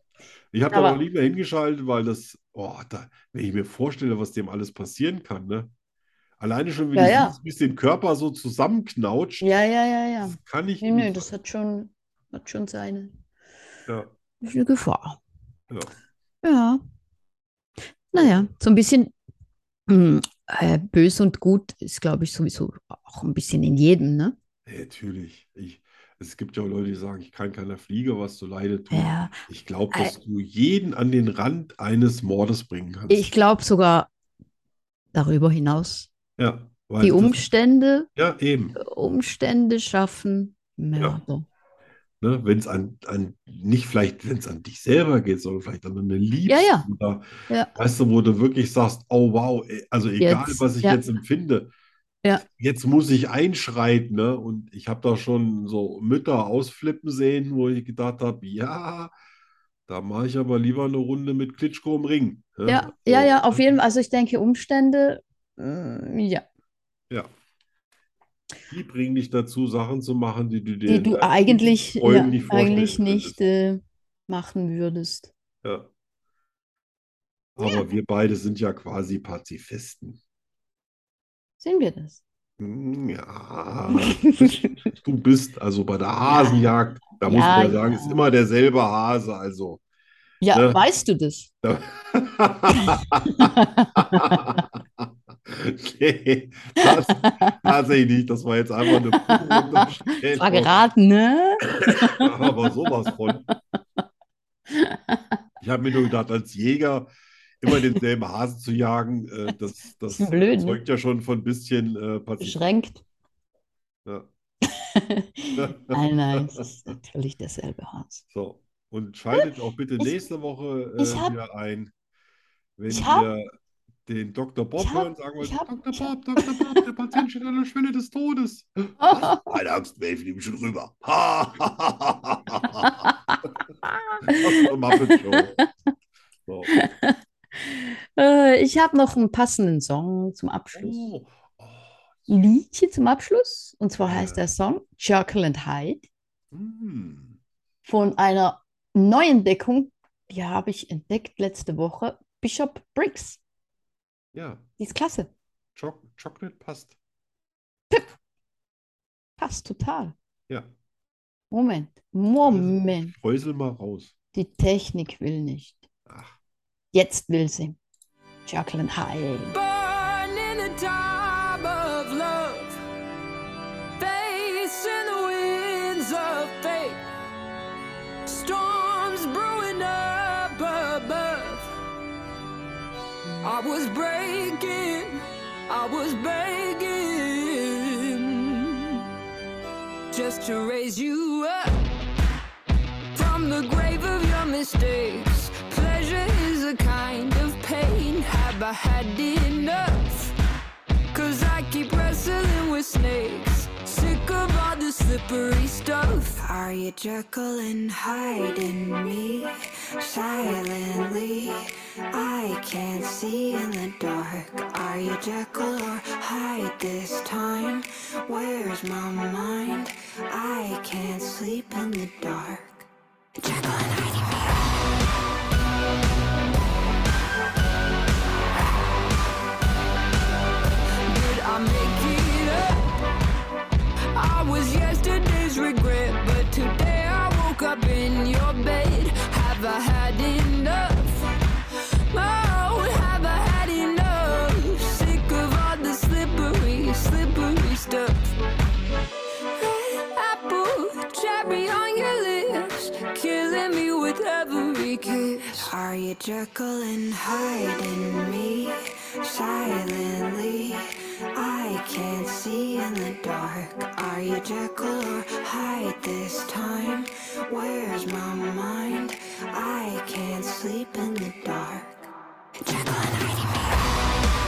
Speaker 2: Ich habe da
Speaker 3: Aber-
Speaker 2: noch nie mehr hingeschaltet, weil das, oh, da, wenn ich mir vorstelle, was dem alles passieren kann, ne? Alleine schon, wenn
Speaker 3: Ja,
Speaker 2: du
Speaker 3: ja.
Speaker 2: siehst, wie es den Körper so zusammenknautscht,
Speaker 3: Ja, ja, ja, ja.
Speaker 2: das kann ich
Speaker 3: Nö, nö,
Speaker 2: nicht.
Speaker 3: das hat schon, hat schon seine,
Speaker 2: Ja,
Speaker 3: eine Gefahr.
Speaker 2: Ja.
Speaker 3: Ja. Naja, so ein bisschen mm, äh, bös und gut ist, glaube ich, sowieso auch ein bisschen in jedem, ne?
Speaker 2: nee, natürlich. Ich, es gibt ja auch Leute, die sagen, ich kann keiner Fliege was zu Leide tun.
Speaker 3: Ja.
Speaker 2: Ich glaube, dass du jeden an den Rand eines Mordes bringen kannst.
Speaker 3: Ich glaube sogar darüber hinaus.
Speaker 2: ja, weil
Speaker 3: Die
Speaker 2: das,
Speaker 3: Umstände,
Speaker 2: ja, eben.
Speaker 3: Umstände schaffen Mörder.
Speaker 2: Ne? Wenn es an, an, nicht vielleicht, wenn es an dich selber geht, sondern vielleicht an eine Liebe.
Speaker 3: Ja, ja.
Speaker 2: Oder,
Speaker 3: Ja.
Speaker 2: Weißt du, wo du wirklich sagst, oh wow, e- also egal,
Speaker 3: Jetzt,
Speaker 2: was ich
Speaker 3: ja.
Speaker 2: jetzt empfinde,
Speaker 3: Ja.
Speaker 2: jetzt muss ich einschreiten. Ne? Und ich habe da schon so Mütter ausflippen sehen, wo ich gedacht habe, ja, da mache ich aber lieber eine Runde mit Klitschko im Ring. ne?
Speaker 3: Ja, ja,
Speaker 2: So.
Speaker 3: ja, auf jeden Fall. Also ich denke, Umstände, mm, ja,
Speaker 2: Die bringen dich dazu, Sachen zu machen, die du dir
Speaker 3: die
Speaker 2: in
Speaker 3: du
Speaker 2: deinem
Speaker 3: eigentlich,
Speaker 2: Träumen
Speaker 3: ja,
Speaker 2: nicht vorstellen
Speaker 3: eigentlich
Speaker 2: könntest.
Speaker 3: nicht äh, machen würdest.
Speaker 2: Ja. Aber wir beide sind ja quasi Pazifisten.
Speaker 3: Sehen wir das?
Speaker 2: Hm, Ja, du bist also bei der Hasenjagd, da muss
Speaker 3: Ja,
Speaker 2: man ja sagen,
Speaker 3: ja.
Speaker 2: ist immer derselbe Hase, also.
Speaker 3: Ja,
Speaker 2: Ne?
Speaker 3: weißt du das?
Speaker 2: Nee, das, tatsächlich nicht, das war jetzt einfach eine pure Unterstellung,
Speaker 3: War geraten, ne?
Speaker 2: aber sowas von. Ich habe mir nur gedacht, als Jäger immer denselben Hasen zu jagen, äh, das, das
Speaker 3: Bisschen blöd, ne?
Speaker 2: zeugt ja schon von ein bisschen äh, Pazifismus.
Speaker 3: Beschränkt.
Speaker 2: Ja.
Speaker 3: Nein, nein, es ist natürlich derselbe Hase.
Speaker 2: So, und schaltet auch bitte
Speaker 3: Ich-
Speaker 2: nächste Woche äh,
Speaker 3: ich hab-
Speaker 2: wieder ein. Wenn
Speaker 3: ich hab-
Speaker 2: ihr den Dr. Bob
Speaker 3: ich hab-
Speaker 2: hören, sagen wir,
Speaker 3: ich hab-
Speaker 2: Dr.
Speaker 3: ich
Speaker 2: Bob, Dr. Bob, der Patient steht an der Schwelle des Todes. Was? Keine Angst, Maeve, nimm schon rüber. Ha, ha, ha, ha, ha, ha. Das ist eine Muppet-Show. So.
Speaker 3: Äh, ich habe noch einen passenden Song zum Abschluss.
Speaker 2: Oh, oh,
Speaker 3: Ein Liedchen zum Abschluss. Und zwar
Speaker 2: Ja.
Speaker 3: heißt der Song Jekyll and Hyde
Speaker 2: hm.
Speaker 3: von einer neuen Deckung. Die habe ich entdeckt letzte Woche. Bishop Briggs.
Speaker 2: Ja,
Speaker 3: Die ist klasse.
Speaker 2: Choc Chocolate passt.
Speaker 3: Passt total.
Speaker 2: Ja,
Speaker 3: Moment, Moment.
Speaker 2: streusel mal raus.
Speaker 3: Die Technik will nicht.
Speaker 2: Ach.
Speaker 3: Jetzt will sie. Jacqueline Hyde.
Speaker 8: Born in the time of love, facing the winds of fate, storms brewing up above. I was breaking, I was begging just to raise you up from the grave of your mistakes. Pleasure is a kind of pain. Have I had enough? Cause I keep wrestling with snakes. Sick of all the slippery stuff.
Speaker 9: Are you Jekyll and Hyde in me? Silently, I can't see in the dark. Are you Jekyll or Hyde this time? Where's my mind? I can't sleep in the dark. Jekyll and Hyde. in me.
Speaker 8: Did I make it up? I was yesterday's regret, but today I woke up in your bed. Have I had enough? Oh, have I had enough? Sick of all the slippery, slippery stuff. Red apple, cherry on your lips, killing me with every kiss.
Speaker 9: Are you Jekyll and Hyde in me? Silently, I can't see in the dark. Are you Jekyll or Hyde this time? Where's my mind? I can't sleep in the dark. Jekyll and Hyde.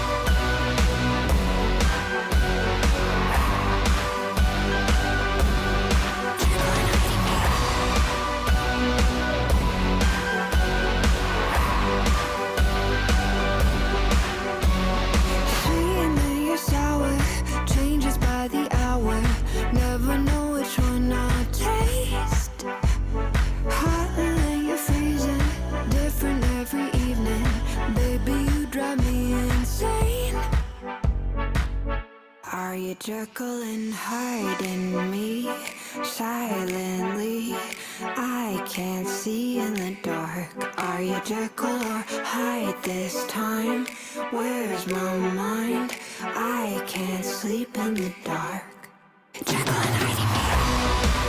Speaker 9: Saying that you're sour, changes by the hour. Never know which one I'll taste. Hotter than you're freezing, different every evening. Baby, you drive me insane. Are you Jekyll and Hyde in me? Silently, I can't see in the dark. Are you Jekyll or Hyde this time? Where's my mind? I can't sleep in the dark. Jekyll and Hyde.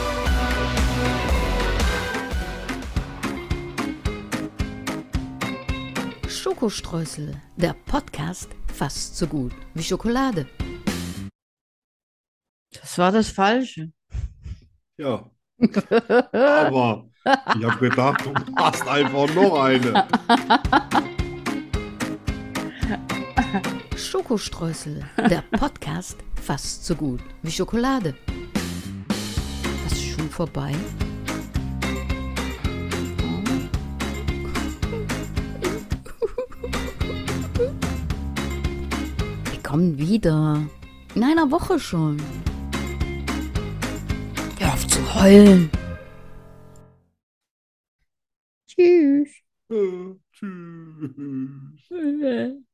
Speaker 1: Schokostreusel, der Podcast fast so gut wie Schokolade.
Speaker 3: Das war das Falsche.
Speaker 2: Ja, Aber ich habe gedacht, du machst einfach noch eine.
Speaker 1: Schokostreusel, der Podcast fast so gut wie Schokolade. Was ist schon vorbei? Wir kommen wieder. In einer Woche schon. Hör auf zu heulen.
Speaker 3: Tschüss.
Speaker 2: Äh, Tschüss.